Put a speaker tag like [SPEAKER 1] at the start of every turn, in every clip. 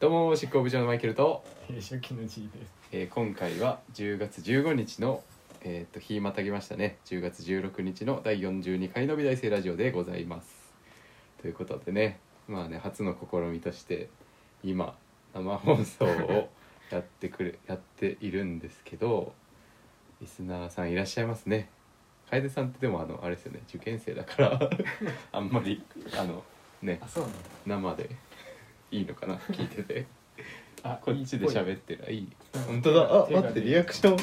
[SPEAKER 1] どうも執行部長のマイケルと、
[SPEAKER 2] 初期の G です
[SPEAKER 1] えー今回は10月15日のえーっと日またぎましたね10月16日の第42回の美大生ラジオでございますということでねまあね初の試みとして今生放送をやってくれやっているんですけどリスナーさんいらっしゃいますね楓さんってでもあのあれですよね受験生だからあんまりあのね
[SPEAKER 2] あそうなんだ
[SPEAKER 1] 生でいいのかな聞いてて
[SPEAKER 2] あ
[SPEAKER 1] こっちで
[SPEAKER 2] る
[SPEAKER 1] 喋ってるいい
[SPEAKER 2] うん
[SPEAKER 1] 本当だあ
[SPEAKER 2] 手が
[SPEAKER 1] 待っ
[SPEAKER 2] 出る
[SPEAKER 1] てリアクション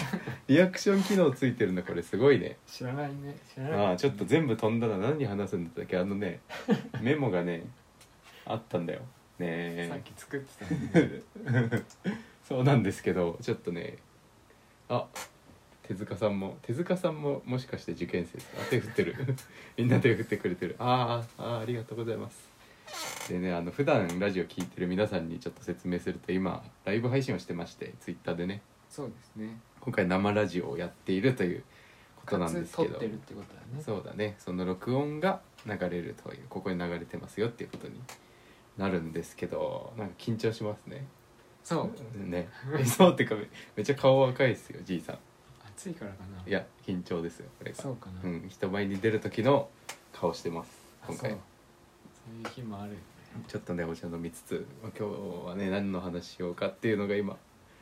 [SPEAKER 1] リアクション機能ついてるのこれすごい ね
[SPEAKER 2] 知らないね知らない
[SPEAKER 1] ああちょっと全部飛んだな何話すんだったっけあのねメモがねあったんだよ
[SPEAKER 2] さっ
[SPEAKER 1] ね
[SPEAKER 2] き作ってたのに
[SPEAKER 1] えそうなんですけどちょっとねあ手塚さんも手塚さんももしかして受験生ですかあ手振ってる みんな手振ってくれてるあーあーありがとうございますでねあの普段ラジオ聞いてる皆さんにちょっと説明すると今ライブ配信をしてましてツイッターでね
[SPEAKER 2] そうですね
[SPEAKER 1] 今回生ラジオをやっているということ
[SPEAKER 2] か
[SPEAKER 1] なんで
[SPEAKER 2] つ
[SPEAKER 1] すけ
[SPEAKER 2] 撮っ
[SPEAKER 1] ど
[SPEAKER 2] てるってことだね
[SPEAKER 1] そうだねその録音が流れるというここに流れてますよっていうことになるんですけどなんか緊張しますね
[SPEAKER 2] そう
[SPEAKER 1] ね えそうってかめめっちゃ顔赤いですよじいさん
[SPEAKER 2] 暑いからかない
[SPEAKER 1] いや緊張ですよこれが
[SPEAKER 2] そうかな、
[SPEAKER 1] ん人前に出る時の顔してます
[SPEAKER 2] あ
[SPEAKER 1] 今
[SPEAKER 2] そ
[SPEAKER 1] 回
[SPEAKER 2] うそういう日もあるよね
[SPEAKER 1] ちょっとねお茶飲みつつ、まあ、今日はね何の話しようかっていうのが今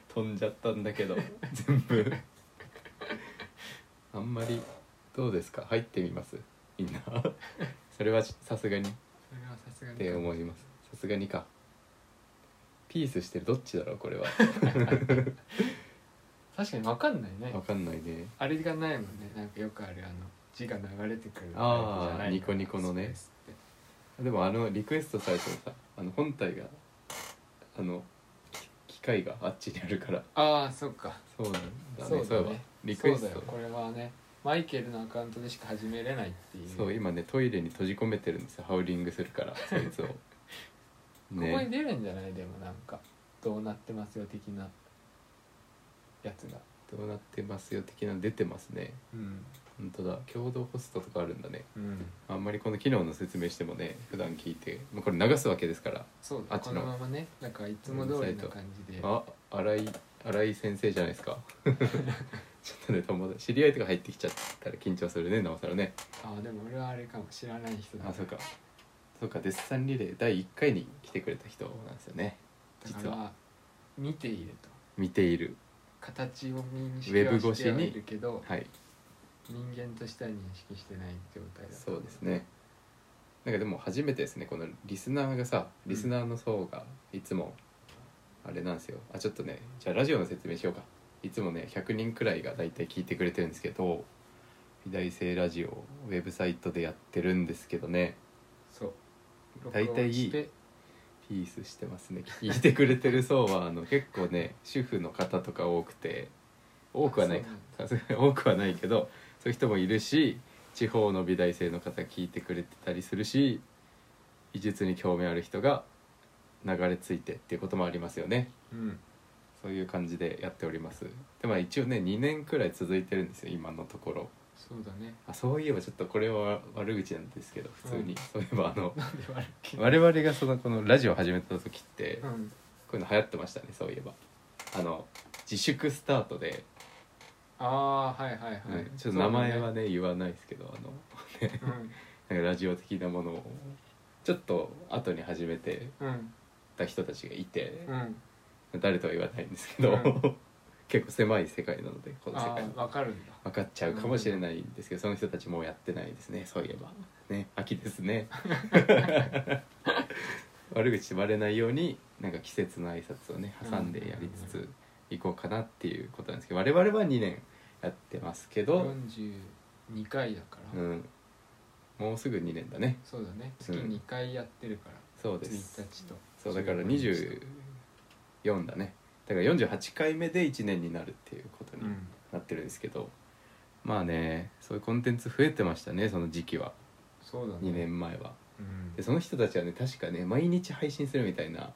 [SPEAKER 1] 飛んじゃったんだけ ど全部あんまりどうですか入ってみますみんなそれはさすがにっ
[SPEAKER 2] それはさすがに
[SPEAKER 1] て思いますさすがにかピースしてるどっちだろうこれは
[SPEAKER 2] 確かにわかんないね
[SPEAKER 1] わかんないね
[SPEAKER 2] あれがないもんねなんかよくあるあの字が流れてくる
[SPEAKER 1] あー
[SPEAKER 2] タイプじゃない
[SPEAKER 1] ニコニコのね
[SPEAKER 2] スペースって
[SPEAKER 1] でもあのリクエストされてもさあの本体があのき機械があっちにあるから
[SPEAKER 2] ああそっか
[SPEAKER 1] そうなんだね
[SPEAKER 2] そう
[SPEAKER 1] そ
[SPEAKER 2] だ
[SPEAKER 1] う
[SPEAKER 2] ね
[SPEAKER 1] いえばリクエス
[SPEAKER 2] そうだ
[SPEAKER 1] ト
[SPEAKER 2] よこれはねマイケルのアカウントでしか始めれないっていう
[SPEAKER 1] そう今ねトイレに閉じ込めてるんですよハウリングするからそいつを ね
[SPEAKER 2] ここに出るんじゃないでもなんかどうなってますよ的なやつが
[SPEAKER 1] どうなってますよ的なの出てますね
[SPEAKER 2] うん
[SPEAKER 1] 本当だ共同ホストとかあるんだね
[SPEAKER 2] うん
[SPEAKER 1] あんまりこの機能の説明してもね普段聞いてもうこれ流すわけですから
[SPEAKER 2] そう
[SPEAKER 1] あ
[SPEAKER 2] だ
[SPEAKER 1] っち
[SPEAKER 2] こ
[SPEAKER 1] の
[SPEAKER 2] のままねなんかいつも通りな感じで
[SPEAKER 1] あ新井新井先生じゃないです かちょっとね友達知り合いとか入ってきちゃったら緊張するねなおさらね
[SPEAKER 2] あでも俺はあれかも知らない人だ
[SPEAKER 1] あそうかそうかデッサンリレー第1回に来てくれた人なんですよね
[SPEAKER 2] だか
[SPEAKER 1] 実
[SPEAKER 2] ら
[SPEAKER 1] は
[SPEAKER 2] 見ていると
[SPEAKER 1] 見ている
[SPEAKER 2] 形を認
[SPEAKER 1] ウ
[SPEAKER 2] 識
[SPEAKER 1] ェ
[SPEAKER 2] は
[SPEAKER 1] ブ越
[SPEAKER 2] し
[SPEAKER 1] してに
[SPEAKER 2] はいるけど
[SPEAKER 1] はい
[SPEAKER 2] 人間としては認識してない状態だ
[SPEAKER 1] そうですねなんかでも初めてですねこのリスナーがさリスナーの層がいつもあれなんですよあちょっとねじゃあラジオの説明しようかいつもね100人くらいが大体聞いてくれてるんですけど美大生ラジオをウェブサイトでやってるんですけどね
[SPEAKER 2] そう
[SPEAKER 1] 大体
[SPEAKER 2] 録音して
[SPEAKER 1] ピースしてますね聞いてくれてる層はあの結構ね主婦の方とか多くて多くはないかさすがに 多くはないけどそういう人もいるし地方の美大生の方聞いてくれてたりするし技術に興味ある人が流れ着いてっていうこともありますよね
[SPEAKER 2] うん
[SPEAKER 1] そういう感じでやっておりますでまあ一応ね2年くらい続いてるんですよ今のところ
[SPEAKER 2] そうだね
[SPEAKER 1] あそういえばちょっとこれは悪口なんですけど普通に、
[SPEAKER 2] うん
[SPEAKER 1] そういえばあの
[SPEAKER 2] なんで悪いけど
[SPEAKER 1] 我々がそのこのラジオ始めた時って
[SPEAKER 2] う
[SPEAKER 1] こ
[SPEAKER 2] ん
[SPEAKER 1] ういうの流行ってましたねそういえばあの自粛スタートで、
[SPEAKER 2] ああーはいはいはい、
[SPEAKER 1] うんちょっと名前
[SPEAKER 2] そ
[SPEAKER 1] は
[SPEAKER 2] う
[SPEAKER 1] ね言わないですけどあの
[SPEAKER 2] だね
[SPEAKER 1] なんかラジオ的なものをちょっと後に始めて
[SPEAKER 2] うんうん
[SPEAKER 1] た人たちがいて、
[SPEAKER 2] うん
[SPEAKER 1] 誰とは言わないんですけど、
[SPEAKER 2] うん
[SPEAKER 1] 結構狭い世界なのでこの世
[SPEAKER 2] あ
[SPEAKER 1] 界
[SPEAKER 2] あわかるんだ
[SPEAKER 1] 分かっちゃうかもしれないんですけど、その人たちもうやってないですねそういえばね秋です ね悪口バレないようになんか季節の挨拶をね挟んでやりつつ行こうかなっていうことなんですけど我々は2年やってますけど、
[SPEAKER 2] 42回だか
[SPEAKER 1] う
[SPEAKER 2] ら、
[SPEAKER 1] ん、もうすぐ2年だね
[SPEAKER 2] そうだね
[SPEAKER 1] うん
[SPEAKER 2] 月2回やってるから、
[SPEAKER 1] そうで
[SPEAKER 2] 1
[SPEAKER 1] す
[SPEAKER 2] 日と
[SPEAKER 1] そうだから
[SPEAKER 2] 25
[SPEAKER 1] 24だねだから48回目で1年になるっていうこと
[SPEAKER 2] う
[SPEAKER 1] に
[SPEAKER 2] ん
[SPEAKER 1] なってるんですけど、まあねそういうコンテンツ増えてましたねその時期は
[SPEAKER 2] そうだね
[SPEAKER 1] 2年前は
[SPEAKER 2] うん
[SPEAKER 1] でその人たちはね確かね毎日配信するみたいな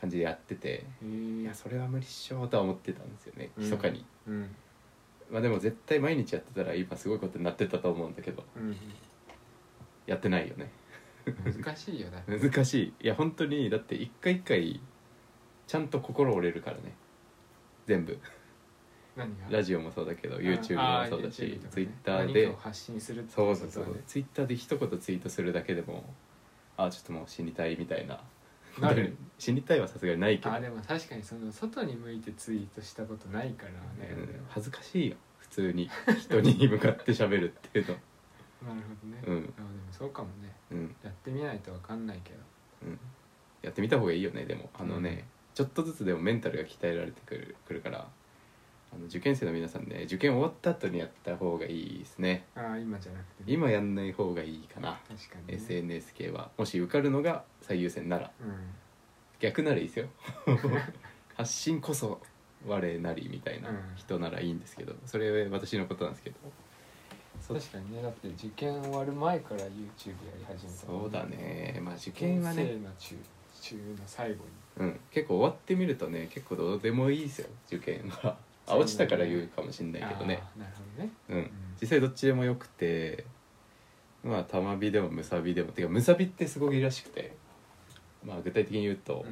[SPEAKER 1] 感じでやってて
[SPEAKER 2] へー
[SPEAKER 1] いやそれは無理っしょとは思ってたんですよね
[SPEAKER 2] うん
[SPEAKER 1] 密かに、
[SPEAKER 2] うん
[SPEAKER 1] まあでも絶対毎日やってたら今すごいことになってたと思うんだけど
[SPEAKER 2] うん
[SPEAKER 1] やってないよね
[SPEAKER 2] 難しいよね
[SPEAKER 1] 難しいいや本当にだって一回一回ちゃんと心折れるからね全部
[SPEAKER 2] 何が
[SPEAKER 1] ラジオもそうだけど YouTube もそうだし、Twitter
[SPEAKER 2] で
[SPEAKER 1] で
[SPEAKER 2] 発信するって
[SPEAKER 1] そうそうそう、
[SPEAKER 2] ことだね
[SPEAKER 1] Twitter で一言ツイートするだけでもあちょっともう死にたいみたいな
[SPEAKER 2] なる
[SPEAKER 1] 死にたいはさすがにないけど、
[SPEAKER 2] あでも確かにその外に向いてツイートしたことないからね、
[SPEAKER 1] う
[SPEAKER 2] 俺
[SPEAKER 1] ん
[SPEAKER 2] は
[SPEAKER 1] 恥ずかしいよ普通に 人に向かって喋るっていうの
[SPEAKER 2] なるほどね、
[SPEAKER 1] うん
[SPEAKER 2] あでもそうかもね
[SPEAKER 1] うん、
[SPEAKER 2] やってみないとわかんないけど
[SPEAKER 1] うん、やってみた方がいいよねでもあのね、ちょっとずつでもメンタルが鍛えられてくるくるからあの受験生の皆さんね受験終わった後にやった方がいいですね
[SPEAKER 2] ああ今じゃなくてね、
[SPEAKER 1] 今やんない方がいいかな、
[SPEAKER 2] 確かに、ね、
[SPEAKER 1] SNS 系はもし受かるのが最優先なら
[SPEAKER 2] う
[SPEAKER 1] 逆ならいいですよ 発信こそ我なりみたいな人ならいいんですけどそれは私のことなんですけど
[SPEAKER 2] ん、確かにねだって受験終わる前から YouTube やり始めたもん
[SPEAKER 1] そうだねまあ受
[SPEAKER 2] 受験
[SPEAKER 1] 験
[SPEAKER 2] は
[SPEAKER 1] は
[SPEAKER 2] ね
[SPEAKER 1] ね、
[SPEAKER 2] の中中の最後に
[SPEAKER 1] うん、結構終わってみるとね結構どうでもいいですよ受験 はあ落ちたから言うかもしんないけどね
[SPEAKER 2] あーなるほどね
[SPEAKER 1] うん実際どっちでもよくてまあ玉火でもむさびでもてかむさびってすごいらしくてまあ具体的に言うと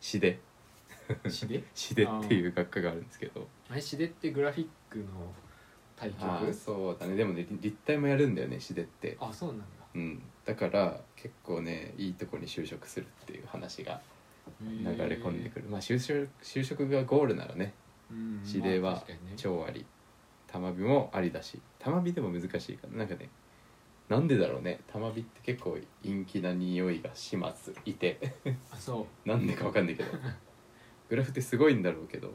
[SPEAKER 1] 詩で
[SPEAKER 2] うんしで
[SPEAKER 1] 詩でっていう学科があるんですけど
[SPEAKER 2] あれしでってグラフィックの対局
[SPEAKER 1] あーそうだねでもね立立体もやるんだよね詩でって
[SPEAKER 2] あそうなんだ
[SPEAKER 1] うんだから結構ねいいとこに就職するっていう話が流れ込んでく
[SPEAKER 2] る
[SPEAKER 1] るまあ就職就職がゴールならねしでは
[SPEAKER 2] 確かにね
[SPEAKER 1] 超あり玉火もありだし玉火でも難しいからなんかねなんでだろうね玉火って結構陰気な匂いが始末いて
[SPEAKER 2] あそう
[SPEAKER 1] なんでかわかんないけどグラフってすごいんだろうけど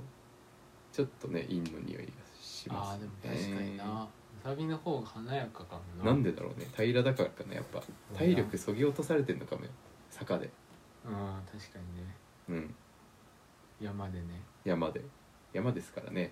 [SPEAKER 1] ちょっとね陰の匂いがします
[SPEAKER 2] あーでも確かになうさびの方が華やかかもな
[SPEAKER 1] なんでだろうね平らだからかなやっぱ体力
[SPEAKER 2] うん
[SPEAKER 1] そぎ落とされてんのかもよ坂で
[SPEAKER 2] 確かにね
[SPEAKER 1] うん
[SPEAKER 2] 山でね
[SPEAKER 1] 山で山ですからね、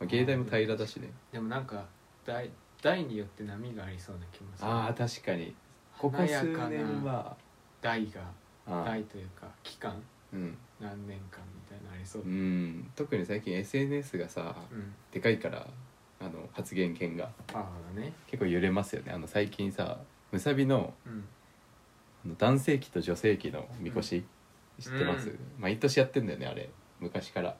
[SPEAKER 1] まあ、芸大も平らだしね
[SPEAKER 2] でもなんか台台によって波がありそうな気もする
[SPEAKER 1] ああ確かにここ
[SPEAKER 2] 華や
[SPEAKER 1] 数
[SPEAKER 2] か
[SPEAKER 1] 年
[SPEAKER 2] な
[SPEAKER 1] は
[SPEAKER 2] 台が
[SPEAKER 1] あー
[SPEAKER 2] 台というか期間
[SPEAKER 1] うん
[SPEAKER 2] 何年間みたいなのありそう
[SPEAKER 1] う、ん特に最近 SNS がさ
[SPEAKER 2] うん、
[SPEAKER 1] でかいからあの発言権が
[SPEAKER 2] パワーがね
[SPEAKER 1] 結構揺れますよねあの最近さむさびの
[SPEAKER 2] うん
[SPEAKER 1] あの男性器と女性器のみこし、知ってます、
[SPEAKER 2] うん
[SPEAKER 1] 毎年やってんだよねあれ昔から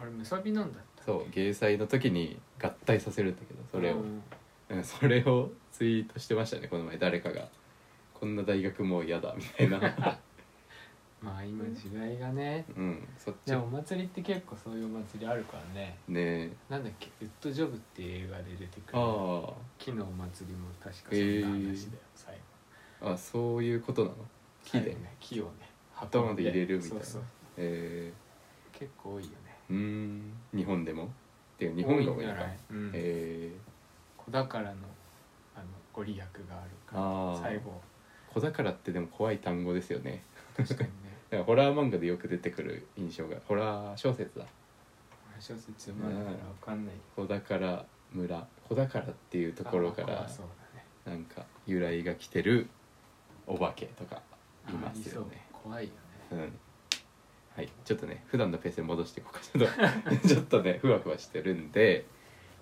[SPEAKER 2] あれむさびなんだった
[SPEAKER 1] そう芸祭の時に合体させるんだけどそれを
[SPEAKER 2] う、ん
[SPEAKER 1] うん、それをツイートしてましたねこの前誰かがこんな大学もう嫌だみたい な、
[SPEAKER 2] まあ今時代がね
[SPEAKER 1] うん、そっち
[SPEAKER 2] でも
[SPEAKER 1] ね
[SPEAKER 2] お祭りって結構そういうお祭りあるからね
[SPEAKER 1] え
[SPEAKER 2] なんだっけウッドジョブっていう映画で出てくる
[SPEAKER 1] あ
[SPEAKER 2] 木のお祭りも確かそんな話だよ、最後
[SPEAKER 1] ああそういうことなの木で
[SPEAKER 2] 最後ね木をね
[SPEAKER 1] 頭まで入れるみたいな
[SPEAKER 2] そうそう
[SPEAKER 1] え
[SPEAKER 2] 結構多いよね
[SPEAKER 1] ー、うーん日本でもっていう日本が多いの
[SPEAKER 2] んじゃ
[SPEAKER 1] か
[SPEAKER 2] ない、うん
[SPEAKER 1] え
[SPEAKER 2] 子宝のあのご利益がある
[SPEAKER 1] あ
[SPEAKER 2] から
[SPEAKER 1] ー
[SPEAKER 2] 最後
[SPEAKER 1] ー、子宝ってでも怖い単語ですよね
[SPEAKER 2] 確かにね
[SPEAKER 1] だからホラー漫画でよく出てくる印象がホラー小説だ
[SPEAKER 2] 小説まだからわかんない
[SPEAKER 1] 子宝村子宝っていうところか
[SPEAKER 2] あ
[SPEAKER 1] ら
[SPEAKER 2] そうだ
[SPEAKER 1] な
[SPEAKER 2] ね
[SPEAKER 1] んか由来が来てるお化けとかいますよね
[SPEAKER 2] ありそう怖いよね
[SPEAKER 1] うんはいちょっとね普段のペースに戻していこうかちょ っとちょっとねふわふわしてるんで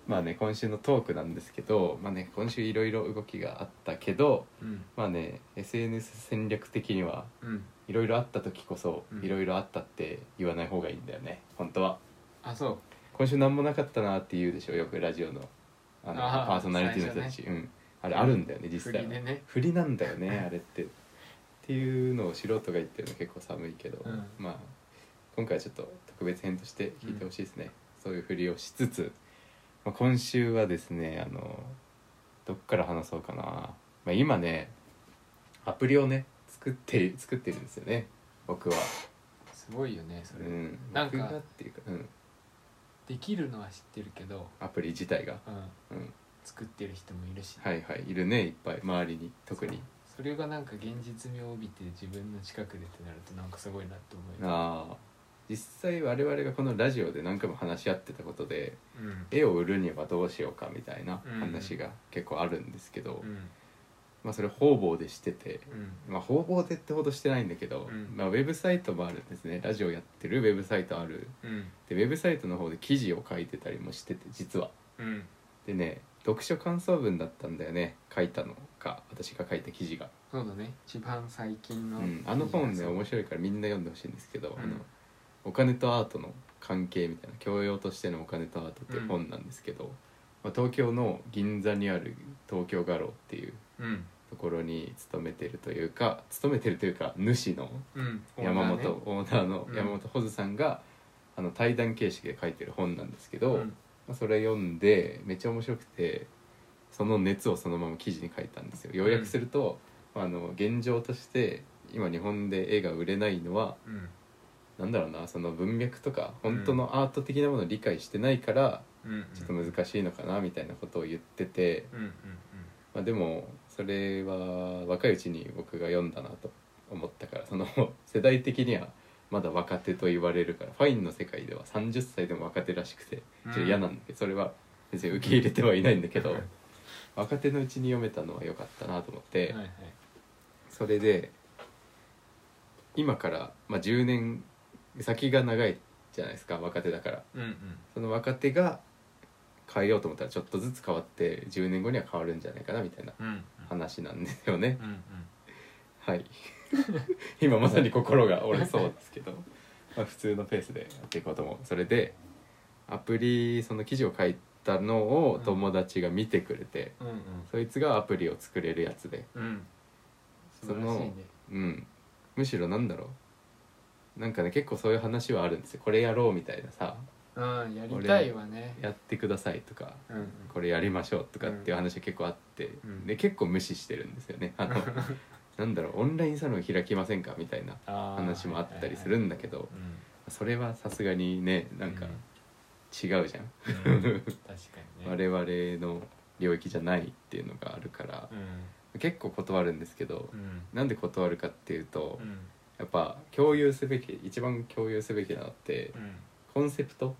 [SPEAKER 1] まあね今週のトークなんですけどまあね今週いろいろ動きがあったけど
[SPEAKER 2] うん
[SPEAKER 1] まあね SNS 戦略的には
[SPEAKER 2] うん
[SPEAKER 1] いろいろあった時こそ
[SPEAKER 2] うん
[SPEAKER 1] いろいろあったって言わない方がいいんだよね本当は
[SPEAKER 2] あそう
[SPEAKER 1] 今週何もなかったなって言うでしょよくラジオのあの
[SPEAKER 2] あー
[SPEAKER 1] パーソナリティの人たち、うん、あれあるんだよね実
[SPEAKER 2] 振
[SPEAKER 1] 際
[SPEAKER 2] り
[SPEAKER 1] は
[SPEAKER 2] でね
[SPEAKER 1] 振りなんだよ ねあれってっていうのを素人が言ってるの結構寒いけど、
[SPEAKER 2] うん
[SPEAKER 1] まあ今回はちょっと特別編として聞いてほしいですね、そういう振りをしつつ、まあ、今週はですねあのどっから話そうかな、まあ、今ねアプリをね作って作ってるんですよね僕は、
[SPEAKER 2] すごいよね そうれ、
[SPEAKER 1] ん、
[SPEAKER 2] なんか
[SPEAKER 1] 僕がっていうか、うん、
[SPEAKER 2] できるのは知ってるけど、
[SPEAKER 1] アプリ自体が、
[SPEAKER 2] うん、
[SPEAKER 1] うん、
[SPEAKER 2] 作ってる人もいるし、
[SPEAKER 1] はいはいいるねいっぱい周りに特に
[SPEAKER 2] それがなんか現実味を帯びて自分の近くでってなるとなんかすごいなって思うよ、
[SPEAKER 1] ああ実際我々がこのラジオで何回も話し合ってたことで
[SPEAKER 2] うん
[SPEAKER 1] 絵を売るにはどうしようかみたいな
[SPEAKER 2] うん
[SPEAKER 1] 話が結構あるんですけど、
[SPEAKER 2] うん
[SPEAKER 1] まあそれ方々でしてて、
[SPEAKER 2] うん
[SPEAKER 1] まあ、方々でってほどしてないんだけど、
[SPEAKER 2] うん
[SPEAKER 1] まあ、ウェブサイトもあるんですねラジオやってるウェブサイトある
[SPEAKER 2] うん
[SPEAKER 1] でウェブサイトの方で記事を書いてたりもしてて実は
[SPEAKER 2] うん
[SPEAKER 1] でね読書感想文だったんだよね書いたのか私が書いた記事が、
[SPEAKER 2] そうだね一番最近
[SPEAKER 1] う
[SPEAKER 2] の、
[SPEAKER 1] ん、あの本ね
[SPEAKER 2] そう
[SPEAKER 1] 面白いからみんな読んでほしいんですけど、
[SPEAKER 2] うん
[SPEAKER 1] あの金とアートの関係みたいな教養としてのお金とアート」って本なんですけど、まあ、東京の銀座にある東京画廊っていう
[SPEAKER 2] うん
[SPEAKER 1] ところに勤めてるというか勤めてるというか主の
[SPEAKER 2] うん
[SPEAKER 1] 山本オー,、
[SPEAKER 2] オー
[SPEAKER 1] ナーの
[SPEAKER 2] うん
[SPEAKER 1] 山本穂津さんが、あの対談形式で書いてる本なんですけど、
[SPEAKER 2] ナーね
[SPEAKER 1] まあそれ読んでめっちゃ面白くてその熱をそのまま記事に書いたんですよ要約すると、まああの現状として今日本で絵が売れないのは
[SPEAKER 2] うんうん
[SPEAKER 1] なんだろうなその文脈とか本当のアート的なものを理解してないから
[SPEAKER 2] うん
[SPEAKER 1] ちょっと難しいのかなみたいなことを言ってて、
[SPEAKER 2] うんうん
[SPEAKER 1] まあ、でもそれは若いうちに僕が読んだなと思ったからその世代的にはまだ若手と言われるからファインの世界では30歳でも若手らしくてちょっと嫌なんだけどそれは別に受け入れてはいないんだけど
[SPEAKER 2] うん
[SPEAKER 1] 若手のうちに読めたのは良かったなと思っ
[SPEAKER 2] う
[SPEAKER 1] て
[SPEAKER 2] んはいはい
[SPEAKER 1] それで今から、まあ、10年先が長いじゃないですか若手だから
[SPEAKER 2] うんうん
[SPEAKER 1] その若手が変えようと思ったらちょっとずつ変わって10年後には変わるんじゃないかなみたいな
[SPEAKER 2] うんうん
[SPEAKER 1] 話なんですよね。
[SPEAKER 2] うんうん
[SPEAKER 1] はい 今まさに心が折れそうですけどまあ普通のペースでやっていこうと思うそれでアプリその記事を書いたのを友達が見てくれて、
[SPEAKER 2] うんうん
[SPEAKER 1] そいつがアプリを作れるやつで
[SPEAKER 2] うん
[SPEAKER 1] そのうんむしろなんだろうなんかね結構そういう話はあるんですよこれやろうみたいなさ
[SPEAKER 2] うんやりたいわね
[SPEAKER 1] やってくださいとか
[SPEAKER 2] うんうん
[SPEAKER 1] これやりましょうとかっていう話が結構あって、
[SPEAKER 2] うん
[SPEAKER 1] で結構無視してるんですよね あのなんだろうオンラインサロン開きませんかみたいな
[SPEAKER 2] あー
[SPEAKER 1] 話もあったりするんだけど、
[SPEAKER 2] う
[SPEAKER 1] それはさすがにねなんか
[SPEAKER 2] うん
[SPEAKER 1] 違うじゃん、
[SPEAKER 2] んう ん確かに
[SPEAKER 1] 我
[SPEAKER 2] ね
[SPEAKER 1] 々の領域じゃないっていうのがあるから
[SPEAKER 2] う、ん
[SPEAKER 1] 結構断るんですけど、
[SPEAKER 2] うん
[SPEAKER 1] なんで断るかっていうと、
[SPEAKER 2] うん
[SPEAKER 1] やっぱ共有すべき一番共有すべきなのって
[SPEAKER 2] うん
[SPEAKER 1] コンセプト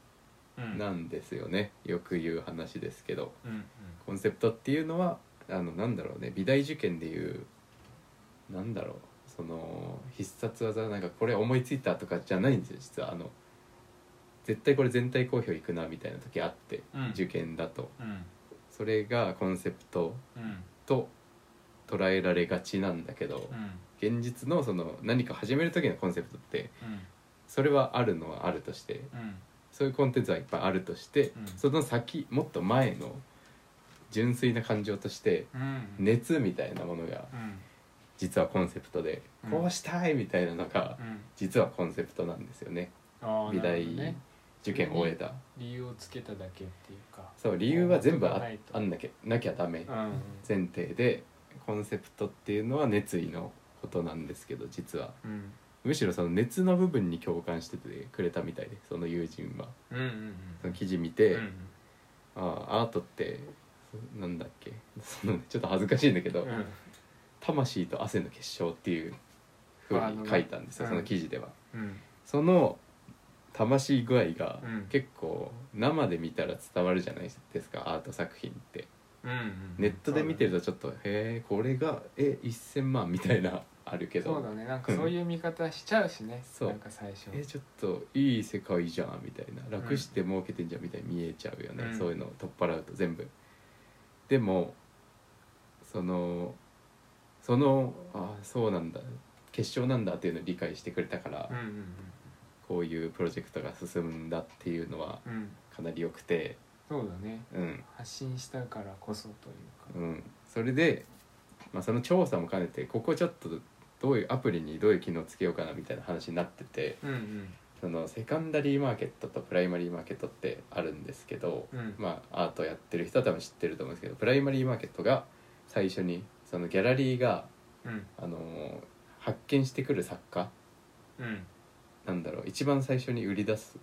[SPEAKER 2] うん
[SPEAKER 1] なんですよね、よく言う話ですけど
[SPEAKER 2] うん
[SPEAKER 1] コンセプトっていうのはあのなんだろうね美大受験でいうなんだろうその必殺技なんかこれ思いついたとかじゃないんですよ実はあの絶対これ全体公表いくなみたいな時あって、
[SPEAKER 2] うん
[SPEAKER 1] 受験だと
[SPEAKER 2] うん
[SPEAKER 1] それがコンセプト
[SPEAKER 2] うん
[SPEAKER 1] と捉えられがちなんだけど、
[SPEAKER 2] うん
[SPEAKER 1] 現実のその何か始める時のコンセプトって
[SPEAKER 2] うん
[SPEAKER 1] それはあるのはあるとして
[SPEAKER 2] うん
[SPEAKER 1] そういうコンテンツはいっぱいあるとして、
[SPEAKER 2] うん
[SPEAKER 1] その先もっと前の純粋な感情として
[SPEAKER 2] うん
[SPEAKER 1] 熱みたいなものが
[SPEAKER 2] うん
[SPEAKER 1] 実はコンセプトで、
[SPEAKER 2] うん
[SPEAKER 1] こうしたいみたいなのが
[SPEAKER 2] うん
[SPEAKER 1] 実はコンセプトなんですよね
[SPEAKER 2] あー
[SPEAKER 1] 美大
[SPEAKER 2] なるほどね
[SPEAKER 1] 受験を終えた
[SPEAKER 2] 理由をつけただけっていうか
[SPEAKER 1] そう理由は全部あ
[SPEAKER 2] ないと
[SPEAKER 1] あんなきゃなきゃダメ
[SPEAKER 2] うん
[SPEAKER 1] 前提でコンセプトっていうのは熱意のことなんですけど実は
[SPEAKER 2] うん
[SPEAKER 1] むしろその熱の部分に共感しててくれたみたいでその友人は
[SPEAKER 2] うんうん
[SPEAKER 1] その記事見て、
[SPEAKER 2] うん
[SPEAKER 1] ああアートってなんだっけそのちょっと恥ずかしいんだけど、
[SPEAKER 2] うん
[SPEAKER 1] 魂と汗の結晶っていうふうに書いたんですよ
[SPEAKER 2] あ
[SPEAKER 1] そ
[SPEAKER 2] のね
[SPEAKER 1] の記事では。
[SPEAKER 2] うん
[SPEAKER 1] その魂具合が
[SPEAKER 2] うん
[SPEAKER 1] 結構生で見たら伝わるじゃないですかアート作品って
[SPEAKER 2] うん
[SPEAKER 1] ネットで見てるとちょっと「へえこれがえ1,000万」みたいなあるけ
[SPEAKER 2] そう
[SPEAKER 1] ど
[SPEAKER 2] だねなんかそういう見方しちゃうしね
[SPEAKER 1] そう
[SPEAKER 2] なんか最初
[SPEAKER 1] 「えちょっといい世界じゃん」みたいな楽して儲けてんじゃんみたいに見えちゃうよね、
[SPEAKER 2] うん
[SPEAKER 1] そういうのを取っ払うと全部。でもそのそのあそうなんだ結晶なんだっていうのを理解してくれたから、
[SPEAKER 2] うん
[SPEAKER 1] こういうプロジェクトが進むんだっていうのは
[SPEAKER 2] うんうん
[SPEAKER 1] かなり良くて。
[SPEAKER 2] そうだね
[SPEAKER 1] うん
[SPEAKER 2] 発信したからこそという
[SPEAKER 1] う
[SPEAKER 2] か
[SPEAKER 1] ん、それで、まあ、その調査も兼ねてここちょっとどういうアプリにどういう機能つけようかなみたいな話になってて
[SPEAKER 2] うんうん
[SPEAKER 1] そのセカンダリーマーケットとプライマリーマーケットってあるんですけど、
[SPEAKER 2] うん
[SPEAKER 1] まあ、アートやってる人は多分知ってると思うんですけどプライマリーマーケットが最初にそのギャラリーが、
[SPEAKER 2] うん
[SPEAKER 1] あのー発見してくる作家
[SPEAKER 2] うん
[SPEAKER 1] なんだろう一番最初に売り出す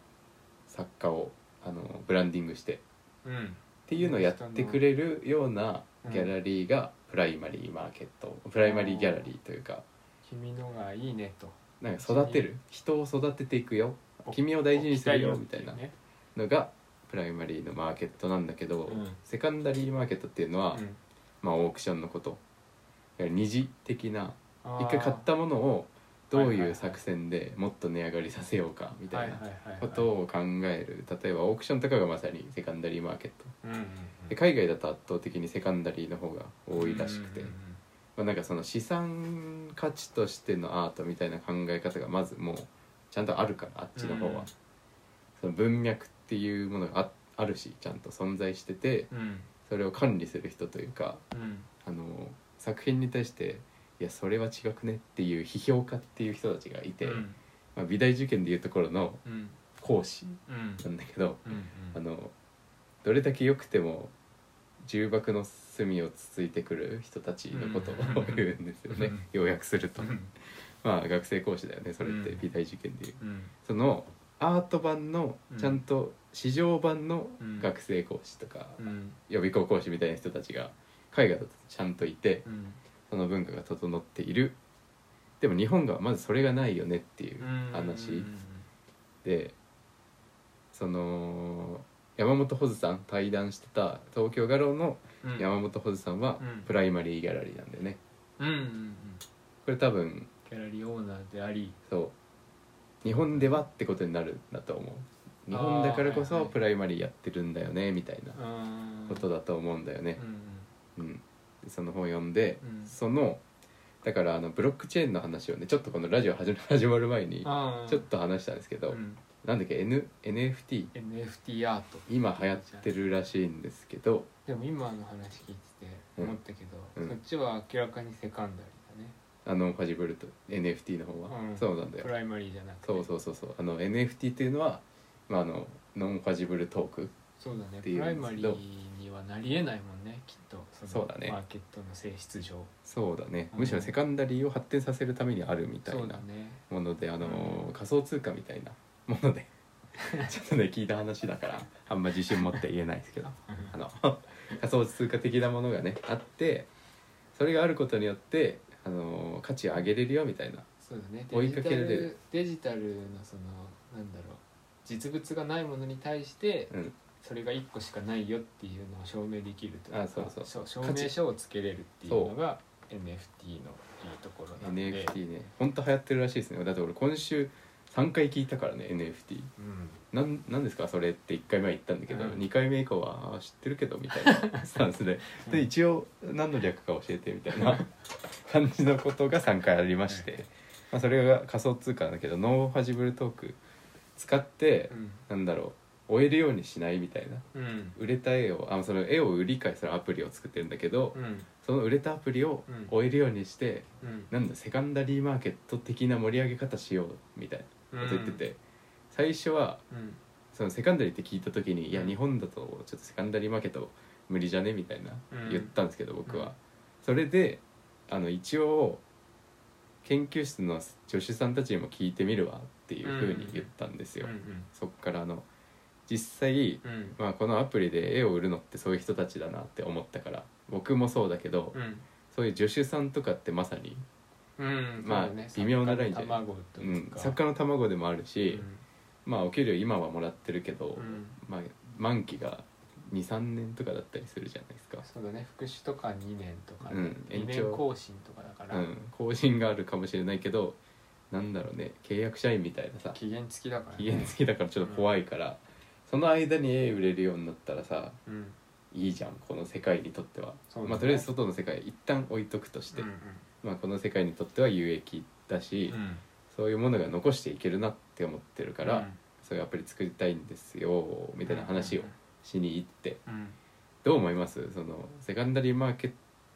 [SPEAKER 1] 作家を、あのーブランディングして
[SPEAKER 2] うん
[SPEAKER 1] っていうのをやってくれるような
[SPEAKER 2] うん
[SPEAKER 1] ギャラリーがプライマリーマーケットプライマリーギャラリーというか
[SPEAKER 2] 君のがいいねと
[SPEAKER 1] なんか育てる人を育てていくよ君を大事にするよみたいな
[SPEAKER 2] ね
[SPEAKER 1] のがプライマリーのマーケットなんだけど、
[SPEAKER 2] うん
[SPEAKER 1] セカンダリーマーケットっていうのは、
[SPEAKER 2] うん
[SPEAKER 1] まあ、オークションのことだから二次的な
[SPEAKER 2] あー
[SPEAKER 1] 一回買ったものをどう
[SPEAKER 2] はいはい
[SPEAKER 1] い
[SPEAKER 2] は
[SPEAKER 1] う
[SPEAKER 2] い
[SPEAKER 1] 作戦でもっと値上がりさせようかみたいな
[SPEAKER 2] はははは
[SPEAKER 1] ことを考える例えばオークションとかがまさにセカンダリーマーケット
[SPEAKER 2] うんうんうん
[SPEAKER 1] で海外だと圧倒的にセカンダリーの方が多いらしくて、
[SPEAKER 2] うん
[SPEAKER 1] まあ、なんかその資産価値としてのアートみたいな考え方がまずもうちゃんとあるからあっちの方は、
[SPEAKER 2] うん
[SPEAKER 1] その文脈っていうものがああるしちゃんと存在してて
[SPEAKER 2] うん
[SPEAKER 1] それを管理する人というか
[SPEAKER 2] うん
[SPEAKER 1] あの作品に対して「いやそれは違くね」っていう批評家っていう人たちがいて、
[SPEAKER 2] うん
[SPEAKER 1] まあ、美大受験でいうところの
[SPEAKER 2] うん
[SPEAKER 1] 講師
[SPEAKER 2] うん
[SPEAKER 1] なんだけど、
[SPEAKER 2] うん
[SPEAKER 1] あのどれだけ良くても重爆の隅をつついてくる人たちのことを
[SPEAKER 2] うん
[SPEAKER 1] 言うんですよね、
[SPEAKER 2] うん
[SPEAKER 1] 要約すると、
[SPEAKER 2] うん
[SPEAKER 1] まあ学生講師だよねそれって
[SPEAKER 2] うん
[SPEAKER 1] 美大受験でいう
[SPEAKER 2] うん
[SPEAKER 1] そのアート版の
[SPEAKER 2] うん
[SPEAKER 1] ちゃんと市場版の
[SPEAKER 2] うん
[SPEAKER 1] 学生講師とか
[SPEAKER 2] うん
[SPEAKER 1] 予備校講師みたいな人たちが海外だとちゃんといて
[SPEAKER 2] うん
[SPEAKER 1] その文化が整っているでも日本がまずそれがないよねっていう話、
[SPEAKER 2] うん
[SPEAKER 1] でその山本穂津さん対談してた東京画廊の
[SPEAKER 2] うん
[SPEAKER 1] 山本穂津さんは
[SPEAKER 2] うん
[SPEAKER 1] プライマリーギャラリーなんだよね
[SPEAKER 2] うんうんうん
[SPEAKER 1] これ多分
[SPEAKER 2] ギャラリーオーナーであり
[SPEAKER 1] そう日本ではってことになるんだと思う日本だからこ
[SPEAKER 2] あーはい
[SPEAKER 1] そ
[SPEAKER 2] はい
[SPEAKER 1] プライマリーやってるんだよねみたいな
[SPEAKER 2] あ
[SPEAKER 1] こと
[SPEAKER 2] だ
[SPEAKER 1] だと思うんだよね
[SPEAKER 2] う、ん
[SPEAKER 1] うん、その本読んで、
[SPEAKER 2] うん
[SPEAKER 1] そのだからあのブロックチェーンの話をねちょっとこのラジオ始ま 始まる前に
[SPEAKER 2] あー
[SPEAKER 1] ちょっと話したんですけど、
[SPEAKER 2] うん
[SPEAKER 1] なんだっけ、N、NFT
[SPEAKER 2] NFT アート
[SPEAKER 1] 今流行ってるらしいんですけど
[SPEAKER 2] でも今の話聞いてて思ったけど、
[SPEAKER 1] うん
[SPEAKER 2] そっちは明らかにセカンダリーだね
[SPEAKER 1] あのファジブルと NFT の方は、
[SPEAKER 2] うん
[SPEAKER 1] そうなんだよ
[SPEAKER 2] プライマリーじゃなくて
[SPEAKER 1] そうそうそうそうあの NFT っていうのは、まあ、あのノンファジブルトーク
[SPEAKER 2] そうだね
[SPEAKER 1] ってい
[SPEAKER 2] プライ
[SPEAKER 1] うんで
[SPEAKER 2] マ
[SPEAKER 1] す
[SPEAKER 2] リ
[SPEAKER 1] け
[SPEAKER 2] ー
[SPEAKER 1] ど
[SPEAKER 2] にはなりえないもんねきっとそ
[SPEAKER 1] そうだね
[SPEAKER 2] マーケットの性質上
[SPEAKER 1] そうだね
[SPEAKER 2] うん
[SPEAKER 1] むしろセカンダリーを発展させるためにあるみたい
[SPEAKER 2] そうだ
[SPEAKER 1] な
[SPEAKER 2] ね
[SPEAKER 1] もので、あの
[SPEAKER 2] うん
[SPEAKER 1] 仮想通貨みたいなもので ちょっとね聞いた話だからあんま自信持って言えないですけ どあの仮想通貨的なものがねあってそれがあることによってあの価値上げれるよみたいな
[SPEAKER 2] そうだね
[SPEAKER 1] 追いかける
[SPEAKER 2] デジタルデジタルのそのなんだろう実物がないものに対して
[SPEAKER 1] うん
[SPEAKER 2] それが1個しかないよっていうのを証明できるというか
[SPEAKER 1] あそうそう
[SPEAKER 2] しょ証明書をつけれるっていうのが NFT のいいところなんで
[SPEAKER 1] NFT ねほんと流行ってるらしいですねだって俺今週3回聞いたからね NFT
[SPEAKER 2] うん
[SPEAKER 1] なんなんですかそれって1回目は言ったんだけど、
[SPEAKER 2] うん
[SPEAKER 1] 2回目以降はあー知ってるけどみたい なスタンスでで一応何の略か教えてみたい な感じのことが3回ありまして、まあ、それが仮想通貨だけどノーファジブルトーク使って
[SPEAKER 2] う、
[SPEAKER 1] な
[SPEAKER 2] ん
[SPEAKER 1] んだろう終えるようにしないみたいな
[SPEAKER 2] うん
[SPEAKER 1] 売れた絵をあその絵を売り買いするアプリを作ってるんだけど、
[SPEAKER 2] うん
[SPEAKER 1] その売れたアプリを
[SPEAKER 2] うん
[SPEAKER 1] 終えるようにして、
[SPEAKER 2] うん
[SPEAKER 1] なんだセカンダリーマーケット的な盛り上げ方しようみたいなこと言ってて、最初は
[SPEAKER 2] うん
[SPEAKER 1] そのセカンダリーって聞いた時に、いや
[SPEAKER 2] うん
[SPEAKER 1] 日本だとちょっとセカンダリーマーケット無理じゃねみたいな
[SPEAKER 2] うん
[SPEAKER 1] 言ったんですけど、僕は、
[SPEAKER 2] うん
[SPEAKER 1] それであの一応研究室の助手さんたちにも聞いてみるわっていうふうに言ったんですよ、
[SPEAKER 2] うん
[SPEAKER 1] そっからあの実際、
[SPEAKER 2] うんうん
[SPEAKER 1] まあ、このアプリで絵を売るのってそういう人たちだなって思ったから僕もそうだけど、
[SPEAKER 2] うん
[SPEAKER 1] そういう助手さんとかってまさに
[SPEAKER 2] うん
[SPEAKER 1] まあ
[SPEAKER 2] そうだね
[SPEAKER 1] 微妙なラインで
[SPEAKER 2] 卵と
[SPEAKER 1] う
[SPEAKER 2] い
[SPEAKER 1] ん
[SPEAKER 2] う、か
[SPEAKER 1] 作家の卵でもあるし、
[SPEAKER 2] う
[SPEAKER 1] まあお給料今はもらってるけど、
[SPEAKER 2] んうん
[SPEAKER 1] まあ、満期が23年とかだったりするじゃないですか、
[SPEAKER 2] そうだね福祉とか2年とか、ね
[SPEAKER 1] うん
[SPEAKER 2] 2
[SPEAKER 1] 延
[SPEAKER 2] 年
[SPEAKER 1] 長
[SPEAKER 2] 更新とかだから、
[SPEAKER 1] うん、更新があるかもしれないけどなんだろうね契約社員みたいなさ
[SPEAKER 2] 期限付きだから、ね、
[SPEAKER 1] 期限付きだからちょっと怖いから、その間に絵売れるようになったらさ
[SPEAKER 2] うん
[SPEAKER 1] いいじゃんこの世界にとっては、
[SPEAKER 2] そうだね
[SPEAKER 1] まあとりあえず外の世界一旦置いとくとして、
[SPEAKER 2] うん
[SPEAKER 1] まあ、この世界にとっては有益だし、
[SPEAKER 2] うんうん
[SPEAKER 1] そういうものが残していけるなって思ってるから、
[SPEAKER 2] うん
[SPEAKER 1] そういうアプリ作りたいんですよみたいな話をしに行って
[SPEAKER 2] うん
[SPEAKER 1] どう思いますそのセカンダリーマーケッ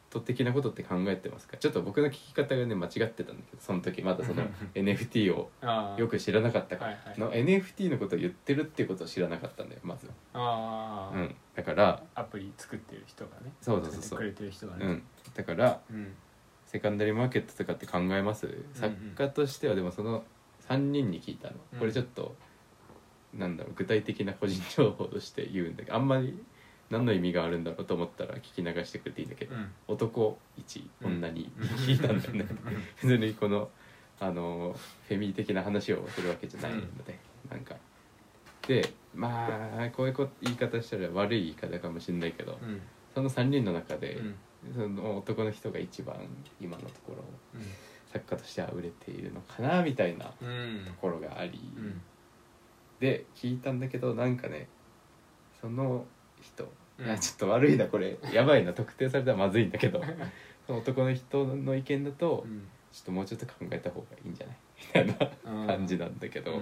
[SPEAKER 1] ト的なことって考えてますかちょっと僕の聞き方がね間違ってたんだけどその時まだその NFT を
[SPEAKER 2] ああ
[SPEAKER 1] よく知らなかったか
[SPEAKER 2] は
[SPEAKER 1] ら
[SPEAKER 2] いはい
[SPEAKER 1] の NFT のことを言ってるっていうことを知らなかったんだよまずは、
[SPEAKER 2] ああ、
[SPEAKER 1] うん、だから
[SPEAKER 2] アプリ作ってる人がね
[SPEAKER 1] そうそうそうそう
[SPEAKER 2] 作ってくれてる人が
[SPEAKER 1] う
[SPEAKER 2] ね
[SPEAKER 1] んだから
[SPEAKER 2] うん
[SPEAKER 1] セカンダリーマーケットとかって考えます作家としてはでもその3人に聞いたの
[SPEAKER 2] うん
[SPEAKER 1] これちょっとなんだろう具体的な個人情報として言うんだけどあんまり何の意味があるんだろうと思ったら聞き流してくれていいんだけど
[SPEAKER 2] うん
[SPEAKER 1] 男1
[SPEAKER 2] うん
[SPEAKER 1] 女に聞いたんだよね別にこのあのフェミ的な話をするわけじゃないので、なんかでまあこういうこ言い方したら悪い言い方かもしれないけど、
[SPEAKER 2] うん
[SPEAKER 1] その3人の中
[SPEAKER 2] う
[SPEAKER 1] で、
[SPEAKER 2] ん
[SPEAKER 1] その男の人が一番今のところ
[SPEAKER 2] うん
[SPEAKER 1] 作家としては売れているのかなみたいなと
[SPEAKER 2] うん
[SPEAKER 1] ころがあり、
[SPEAKER 2] うん
[SPEAKER 1] で聞いたんだけどなんかねその人、
[SPEAKER 2] うん
[SPEAKER 1] いやちょっと悪いなこれやばいな特定されたらまずい んだけどその男の人の意見だと、
[SPEAKER 2] うん
[SPEAKER 1] ちょっともうちょっと考えた方がいいんじゃないたいな
[SPEAKER 2] うん
[SPEAKER 1] 感じなんだけ
[SPEAKER 2] う
[SPEAKER 1] ど、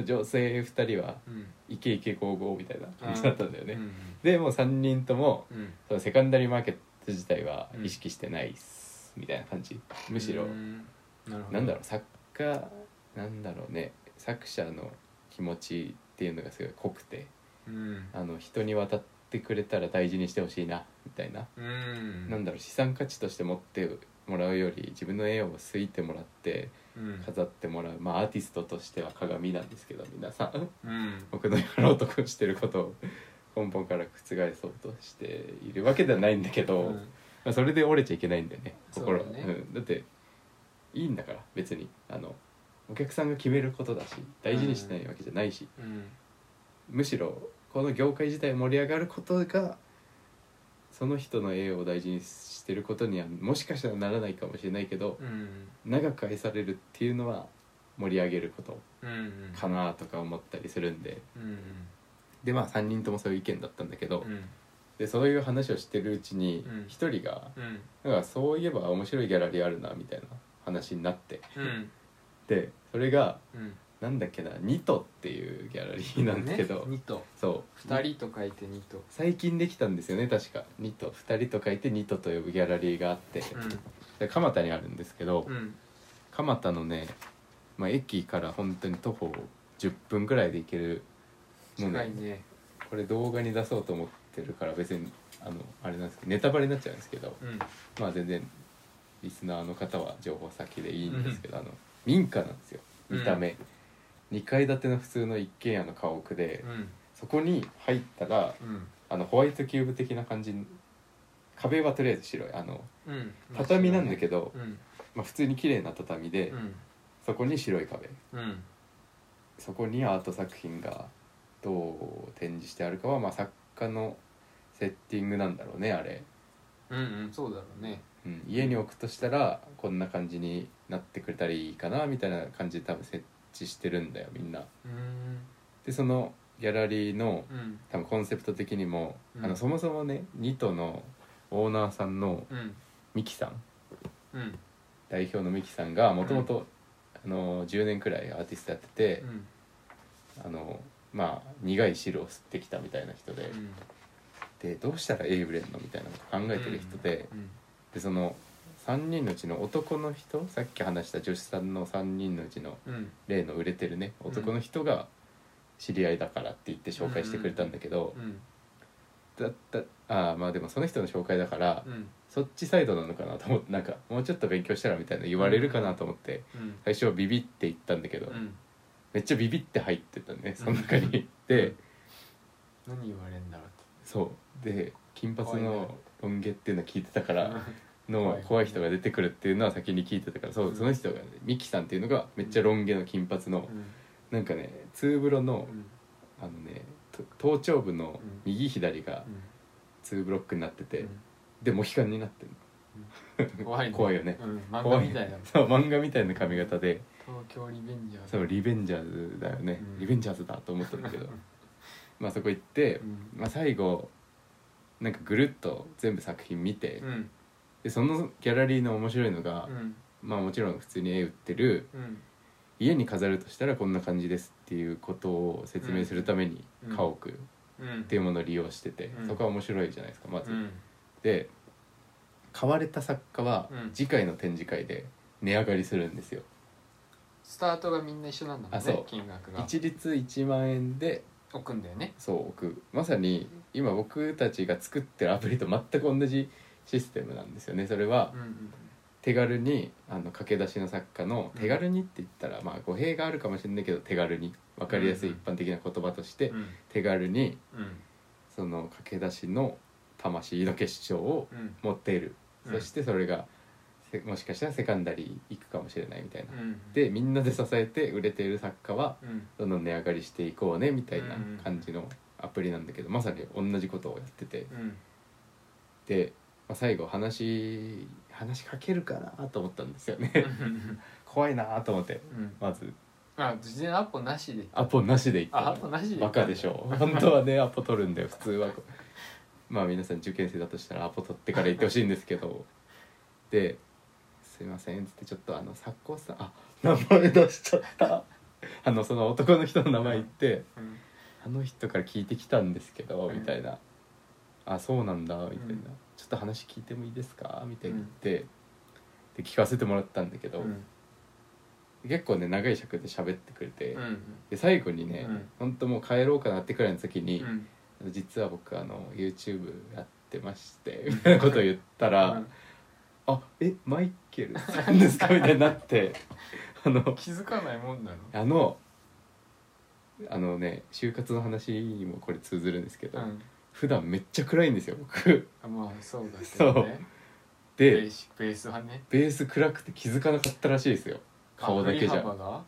[SPEAKER 2] ん
[SPEAKER 1] 女性2人は
[SPEAKER 2] うん
[SPEAKER 1] イケイケゴーゴーみたいな感じだったんだよね、
[SPEAKER 2] うん
[SPEAKER 1] でもう3人とも
[SPEAKER 2] うん
[SPEAKER 1] そのセカンダリーマーケット自体は
[SPEAKER 2] うん
[SPEAKER 1] 意識してないっす、みたいな感じむしろ、
[SPEAKER 2] うんなるほど
[SPEAKER 1] なんだろう作家なんだろうね作者の気持ちっていうのがすごい濃くて
[SPEAKER 2] うん
[SPEAKER 1] あの人に渡ってくれたら大事にしてほしいなみたいな、
[SPEAKER 2] うん
[SPEAKER 1] なんだろう資産価値として持ってもらうより自分の絵を好いてもらって
[SPEAKER 2] うん
[SPEAKER 1] 飾ってもらうまあアーティストとしては鏡なんですけど皆さん
[SPEAKER 2] うん
[SPEAKER 1] 僕のやろうとしてることを根本から覆そうとしているわけではないんだけど、
[SPEAKER 2] うん
[SPEAKER 1] まあ、それで折れちゃいけないんだよね心は
[SPEAKER 2] そうだね
[SPEAKER 1] ん、だっていいんだから別にあのお客さんが決めることだし大事にしないわけじゃないし、
[SPEAKER 2] うん
[SPEAKER 1] むしろこの業界自体盛り上がることがその人の栄養を大事にしてることにはもしかしたらならないかもしれないけど、
[SPEAKER 2] うん
[SPEAKER 1] 長く愛されるっていうのは盛り上げること
[SPEAKER 2] うん
[SPEAKER 1] かなとか思ったりするんで
[SPEAKER 2] うん
[SPEAKER 1] でまあ3人ともそういう意見だったんだけど、
[SPEAKER 2] うん
[SPEAKER 1] でそういう話をしてるうちに
[SPEAKER 2] うん
[SPEAKER 1] 1人が
[SPEAKER 2] うん
[SPEAKER 1] なんかそういえば面白いギャラリーあるなみたいな話になって、
[SPEAKER 2] うん
[SPEAKER 1] でそれが
[SPEAKER 2] うん
[SPEAKER 1] なんだっけなニトっていうギャラリーなんだけど、
[SPEAKER 2] ね二と
[SPEAKER 1] そう
[SPEAKER 2] 二人と書いて二と
[SPEAKER 1] 最近できたんですよね確かニト2人と書いてニトと呼ぶギャラリーがあって、で蒲田にあるんですけど、
[SPEAKER 2] うんうん
[SPEAKER 1] 蒲田のね、まあ、駅から本当に徒歩10分ぐらいで行けるもう
[SPEAKER 2] 近
[SPEAKER 1] ね
[SPEAKER 2] いね
[SPEAKER 1] これ動画に出そうと思ってるから別にあのあれなんですけどネタバレになっちゃうんですけど、
[SPEAKER 2] うん
[SPEAKER 1] まあ全然リスナーの方は情報先でいいんですけど、あの民家なんですよ見た目、2階建ての普通の一軒家の家屋で、
[SPEAKER 2] うん
[SPEAKER 1] そこに入ったら
[SPEAKER 2] うん
[SPEAKER 1] あのホワイトキューブ的な感じ壁はとりあえず白いあの
[SPEAKER 2] うん
[SPEAKER 1] 畳なんだけど、
[SPEAKER 2] うん
[SPEAKER 1] まあ、普通に綺麗な畳で、
[SPEAKER 2] うん
[SPEAKER 1] そこに白い壁
[SPEAKER 2] うん
[SPEAKER 1] そこにアート作品がどう展示してあるかは、まあ、作家のセッティングなんだろうねあれ、
[SPEAKER 2] うんうんそうだろうね
[SPEAKER 1] うん、家に置くとしたらこんな感じになってくれたらいいかなみたいな感じで多分設置してるんだよみんな。
[SPEAKER 2] うん
[SPEAKER 1] でそのギャラリーの
[SPEAKER 2] うん
[SPEAKER 1] 多分コンセプト的にも、
[SPEAKER 2] うん
[SPEAKER 1] あのそもそもねニトのオーナーさんの
[SPEAKER 2] うん
[SPEAKER 1] ミキさん
[SPEAKER 2] うん
[SPEAKER 1] 代表のミキさんがもともと10年くらいアーティストやってて、
[SPEAKER 2] うん
[SPEAKER 1] あのまあ苦い汁を吸ってきたみたいな人で。
[SPEAKER 2] うん
[SPEAKER 1] でどうしたら絵売れんのみたいなこと考えてる人で,、
[SPEAKER 2] うん
[SPEAKER 1] でその3人のうちの男の人さっき話した女子さんの3人のうちの
[SPEAKER 2] うん
[SPEAKER 1] 例の売れてるね男の人が知り合いだからって言って紹介してくれたんだけど、
[SPEAKER 2] うん
[SPEAKER 1] だだあーまあでもその人の紹介だから、
[SPEAKER 2] うん
[SPEAKER 1] そっちサイドなのかなと思ってなんかもうちょっと勉強したらみたいな言われるかなと思って
[SPEAKER 2] うん
[SPEAKER 1] 最初はビビって言ったんだけど、
[SPEAKER 2] うん
[SPEAKER 1] めっちゃビビって入ってたねその中に。で
[SPEAKER 2] 何言われんだろう
[SPEAKER 1] そうで金髪
[SPEAKER 2] 怖いね
[SPEAKER 1] のロン毛っていうの聞いてたから。
[SPEAKER 2] って
[SPEAKER 1] の怖
[SPEAKER 2] 怖
[SPEAKER 1] い
[SPEAKER 2] い
[SPEAKER 1] 人が出てくるっていうのは先に聞いてたからそう
[SPEAKER 2] うん
[SPEAKER 1] その人がねミキさんっていうのがめっちゃロン毛の金髪の
[SPEAKER 2] うん
[SPEAKER 1] なんかねツーブロの
[SPEAKER 2] うん
[SPEAKER 1] あのねと頭頂部の
[SPEAKER 2] うん
[SPEAKER 1] 右左が
[SPEAKER 2] うん
[SPEAKER 1] ツーブロックになってて
[SPEAKER 2] う
[SPEAKER 1] でモヒカンになってる
[SPEAKER 2] ん怖いね
[SPEAKER 1] 怖いよね
[SPEAKER 2] うん漫画
[SPEAKER 1] 怖い
[SPEAKER 2] みたいだもん
[SPEAKER 1] そう漫画みたいな髪型で
[SPEAKER 2] 東京リベンジャーズ
[SPEAKER 1] そうリベンジャーズだよね
[SPEAKER 2] うん
[SPEAKER 1] リベンジャーズだと思ったん だけどまあそこ行って
[SPEAKER 2] うん
[SPEAKER 1] まあ最後なんかぐるっと全部作品見て
[SPEAKER 2] うん
[SPEAKER 1] でそのギャラリーの面白いのが
[SPEAKER 2] うん
[SPEAKER 1] まあもちろん普通に絵売ってる
[SPEAKER 2] うん
[SPEAKER 1] 家に飾るとしたらこんな感じですっていうことを説明するために
[SPEAKER 2] うん
[SPEAKER 1] 家屋っ
[SPEAKER 2] うん
[SPEAKER 1] ていうものを利用してて、
[SPEAKER 2] うん
[SPEAKER 1] そこは面白いじゃないですかまず。
[SPEAKER 2] うん
[SPEAKER 1] で買われた作家は
[SPEAKER 2] うん
[SPEAKER 1] 次回の展示会で値上がりするんですよ。
[SPEAKER 2] スタートがみんな一緒なんだ
[SPEAKER 1] あ
[SPEAKER 2] もん
[SPEAKER 1] そう
[SPEAKER 2] ね金額が
[SPEAKER 1] 一律1万円で
[SPEAKER 2] 置くんだよね
[SPEAKER 1] そう置くまさに今僕たちが作ってるアプリと全く同じシステムなんですよねそれは
[SPEAKER 2] うんうん
[SPEAKER 1] 手軽にあの駆け出しの作家の手軽にって言ったらまあ語弊があるかもしれないけど手軽に分かりやすい一般的な言葉として
[SPEAKER 2] うん
[SPEAKER 1] 手軽に
[SPEAKER 2] うん
[SPEAKER 1] その駆け出しの魂の結晶を
[SPEAKER 2] うん
[SPEAKER 1] 持っている、
[SPEAKER 2] うん
[SPEAKER 1] そしてそれがせもしかしたらセカンダリー行くかもしれないみたいな、
[SPEAKER 2] うん
[SPEAKER 1] でみんなで支えて売れている作家は
[SPEAKER 2] うん
[SPEAKER 1] どんどん値上がりしていこうねみたいな
[SPEAKER 2] うん
[SPEAKER 1] 感じのアプリなんだけどまさに同じことをやってて
[SPEAKER 2] うん
[SPEAKER 1] で、まあ、最後話話しかけるかなと思ったんですよね怖いなと思って
[SPEAKER 2] うん
[SPEAKER 1] まず
[SPEAKER 2] あ事前アポなしで
[SPEAKER 1] アポなしで行った
[SPEAKER 2] あアポなしで
[SPEAKER 1] バカでしょ本当はねアポ取るんだよ普通はまあ皆さん受験生だとしたらアポ取ってから行ってほしいんですけどですいません」っつってちょっとあの作家さんあ名前出しちゃったあのその男の人の名前言って
[SPEAKER 2] うん
[SPEAKER 1] 「あの人から聞いてきたんですけど」
[SPEAKER 2] うん
[SPEAKER 1] みたいな「あそうなんだ」みたいな、
[SPEAKER 2] うん
[SPEAKER 1] ちょっと話聞いてもいいですか?」みたいに言って、で聞かせてもらったんだけど、
[SPEAKER 2] うん
[SPEAKER 1] 結構ね長い尺で喋ってくれて、
[SPEAKER 2] うん
[SPEAKER 1] で最後にね、
[SPEAKER 2] うん
[SPEAKER 1] ほんともう帰ろうかなってくらいの時に「
[SPEAKER 2] うん
[SPEAKER 1] あの実は僕あの YouTube やってまして」みたいなことを言ったら「
[SPEAKER 2] うん
[SPEAKER 1] あえマイケルさんですか?」みたいになって あの
[SPEAKER 2] 気づかないもんなの
[SPEAKER 1] あのあのね就活の話にもこれ通ずるんですけど、
[SPEAKER 2] うん
[SPEAKER 1] 普段めっちゃ暗いんですよ 僕
[SPEAKER 2] あまあそうだけどねベ
[SPEAKER 1] で
[SPEAKER 2] ーシックベースはね
[SPEAKER 1] ベース暗くて気づかなかったらしいですよ顔だけじ
[SPEAKER 2] あ振り
[SPEAKER 1] ゃ
[SPEAKER 2] 幅が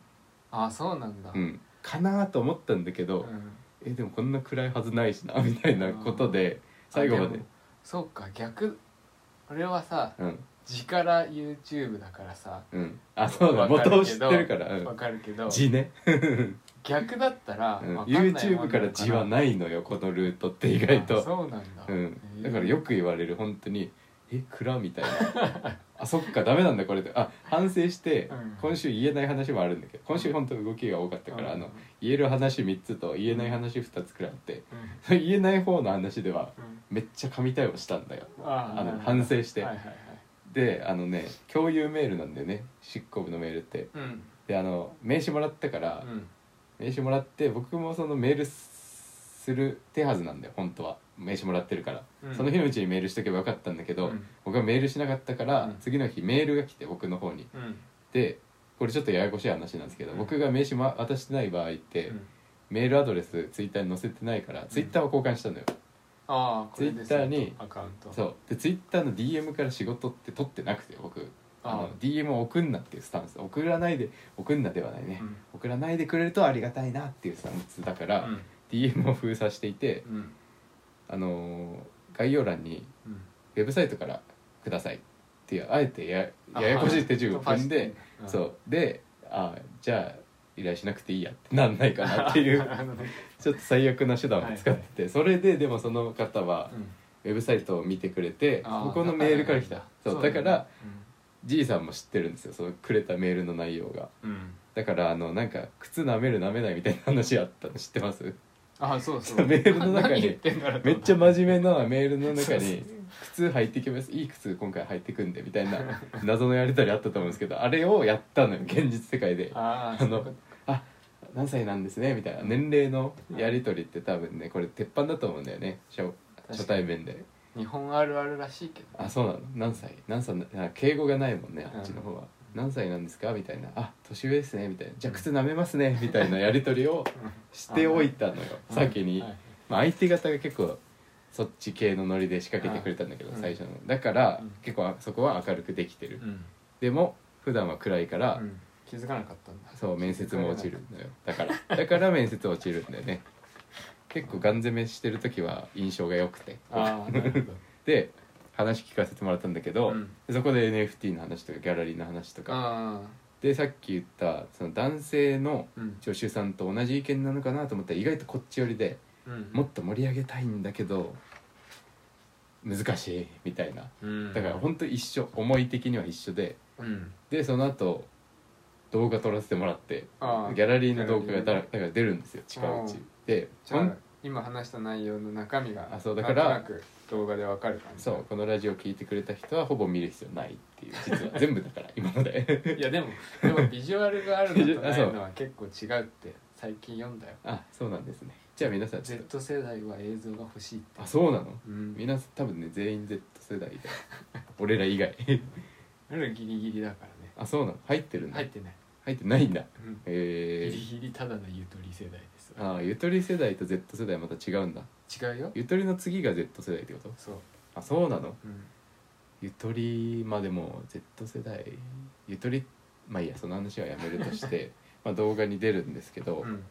[SPEAKER 2] あそうなんだ
[SPEAKER 1] うんかなーと思ったんだけど、
[SPEAKER 2] うん
[SPEAKER 1] えでもこんな暗いはずないしなみたいなことで最後まで
[SPEAKER 2] あもそうか逆俺はさ
[SPEAKER 1] うん
[SPEAKER 2] 力 YouTube だからさ
[SPEAKER 1] うんあそうだ
[SPEAKER 2] わかるけど
[SPEAKER 1] 元を知ってるから、うん
[SPEAKER 2] わかるけど
[SPEAKER 1] 字ね、
[SPEAKER 2] 逆だったら
[SPEAKER 1] うん、
[SPEAKER 2] わかんないもんなの
[SPEAKER 1] YouTube から字はないのよこのルートって意
[SPEAKER 2] 意
[SPEAKER 1] 外と
[SPEAKER 2] そうなんだ、
[SPEAKER 1] うん、だからよく言われる本当に「え蔵」みたいな「あそっかダメなんだこれ」であ反省して、
[SPEAKER 2] うん
[SPEAKER 1] 今週言えない話もあるんだけど今週本当動きが多かったから、
[SPEAKER 2] うん
[SPEAKER 1] あの言える話3つと言えない話2つくらいあって
[SPEAKER 2] うん
[SPEAKER 1] それ言えない方の話ではめっちゃ神対応したんだよ
[SPEAKER 2] うんあー
[SPEAKER 1] あの
[SPEAKER 2] なるほど
[SPEAKER 1] 反省して
[SPEAKER 2] はいはいはい
[SPEAKER 1] であのね共有メールなんだよね執行部のメールって
[SPEAKER 2] うん
[SPEAKER 1] であの名刺もらったから、
[SPEAKER 2] うん
[SPEAKER 1] 名刺もらって僕もそのメールする手はずなんだよ本当は名刺もらってるから、
[SPEAKER 2] うん
[SPEAKER 1] その日のうちにメールしとけばよかったんだけど、
[SPEAKER 2] うん
[SPEAKER 1] 僕はメールしなかったから、
[SPEAKER 2] うん
[SPEAKER 1] 次の日メールが来て僕の方に
[SPEAKER 2] うん
[SPEAKER 1] でこれちょっとややこしい話なんですけど、
[SPEAKER 2] うん
[SPEAKER 1] 僕が名刺ま渡してない場合って、
[SPEAKER 2] うん
[SPEAKER 1] メールアドレスツイッターに載せてないから、ツイッターは交換したのよ
[SPEAKER 2] ああこれです
[SPEAKER 1] Twitter に
[SPEAKER 2] アカウント
[SPEAKER 1] そうでツイッターの DM から仕事って取ってなくて僕あの
[SPEAKER 2] あ
[SPEAKER 1] DM を送んなっていうスタンス送らないで送んなではないね、
[SPEAKER 2] うん
[SPEAKER 1] 送らないでくれるとありがたいなっていうスタンスだから、
[SPEAKER 2] うん
[SPEAKER 1] DM を封鎖していて、
[SPEAKER 2] うん
[SPEAKER 1] あのー概要欄に
[SPEAKER 2] うん
[SPEAKER 1] ウェブサイトからくださいっていうあえてやややこしい手順を踏んで、
[SPEAKER 2] あ
[SPEAKER 1] そうであじゃあ依頼しなくていいやってなんないかなっていう
[SPEAKER 2] あのね
[SPEAKER 1] ちょっと最悪な手段を使ってて、それででもその方は
[SPEAKER 2] うん
[SPEAKER 1] ウェブサイトを見てくれて
[SPEAKER 2] あー
[SPEAKER 1] ここのメールから来たそうだから、
[SPEAKER 2] う
[SPEAKER 1] じいさんも知ってるんですよそのくれたメールの内容が
[SPEAKER 2] んうん
[SPEAKER 1] だからあのなんか靴舐める舐めないみたいな話あったの知ってます
[SPEAKER 2] あそうそ
[SPEAKER 1] そううメールの中に
[SPEAKER 2] 何言ってんだろうと
[SPEAKER 1] め
[SPEAKER 2] 思
[SPEAKER 1] っちゃ
[SPEAKER 2] マ
[SPEAKER 1] 真面目なメールの中
[SPEAKER 2] そう
[SPEAKER 1] に「靴履いてきますいい靴今回履いてくんで」みたいな謎のやり取りあったと思うんですけどあれをやったのよ現実世界で。
[SPEAKER 2] あ
[SPEAKER 1] あ
[SPEAKER 2] あ
[SPEAKER 1] のあ何歳なんですねみたいな年齢のやり取りって多分ねこれ鉄板だと思うんだよね初
[SPEAKER 2] かに
[SPEAKER 1] 初対面で
[SPEAKER 2] 日本あるあるらしいけど
[SPEAKER 1] あそうなの何歳何歳なあ敬語がないもんねあっちの方は、何歳なんですかみたいなあ年上ですねみたいなじゃあ靴舐めますねみたいなやり取りをしておいたのよ
[SPEAKER 2] うん
[SPEAKER 1] 先に、
[SPEAKER 2] はい
[SPEAKER 1] まあ、相手方が結構そっち系のノリで仕掛けてくれたんだけど
[SPEAKER 2] うん
[SPEAKER 1] 最初のだから
[SPEAKER 2] うん
[SPEAKER 1] 結構あそこは明るくできてる
[SPEAKER 2] うん
[SPEAKER 1] でも普段は暗いから、
[SPEAKER 2] うん気づかなかったんだ
[SPEAKER 1] そう面接も落ちるんだよだからだから面接落ちるんだよね結構ガン攻めしてる時は印象が良くて
[SPEAKER 2] ああなるほど
[SPEAKER 1] で話聞かせてもらったんだけど、
[SPEAKER 2] うん
[SPEAKER 1] でそこで NFT の話とかギャラリーの話とか
[SPEAKER 2] あ
[SPEAKER 1] でさっき言ったその男性の
[SPEAKER 2] あうん
[SPEAKER 1] 助手さんと同じ意見なのかなと思ったら意外とこっち寄りで
[SPEAKER 2] うん
[SPEAKER 1] もっと盛り上げたいんだけど難しいみたいな
[SPEAKER 2] うん
[SPEAKER 1] だからほんと一緒思い的には一緒で
[SPEAKER 2] うん
[SPEAKER 1] でその後動画撮らせてもらって
[SPEAKER 2] ああ
[SPEAKER 1] ギャラリーの動画がだ
[SPEAKER 2] ギャラ
[SPEAKER 1] だから出るんですよ近いう
[SPEAKER 2] う
[SPEAKER 1] ち
[SPEAKER 2] ん
[SPEAKER 1] で
[SPEAKER 2] じ
[SPEAKER 1] ほ
[SPEAKER 2] ゃ
[SPEAKER 1] ん
[SPEAKER 2] あ今話した内容の中身が
[SPEAKER 1] あそうだから
[SPEAKER 2] なんとなく動画でわかる感じ
[SPEAKER 1] そうこのラジオ聞いてくれた人はほぼ見る必要ないっていう実は全部だ から今まで
[SPEAKER 2] いやでもでもビジュアルがあるのとないのは結構違うって最近読んだよ
[SPEAKER 1] あそうなんですねじゃあ皆さんちょっと
[SPEAKER 2] Z 世代は映像が欲しいって
[SPEAKER 1] あそうなの
[SPEAKER 2] うん
[SPEAKER 1] 皆さん多分ね全員 Z 世代で俺ら以 外
[SPEAKER 2] 俺らギリギリだからね
[SPEAKER 1] あそうなの入ってるの
[SPEAKER 2] 入ってない、
[SPEAKER 1] 入ってないんだ
[SPEAKER 2] うん
[SPEAKER 1] え
[SPEAKER 2] ギ
[SPEAKER 1] ー
[SPEAKER 2] リギリただのゆとり世代です
[SPEAKER 1] ああゆとり世代と Z 世代また違うんだ
[SPEAKER 2] 違うよ
[SPEAKER 1] ゆとりの次が Z 世代ってこと
[SPEAKER 2] そう、
[SPEAKER 1] あそうなの
[SPEAKER 2] うん、
[SPEAKER 1] ゆとりまあでも Z 世代ゆとりまあいいやその話はやめるとして まあ動画に出るんですけど、
[SPEAKER 2] うん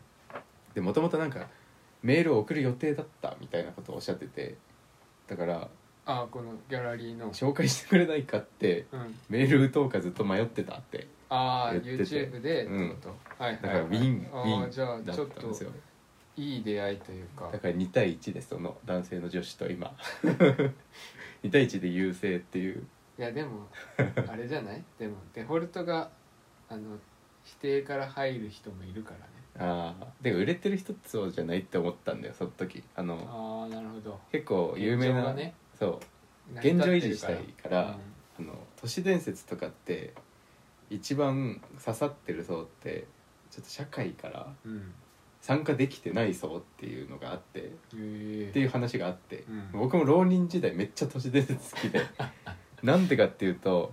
[SPEAKER 1] でもともとなんかメールを送る予定だったみたいなことをおっしゃっててだから
[SPEAKER 2] あこのギャラリーの
[SPEAKER 1] 紹介してくれないかって
[SPEAKER 2] うん
[SPEAKER 1] メール打とうかずっと迷ってたって
[SPEAKER 2] ああ
[SPEAKER 1] 言ってて
[SPEAKER 2] YouTube でってこと、はいはい、
[SPEAKER 1] だ
[SPEAKER 2] は
[SPEAKER 1] か
[SPEAKER 2] い、
[SPEAKER 1] らウィン、
[SPEAKER 2] あー
[SPEAKER 1] ウィン
[SPEAKER 2] じゃあ
[SPEAKER 1] だ
[SPEAKER 2] ちょ
[SPEAKER 1] っ
[SPEAKER 2] った
[SPEAKER 1] んです
[SPEAKER 2] と
[SPEAKER 1] よ
[SPEAKER 2] いい出会いというか
[SPEAKER 1] だから2対1ですその男性の女子と今2対1で優勢っていう
[SPEAKER 2] いやでもあれじゃないでもデフォルトがあの否定から入る人もいるからね
[SPEAKER 1] ああでも売れてる人ってそうじゃないって思ったんだよその時あの
[SPEAKER 2] ああなるほど
[SPEAKER 1] 結構有名
[SPEAKER 2] 現状
[SPEAKER 1] な、
[SPEAKER 2] がね
[SPEAKER 1] そう現状維持したいから、
[SPEAKER 2] うん
[SPEAKER 1] あの都市伝説とかって一番刺さってる層ってちょっと社会から
[SPEAKER 2] うん
[SPEAKER 1] 参加できてない層っていうのがあって
[SPEAKER 2] へえ
[SPEAKER 1] っていう話があって、
[SPEAKER 2] うん
[SPEAKER 1] 僕も浪人時代めっちゃ都市伝説好 きでなんでかっていうと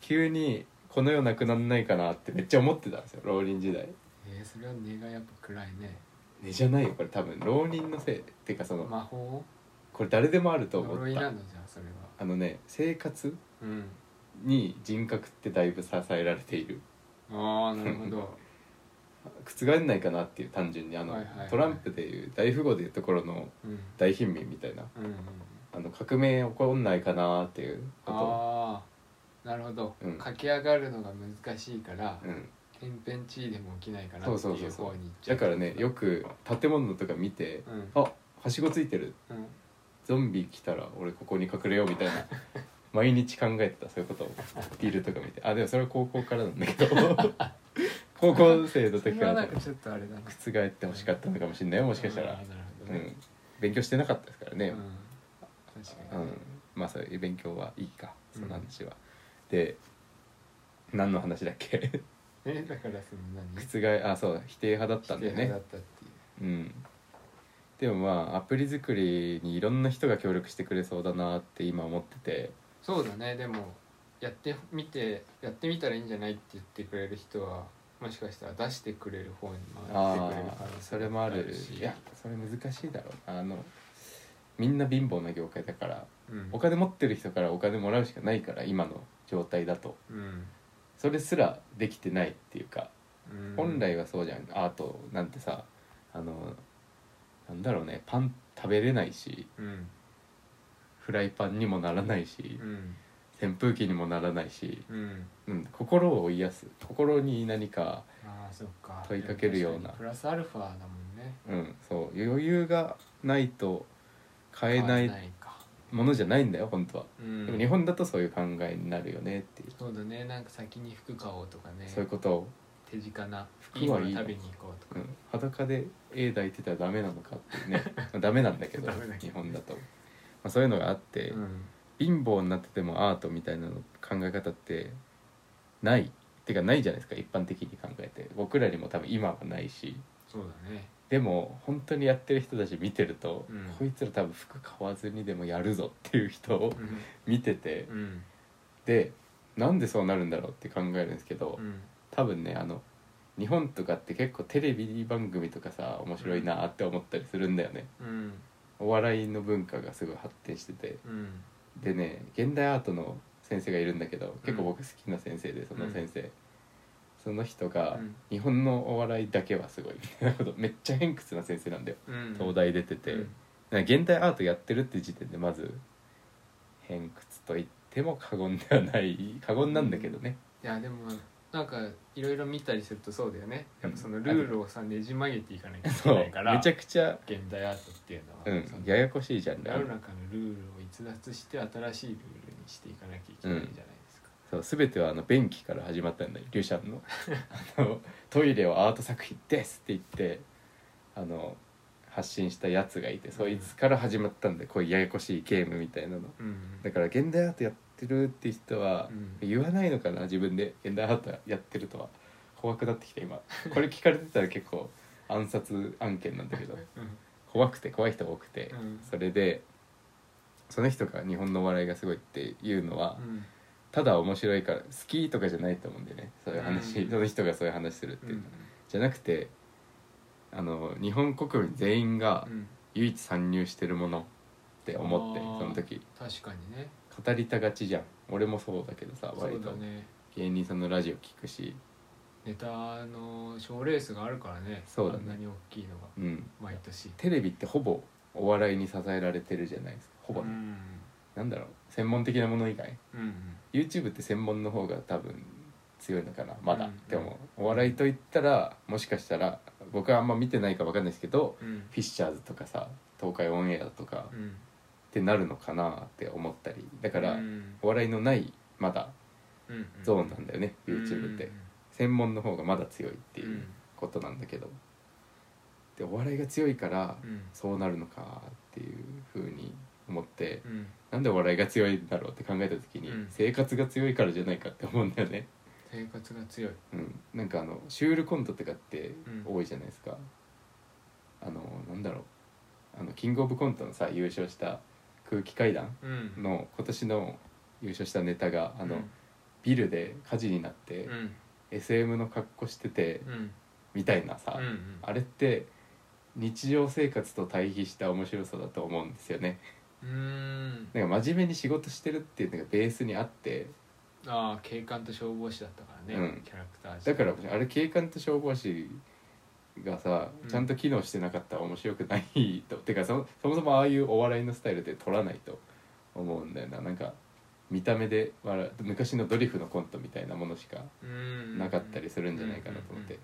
[SPEAKER 1] 急にこの世なくなんないかなってめっちゃ思ってたんですよ浪人時代。
[SPEAKER 2] えーそれは根がやっぱ暗いね
[SPEAKER 1] ねじゃないよこれ多分浪人のせいっていうかその、
[SPEAKER 2] 魔法
[SPEAKER 1] これ誰でもあると思
[SPEAKER 2] 呪
[SPEAKER 1] っ
[SPEAKER 2] いな
[SPEAKER 1] た
[SPEAKER 2] のじゃあそれは
[SPEAKER 1] あのね生活
[SPEAKER 2] うん
[SPEAKER 1] に人格ってだいぶ支えられている
[SPEAKER 2] ああなるほ ど
[SPEAKER 1] 覆んないかなっていう単純にあの、
[SPEAKER 2] はいはいはい
[SPEAKER 1] トランプでいう大富豪でいうところの
[SPEAKER 2] うん
[SPEAKER 1] 大貧民みたいな
[SPEAKER 2] うんうん
[SPEAKER 1] あの革命起こんないかなっていうこ
[SPEAKER 2] ああなるほど、
[SPEAKER 1] うん
[SPEAKER 2] 駆け上がるのが難しいから
[SPEAKER 1] と、うん、
[SPEAKER 2] 天変地異でも起きないかな
[SPEAKER 1] そ
[SPEAKER 2] っ
[SPEAKER 1] うそ
[SPEAKER 2] て
[SPEAKER 1] うそ
[SPEAKER 2] いうう
[SPEAKER 1] そう
[SPEAKER 2] 方に行っちゃ
[SPEAKER 1] だ
[SPEAKER 2] う
[SPEAKER 1] からねよく建物とか見て
[SPEAKER 2] うん
[SPEAKER 1] 「あはしごついてる
[SPEAKER 2] うん
[SPEAKER 1] ゾンビ来たら俺ここに隠れよう」みたい な毎日考えてたそういうことをビルとか見てあでもそれは高校からなんだけど 高校生の
[SPEAKER 2] それ
[SPEAKER 1] 時か
[SPEAKER 2] は
[SPEAKER 1] ら
[SPEAKER 2] なん
[SPEAKER 1] だ
[SPEAKER 2] かちょっとあれだな
[SPEAKER 1] 覆ってほしかったのかもしれないよもしかした
[SPEAKER 2] あ
[SPEAKER 1] ら
[SPEAKER 2] ー、なるほ
[SPEAKER 1] う
[SPEAKER 2] どね
[SPEAKER 1] ん、勉強してなかったですからね、
[SPEAKER 2] うん確か
[SPEAKER 1] う
[SPEAKER 2] に
[SPEAKER 1] ん
[SPEAKER 2] ね、
[SPEAKER 1] まあそういう勉強はいいか
[SPEAKER 2] う
[SPEAKER 1] そ
[SPEAKER 2] ん
[SPEAKER 1] の話は、で何の話だっけ
[SPEAKER 2] えだからその何
[SPEAKER 1] 覆あそう否定派だったんだよ
[SPEAKER 2] 否定派
[SPEAKER 1] ね
[SPEAKER 2] だったっていう
[SPEAKER 1] うんでもまあアプリ作りにいろんな人が協力してくれそうだなって今思ってて
[SPEAKER 2] そうだねでもやってみてやってみたらいいんじゃないって言ってくれる人はもしかしたら出してくれる方に回って
[SPEAKER 1] あ
[SPEAKER 2] くれる可
[SPEAKER 1] あ
[SPEAKER 2] 能性
[SPEAKER 1] それもある
[SPEAKER 2] し
[SPEAKER 1] いやそれ難しいだろうなあのみんな貧乏な業界だから
[SPEAKER 2] うん
[SPEAKER 1] お金持ってる人からお金もらうしかないから今の状態だと
[SPEAKER 2] うん
[SPEAKER 1] それすらできてないっていうか
[SPEAKER 2] うん
[SPEAKER 1] 本来はそうじゃんアートなんてさあのなんだろうねパン食べれないし
[SPEAKER 2] うん
[SPEAKER 1] フライパンにもならないし
[SPEAKER 2] うん
[SPEAKER 1] 扇風機にもならないし、
[SPEAKER 2] うん
[SPEAKER 1] うん、心を癒す心に何か、
[SPEAKER 2] ああそっか
[SPEAKER 1] 問いかけるような
[SPEAKER 2] でも確かにプラスアルファだもんね
[SPEAKER 1] うん、そう余裕がないと買えな
[SPEAKER 2] 買
[SPEAKER 1] い
[SPEAKER 2] えか
[SPEAKER 1] ものじゃないんだよ本当は、
[SPEAKER 2] うん
[SPEAKER 1] でも日本だとそういう考えになるよねっていう、
[SPEAKER 2] そうだねなんか先に服買おうとかね
[SPEAKER 1] そういうことを、
[SPEAKER 2] 手近な
[SPEAKER 1] 服はいい
[SPEAKER 2] いもの食べに行こうと
[SPEAKER 1] う
[SPEAKER 2] か、
[SPEAKER 1] ん、裸で絵抱いてたらダメなのかっていう ねまあダメなんだけど
[SPEAKER 2] ダメだけど
[SPEAKER 1] 日本だと、まあ、そういうのがあって、
[SPEAKER 2] うん
[SPEAKER 1] 貧乏になっててもアートみたいなの考え方ってないってかないじゃないですか一般的に考えて僕らにも多分今はないし
[SPEAKER 2] そうだね
[SPEAKER 1] でも本当にやってる人たち見てると、
[SPEAKER 2] うん
[SPEAKER 1] こいつら多分服買わずにでもやるぞっていう人を
[SPEAKER 2] うん
[SPEAKER 1] 見てて、
[SPEAKER 2] うん
[SPEAKER 1] でなんでそうなるんだろうって考えるんですけど、
[SPEAKER 2] うん
[SPEAKER 1] 多分ねあの日本とかって結構テレビ番組とかさ面白いなって思ったりするんだよね。
[SPEAKER 2] うん
[SPEAKER 1] お笑いの文化がすごい発展してて
[SPEAKER 2] うん
[SPEAKER 1] でね現代アートの先生がいるんだけど結構僕好きな先生でその先生、その人が
[SPEAKER 2] うん
[SPEAKER 1] 日本のお笑いだけはすごいみたいなことめっちゃ偏屈な先生なんだよ、
[SPEAKER 2] うん
[SPEAKER 1] 東大出てて、
[SPEAKER 2] うん
[SPEAKER 1] なんか現代アートやってるって時点でまず偏屈と言っても過言ではない過言なんだけどね、
[SPEAKER 2] いやでもなんかいろいろ見たりするとそうだよねやっぱそのルールをさねじ曲げていかなきゃいけ
[SPEAKER 1] そう
[SPEAKER 2] ないから
[SPEAKER 1] めちゃくちゃ、
[SPEAKER 2] 現代アートっていうのは、
[SPEAKER 1] うん
[SPEAKER 2] そ、の
[SPEAKER 1] ややこしいじゃん
[SPEAKER 2] 世の中のルールを逸脱して新しいルールにしていかなきゃいけないじゃないですか、
[SPEAKER 1] そう全てはあの便器から始まったんだよリュシャ ンのあの「トイレはアート作品です」って言ってあの発信したやつがいてそいつから始まったんでこういうややこしいゲームみたいなの
[SPEAKER 2] うん
[SPEAKER 1] だから現代アートやってるって人は
[SPEAKER 2] うん
[SPEAKER 1] 言わないのかな自分で現代アートやってるとは怖くなってきた今これ聞かれてたら結構暗殺案件なんだ けど
[SPEAKER 2] うん
[SPEAKER 1] 怖くて怖い人多くて
[SPEAKER 2] うん
[SPEAKER 1] それでその人が日本のお笑いがすごいっていうのは、
[SPEAKER 2] うん
[SPEAKER 1] ただ面白いから好きとかじゃないと思うんでねそういう話、
[SPEAKER 2] うん
[SPEAKER 1] その人がそういう話するっていうのは、じゃなくてあの日本国民全員が
[SPEAKER 2] うん
[SPEAKER 1] 唯一参入してるものって思って、
[SPEAKER 2] あー
[SPEAKER 1] その時
[SPEAKER 2] 確かにね
[SPEAKER 1] 語りたがちじゃん俺もそうだけどさ
[SPEAKER 2] そ
[SPEAKER 1] 割
[SPEAKER 2] う
[SPEAKER 1] と、
[SPEAKER 2] だね
[SPEAKER 1] 芸人さんのラジオ聞くし
[SPEAKER 2] ネタの賞ーレースがあるからね
[SPEAKER 1] そうだね
[SPEAKER 2] あんなに大きいのが
[SPEAKER 1] うん
[SPEAKER 2] 毎年
[SPEAKER 1] テレビってほぼお笑いに支えられてるじゃないですかほぼ、
[SPEAKER 2] うん
[SPEAKER 1] なんだろう専門的なもの以外
[SPEAKER 2] うん
[SPEAKER 1] YouTube って専門の方が多分強いのかなまだ、
[SPEAKER 2] うん
[SPEAKER 1] でもお笑いといったらもしかしたら僕はあんま見てないかわかんないですけど、
[SPEAKER 2] うん
[SPEAKER 1] フィッシャーズとかさ東海オンエアとか、
[SPEAKER 2] うん
[SPEAKER 1] ってなるのかなって思ったりだから
[SPEAKER 2] うん
[SPEAKER 1] お笑いのないまだ
[SPEAKER 2] うんうん
[SPEAKER 1] ゾーンなんだよね、YouTube って専門の方がまだ強いって
[SPEAKER 2] うん
[SPEAKER 1] いうことなんだけど、でお笑いが強いから
[SPEAKER 2] うん
[SPEAKER 1] そうなるのかっていうふうに思って
[SPEAKER 2] うん
[SPEAKER 1] なんでお笑いが強いんだろうって考えた時に、
[SPEAKER 2] うん
[SPEAKER 1] 生活が強いからじゃないかって思うんだよね、
[SPEAKER 2] 生活が強い
[SPEAKER 1] うん、なんかあのシュールコントとかって
[SPEAKER 2] うん
[SPEAKER 1] 多いじゃないですか、あのなんだろうあのキングオブコントのさ優勝した空気階段
[SPEAKER 2] うん
[SPEAKER 1] の今年の優勝したネタがあの、
[SPEAKER 2] うん
[SPEAKER 1] ビルで火事になって、
[SPEAKER 2] うん
[SPEAKER 1] SM の格好してて
[SPEAKER 2] うん
[SPEAKER 1] みたいなさ、
[SPEAKER 2] うんうん
[SPEAKER 1] あれって日常生活と対比した面白さだと思うんですよね。
[SPEAKER 2] うーん
[SPEAKER 1] なんか真面目に仕事してるっていうのがベースにあって
[SPEAKER 2] ああ警官と消防士だったからね、
[SPEAKER 1] うん
[SPEAKER 2] キャラクター
[SPEAKER 1] だから
[SPEAKER 2] う
[SPEAKER 1] あれ警官と消防士がさ
[SPEAKER 2] うん
[SPEAKER 1] ちゃんと機能してなかったら面白くないと、 てかそそもそもああいうお笑いのスタイルで取らないと思うんだよななんか見た目で笑う昔のドリフのコントみたいなものしか
[SPEAKER 2] ーん
[SPEAKER 1] なかったりするんじゃないかなと思って、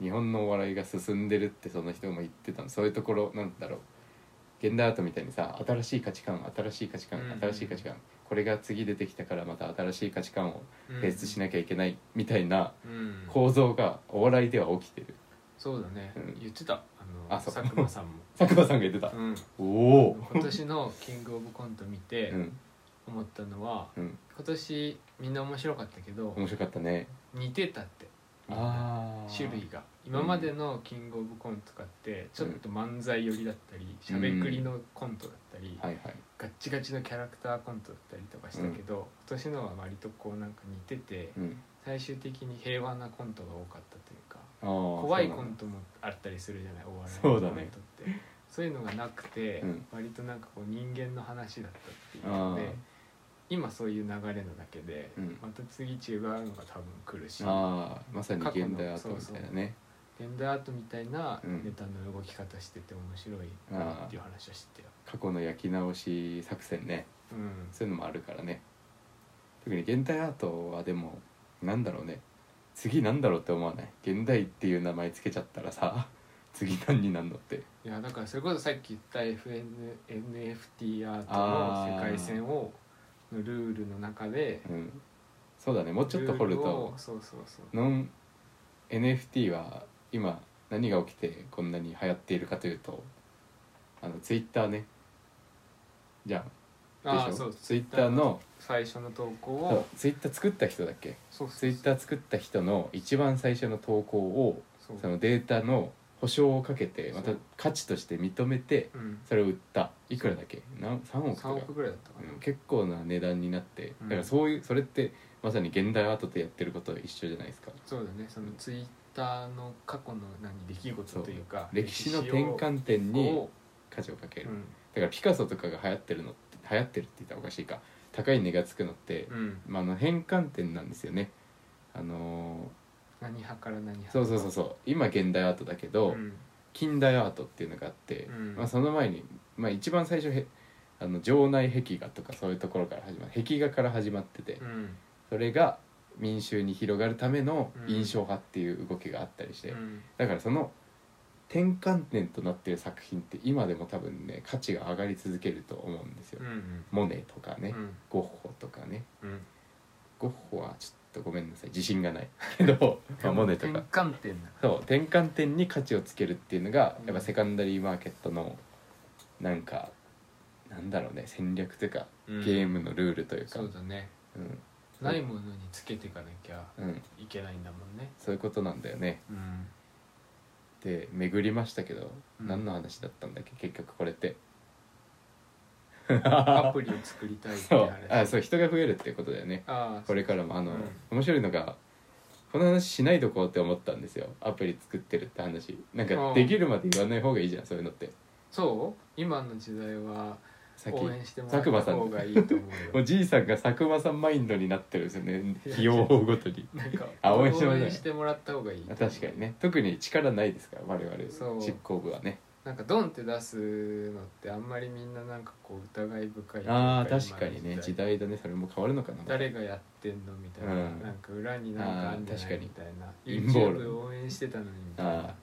[SPEAKER 1] 日本のお笑いが進んでるってその人も言ってたのそういうところなんだろう現代アートみたいにさ新しい価値観新しい価値観
[SPEAKER 2] うんうん
[SPEAKER 1] 新しい価値観、これが次出てきたからまた新しい価値観を
[SPEAKER 2] うん
[SPEAKER 1] 提出しなきゃいけないみたいな
[SPEAKER 2] うん
[SPEAKER 1] 構造がお笑いでは起きてる
[SPEAKER 2] そうだね、
[SPEAKER 1] うん
[SPEAKER 2] 言ってたあの
[SPEAKER 1] あそう
[SPEAKER 2] 佐久間 さんも、
[SPEAKER 1] 佐久間さんが言ってた
[SPEAKER 2] うん、
[SPEAKER 1] おお
[SPEAKER 2] 今年の「キングオブコント」見て
[SPEAKER 1] うん
[SPEAKER 2] 思ったのは、
[SPEAKER 1] うん
[SPEAKER 2] 今年みんな面白かったけど
[SPEAKER 1] 面白かったね
[SPEAKER 2] 似てたってみんな
[SPEAKER 1] あー
[SPEAKER 2] 種類が今までの「キングオブコント」とかってちょっと漫才寄りだったりしゃべくりのコントだったり、
[SPEAKER 1] はいはい
[SPEAKER 2] ガッチガチのキャラクターコントだったりとかしたけど、今年のは割とこうなんか似てて
[SPEAKER 1] うん
[SPEAKER 2] 最終的に平和なコントが多かったというか
[SPEAKER 1] あー
[SPEAKER 2] 怖いコ
[SPEAKER 1] そうなん
[SPEAKER 2] ン
[SPEAKER 1] だ
[SPEAKER 2] トもあったりするじゃないお笑い
[SPEAKER 1] そう
[SPEAKER 2] の
[SPEAKER 1] だ
[SPEAKER 2] コントっ
[SPEAKER 1] ね
[SPEAKER 2] てそう,、いうのがなくて、
[SPEAKER 1] うん
[SPEAKER 2] 割となんかこう人間の話だったっていうの
[SPEAKER 1] あ
[SPEAKER 2] で
[SPEAKER 1] ー
[SPEAKER 2] 今そういう流れのだけで、
[SPEAKER 1] うん
[SPEAKER 2] また次違うのが多分来るし
[SPEAKER 1] あーまさに現代アートみたいなね
[SPEAKER 2] 現代アートみたいな
[SPEAKER 1] うん
[SPEAKER 2] ネタの動き方してて面白いなっていう話は知ってたよ。
[SPEAKER 1] 過去の焼き直し作戦ね
[SPEAKER 2] うん
[SPEAKER 1] そういうのもあるからね特に現代アートはでもなんだろうね次なんだろうって思わない現代っていう名前つけちゃったらさ次何になんのって
[SPEAKER 2] いやだからそれこそさっき言った FNFT アートの世界線をのルールの中で
[SPEAKER 1] うんそうだねもうちょっと掘る
[SPEAKER 2] ルールを
[SPEAKER 1] と
[SPEAKER 2] そうそうそう
[SPEAKER 1] ノン NFT は今何が起きてこんなに流行っているかというとあのツイッターねじゃあ
[SPEAKER 2] あ
[SPEAKER 1] で
[SPEAKER 2] あ
[SPEAKER 1] し
[SPEAKER 2] そ
[SPEAKER 1] ょ
[SPEAKER 2] う
[SPEAKER 1] ツイッターの
[SPEAKER 2] 最初の投稿
[SPEAKER 1] そう
[SPEAKER 2] を
[SPEAKER 1] ツイッター作った人だっけ
[SPEAKER 2] そう
[SPEAKER 1] ツイッター作った人の一番最初の投稿を
[SPEAKER 2] そう
[SPEAKER 1] そのデータの保証をかけてまた
[SPEAKER 2] そう
[SPEAKER 1] 価値として認めて
[SPEAKER 2] うん
[SPEAKER 1] それを売ったいくらだっけなん3億とか
[SPEAKER 2] 3億ぐらいだったかな
[SPEAKER 1] うん結構な値段になって
[SPEAKER 2] うん
[SPEAKER 1] だからそういうそれってまさに現代アートとやってることは一緒じゃないですか
[SPEAKER 2] そうだねそのツイッターの過去の何出来事というか
[SPEAKER 1] 歴史の転換点に
[SPEAKER 2] を
[SPEAKER 1] 価値をかけ
[SPEAKER 2] う
[SPEAKER 1] る
[SPEAKER 2] ん
[SPEAKER 1] だからピカソとかが流行ってるのって流行ってるって言ったらおかしいか高い値がつくのって
[SPEAKER 2] うん
[SPEAKER 1] まああの変換点なんですよねあの
[SPEAKER 2] 何派から何
[SPEAKER 1] ー
[SPEAKER 2] 派
[SPEAKER 1] そうそうそうそう今現代アートだけど、
[SPEAKER 2] ん
[SPEAKER 1] 近代アートっていうのがあって、
[SPEAKER 2] うん
[SPEAKER 1] まあ、その前に、まあ、一番最初へあの城内壁画とかそういうところから始まる壁画から始まってて、
[SPEAKER 2] うん
[SPEAKER 1] それが民衆に広がるための
[SPEAKER 2] うん
[SPEAKER 1] 印象派っていう動きがあったりして、
[SPEAKER 2] うん
[SPEAKER 1] だからその転換点となってる作品って今でも多分ね価値が上がり続けると思うんですよ。
[SPEAKER 2] うんうん
[SPEAKER 1] モネとかね、
[SPEAKER 2] うん
[SPEAKER 1] ゴッホとかね
[SPEAKER 2] うん
[SPEAKER 1] ゴッホはちょっとごめんなさい自信 がないけど、まあ、モネとか
[SPEAKER 2] 転換点だ
[SPEAKER 1] そう転換点に価値をつけるっていうのがやっぱセカンダリーマーケットのなんかなんだろうね戦略というか
[SPEAKER 2] ゲ
[SPEAKER 1] ゲームのルールというか、う
[SPEAKER 2] そうだねないものにつけていかなきゃ
[SPEAKER 1] んうん、
[SPEAKER 2] いけないんだもんね
[SPEAKER 1] そういうことなんだよね。
[SPEAKER 2] うん
[SPEAKER 1] で巡りましたけど、
[SPEAKER 2] うん
[SPEAKER 1] 何の話だったんだっけ結局これって。
[SPEAKER 2] アプリを作りたいって
[SPEAKER 1] そうあ
[SPEAKER 2] 話
[SPEAKER 1] そう人が増えるっていうことだよね
[SPEAKER 2] ああ
[SPEAKER 1] これからもあの、
[SPEAKER 2] うん
[SPEAKER 1] 面白いのがこの話しないとこうって思ったんですよアプリ作ってるって話なん
[SPEAKER 2] うん
[SPEAKER 1] かできるまで言わない方がいいじゃんそういうのって
[SPEAKER 2] そう今の時代は
[SPEAKER 1] さっき
[SPEAKER 2] 応援してもらっ
[SPEAKER 1] 佐
[SPEAKER 2] た
[SPEAKER 1] 久間さん
[SPEAKER 2] 方がいいと思 う
[SPEAKER 1] お
[SPEAKER 2] よ
[SPEAKER 1] じいさんが佐久間さんマインドになってるんですよね日を追うごとに
[SPEAKER 2] なんか
[SPEAKER 1] あ応援してもらえない
[SPEAKER 2] てもらった方がいい
[SPEAKER 1] あ確かにね特に力ないですから我々
[SPEAKER 2] そう
[SPEAKER 1] 執行部はね
[SPEAKER 2] なんかドンって出すのってあんまりみんななんかこう疑い深いという
[SPEAKER 1] ああ確かに
[SPEAKER 2] 今
[SPEAKER 1] ね
[SPEAKER 2] の
[SPEAKER 1] 時代だねそれも変わるのかな
[SPEAKER 2] 誰がやってんのみたいな、
[SPEAKER 1] うん
[SPEAKER 2] なんか裏になんかあんじゃ
[SPEAKER 1] あー確
[SPEAKER 2] な
[SPEAKER 1] か
[SPEAKER 2] い
[SPEAKER 1] に
[SPEAKER 2] みたいな
[SPEAKER 1] 陰謀論
[SPEAKER 2] YouTube 応援してたのにみたいな
[SPEAKER 1] ああ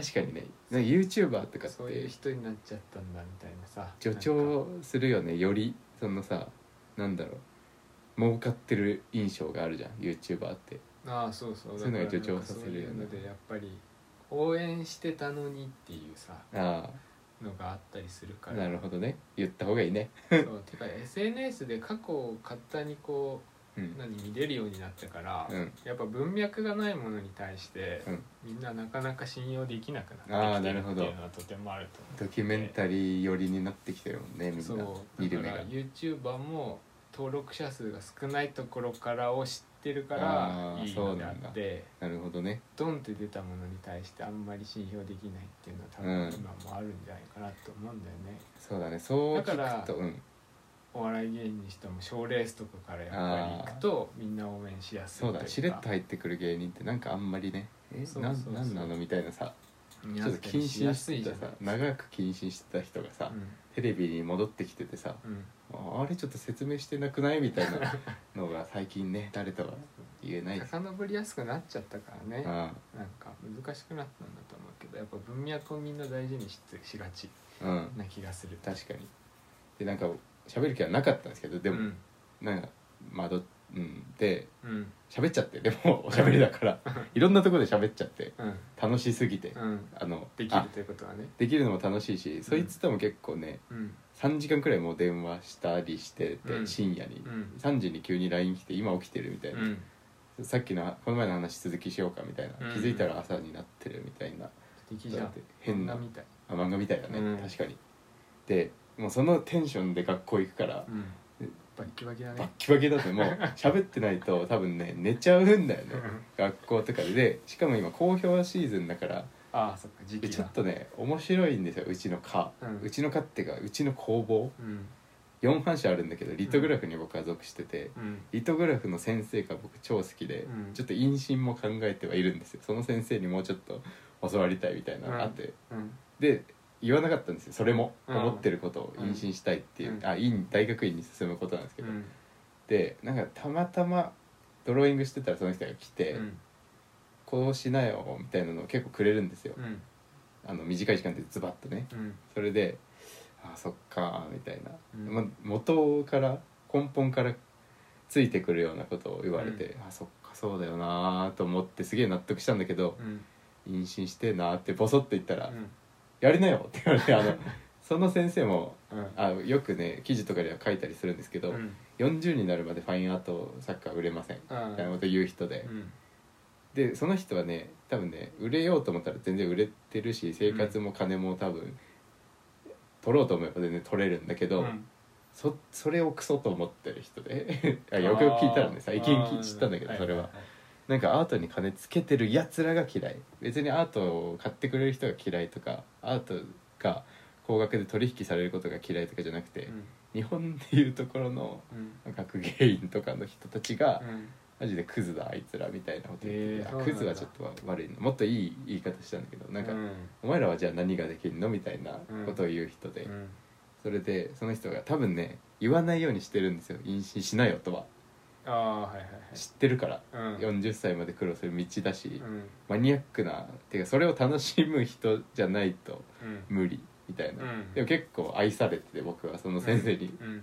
[SPEAKER 1] 確かにねなんか YouTuber とかっ
[SPEAKER 2] そういう
[SPEAKER 1] て
[SPEAKER 2] 人になっちゃったんだみたいなさ
[SPEAKER 1] 助長するよねよりそのさなんだろう儲かってる印象があるじゃん YouTuber って
[SPEAKER 2] なんかああそうそう
[SPEAKER 1] そういうのが
[SPEAKER 2] だから
[SPEAKER 1] 助長させるよね
[SPEAKER 2] なんかそういうのでやっぱり応援してたのにっていうさ
[SPEAKER 1] あ
[SPEAKER 2] のがあったりするか
[SPEAKER 1] あ
[SPEAKER 2] ら
[SPEAKER 1] なるほどね言った方がいいね
[SPEAKER 2] そうてか SNS で過去を簡単にこ
[SPEAKER 1] う
[SPEAKER 2] うん何見れるようになったから、
[SPEAKER 1] うん
[SPEAKER 2] やっぱ文脈がないものに対して、
[SPEAKER 1] うん
[SPEAKER 2] みんななかなか信用できなく
[SPEAKER 1] あ
[SPEAKER 2] な
[SPEAKER 1] ー
[SPEAKER 2] ってきて
[SPEAKER 1] な
[SPEAKER 2] る
[SPEAKER 1] る
[SPEAKER 2] ってい
[SPEAKER 1] ほど
[SPEAKER 2] うのはとてもあると思
[SPEAKER 1] ドキュメンタリー寄りになってきてるもんねみ
[SPEAKER 2] うん
[SPEAKER 1] な
[SPEAKER 2] そう
[SPEAKER 1] 見る
[SPEAKER 2] だか
[SPEAKER 1] 目
[SPEAKER 2] ら
[SPEAKER 1] が
[SPEAKER 2] YouTuber も登録者数が少ないところからを知ってるか
[SPEAKER 1] あ
[SPEAKER 2] ら
[SPEAKER 1] ー
[SPEAKER 2] いいのであ
[SPEAKER 1] そうな
[SPEAKER 2] っ
[SPEAKER 1] ん
[SPEAKER 2] て
[SPEAKER 1] なるほどね
[SPEAKER 2] ドンって出たものに対してあんまり信用できないっていうの
[SPEAKER 1] う
[SPEAKER 2] は多
[SPEAKER 1] ん
[SPEAKER 2] 分今もあるんじゃないかなと思うんだよね。
[SPEAKER 1] そうだねそう
[SPEAKER 2] だから
[SPEAKER 1] 聞くとうん
[SPEAKER 2] お笑い芸人にしても賞ーレースとかからやっぱり行くとみんな応援しやすい
[SPEAKER 1] そうだ
[SPEAKER 2] といか
[SPEAKER 1] しれっと入ってくる芸人ってなんかあんまりねえ
[SPEAKER 2] そう
[SPEAKER 1] なん
[SPEAKER 2] そうそう
[SPEAKER 1] なんなのみたいなさち
[SPEAKER 2] ち
[SPEAKER 1] ょっと謹慎
[SPEAKER 2] す
[SPEAKER 1] して
[SPEAKER 2] いじゃ
[SPEAKER 1] たさ
[SPEAKER 2] ない
[SPEAKER 1] 長く謹慎してた人がさ、
[SPEAKER 2] う
[SPEAKER 1] テレビに戻ってきててさ
[SPEAKER 2] んうん
[SPEAKER 1] あれちょっと説明してなくないみたい なのが最近ね誰とは言えないし
[SPEAKER 2] 遡りやすくなっちゃったからね
[SPEAKER 1] あ
[SPEAKER 2] なんか難しくなったんだと思うけどやっぱ文脈をみんな大事にししがち
[SPEAKER 1] あうん
[SPEAKER 2] な気がする
[SPEAKER 1] 確かにでなんか喋る気はなかったんですけどでも、
[SPEAKER 2] うん
[SPEAKER 1] なんかまあどうんで
[SPEAKER 2] うん
[SPEAKER 1] 喋っちゃってでもおしゃべりだからいろんなところで喋っちゃって
[SPEAKER 2] うん
[SPEAKER 1] 楽しすぎて、
[SPEAKER 2] うん
[SPEAKER 1] あの
[SPEAKER 2] でき
[SPEAKER 1] あ
[SPEAKER 2] るということはね
[SPEAKER 1] できるのも楽しいし、そいつとも結構ね
[SPEAKER 2] うん
[SPEAKER 1] 3時間くらいもう電話したりしてて、
[SPEAKER 2] うん
[SPEAKER 1] 深夜に、
[SPEAKER 2] うん
[SPEAKER 1] 3時に急に LINE 来て今起きてるみたいうな、
[SPEAKER 2] ん
[SPEAKER 1] さっきのこの前の話続きしようかみたいな、
[SPEAKER 2] うん
[SPEAKER 1] 気づいたら朝になってるみたいな
[SPEAKER 2] できじゃ
[SPEAKER 1] だっ
[SPEAKER 2] ん
[SPEAKER 1] て変な
[SPEAKER 2] 女みたい
[SPEAKER 1] あ漫画みたいだね、
[SPEAKER 2] うん
[SPEAKER 1] 確かにでもうそのテンションで学校行くから
[SPEAKER 2] う、んバッキバキだ
[SPEAKER 1] バッ
[SPEAKER 2] ね
[SPEAKER 1] キバキだともう喋ってない と多分ね寝ちゃうんだよね
[SPEAKER 2] うん
[SPEAKER 1] 学校とかででしかも今好評シーズンだから
[SPEAKER 2] ああそっか時
[SPEAKER 1] で
[SPEAKER 2] 期が
[SPEAKER 1] ちょっとね面白いんですようちの科、
[SPEAKER 2] う
[SPEAKER 1] うんちの科っていうかうちの工房
[SPEAKER 2] うん
[SPEAKER 1] 4班社あるんだけどリトグラフに僕は属してて、
[SPEAKER 2] うん
[SPEAKER 1] リトグラフの先生が僕超好きで、
[SPEAKER 2] うん
[SPEAKER 1] ちょっと陰唇も考えてはいるんですよその先生にもうちょっと教わりたいみたいなのがあって、
[SPEAKER 2] うん
[SPEAKER 1] で言わなかったんですよそれも
[SPEAKER 2] うん
[SPEAKER 1] 思ってることを妊娠したいっていう、
[SPEAKER 2] うん
[SPEAKER 1] あ院大学院に進むことなんですけ
[SPEAKER 2] う
[SPEAKER 1] ど、
[SPEAKER 2] ん
[SPEAKER 1] でなんかたまたまドローイングしてたらその人が来て、
[SPEAKER 2] うん
[SPEAKER 1] こうしなよみたいなのを結構くれるんですよ、
[SPEAKER 2] うん
[SPEAKER 1] あの短い時間でズバッとね
[SPEAKER 2] うん
[SPEAKER 1] それで「あそっか」みたいな、
[SPEAKER 2] うん
[SPEAKER 1] ま、元から根本からついてくるようなことを言われて「あそっかそうだよな」と思ってすげえ納得したんだけど
[SPEAKER 2] うん
[SPEAKER 1] 「妊娠してえな」ってボソッと言ったら「
[SPEAKER 2] うん
[SPEAKER 1] やりなよ」って言われて あのその先生も
[SPEAKER 2] うん
[SPEAKER 1] あよくね記事とかでは書いたりするんですけど、
[SPEAKER 2] うん
[SPEAKER 1] 40になるまでファインアート作家は売れませんみ
[SPEAKER 2] ああ
[SPEAKER 1] たいなこと言う人で、
[SPEAKER 2] うん
[SPEAKER 1] でその人はね多分ね売れようと思ったら全然売れてるし生活も金も多分、取ろうと思えば全然取れるんだけど、
[SPEAKER 2] うん
[SPEAKER 1] そそれをクソと思ってる人で あよくよく聞いたらね最近
[SPEAKER 2] あー
[SPEAKER 1] 知ったんだけど
[SPEAKER 2] い
[SPEAKER 1] それは、
[SPEAKER 2] いい
[SPEAKER 1] なんかアートに金つけてるやつらが嫌い別にアートを買ってくれる人が嫌いとかアートが高額で取引されることが嫌いとかじゃなくて、
[SPEAKER 2] うん
[SPEAKER 1] 日本でいうところの
[SPEAKER 2] うん
[SPEAKER 1] 学芸員とかの人たちが、
[SPEAKER 2] うん
[SPEAKER 1] マジでクズだあいつらみたいなこと言って
[SPEAKER 2] へ
[SPEAKER 1] て
[SPEAKER 2] ー
[SPEAKER 1] あ
[SPEAKER 2] そうなんだ
[SPEAKER 1] クズはちょっと悪いのもっといい言い方したんだけどなんか、
[SPEAKER 2] うん
[SPEAKER 1] お前らはじゃあ何ができるのみたいなことを言う人で、
[SPEAKER 2] うん
[SPEAKER 1] それでその人が多分ね言わないようにしてるんですよ妊娠しなよとは
[SPEAKER 2] ああはいはい
[SPEAKER 1] 知ってるから、
[SPEAKER 2] はいうん
[SPEAKER 1] 40歳まで苦労する道だし、
[SPEAKER 2] うん
[SPEAKER 1] マニアックなてかそれを楽しむ人じゃないと
[SPEAKER 2] うん
[SPEAKER 1] 無理みたいな、
[SPEAKER 2] うん
[SPEAKER 1] でも結構愛されてて僕はその先生に、
[SPEAKER 2] うん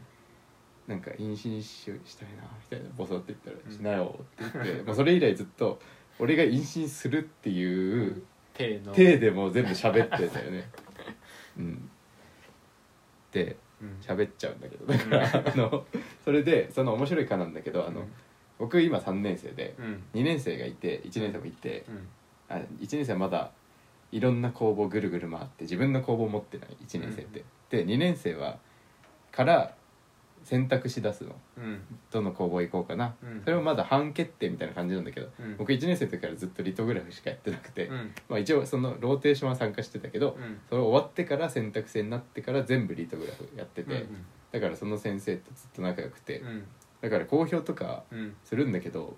[SPEAKER 1] なんか妊娠ししたいなみたいなボソって言ったら
[SPEAKER 2] う
[SPEAKER 1] 「
[SPEAKER 2] ん
[SPEAKER 1] しなよ」って言 って、まあ、それ以来ずっと俺が妊娠するっていう
[SPEAKER 2] 手の
[SPEAKER 1] 体でもう全部喋ってたよ ね。うん、で
[SPEAKER 2] うん
[SPEAKER 1] 喋っちゃうんだけどだからあのそれでその面白いかなんだけどあの、僕今3年生で
[SPEAKER 2] うん
[SPEAKER 1] 2年生がいて1年生もいて
[SPEAKER 2] うん
[SPEAKER 1] あ1年生はまだいろんな工房ぐるぐる回って自分の工房持ってない1年生って。で2年生はから選択し出すの。
[SPEAKER 2] うん
[SPEAKER 1] どの工房行こうかな、
[SPEAKER 2] うん
[SPEAKER 1] それをまだ半決定みたいな感じなんだけど、
[SPEAKER 2] うん
[SPEAKER 1] 僕1年生の時からずっとリトグラフしかやってなくて、
[SPEAKER 2] うん
[SPEAKER 1] まあ、一応そのローテーションは参加してたけど、
[SPEAKER 2] うん
[SPEAKER 1] それ終わってから選択制になってから全部リトグラフやってて、
[SPEAKER 2] うん
[SPEAKER 1] だからその先生とずっと仲良くて、
[SPEAKER 2] うん
[SPEAKER 1] だから公表とか
[SPEAKER 2] うん
[SPEAKER 1] するんだけど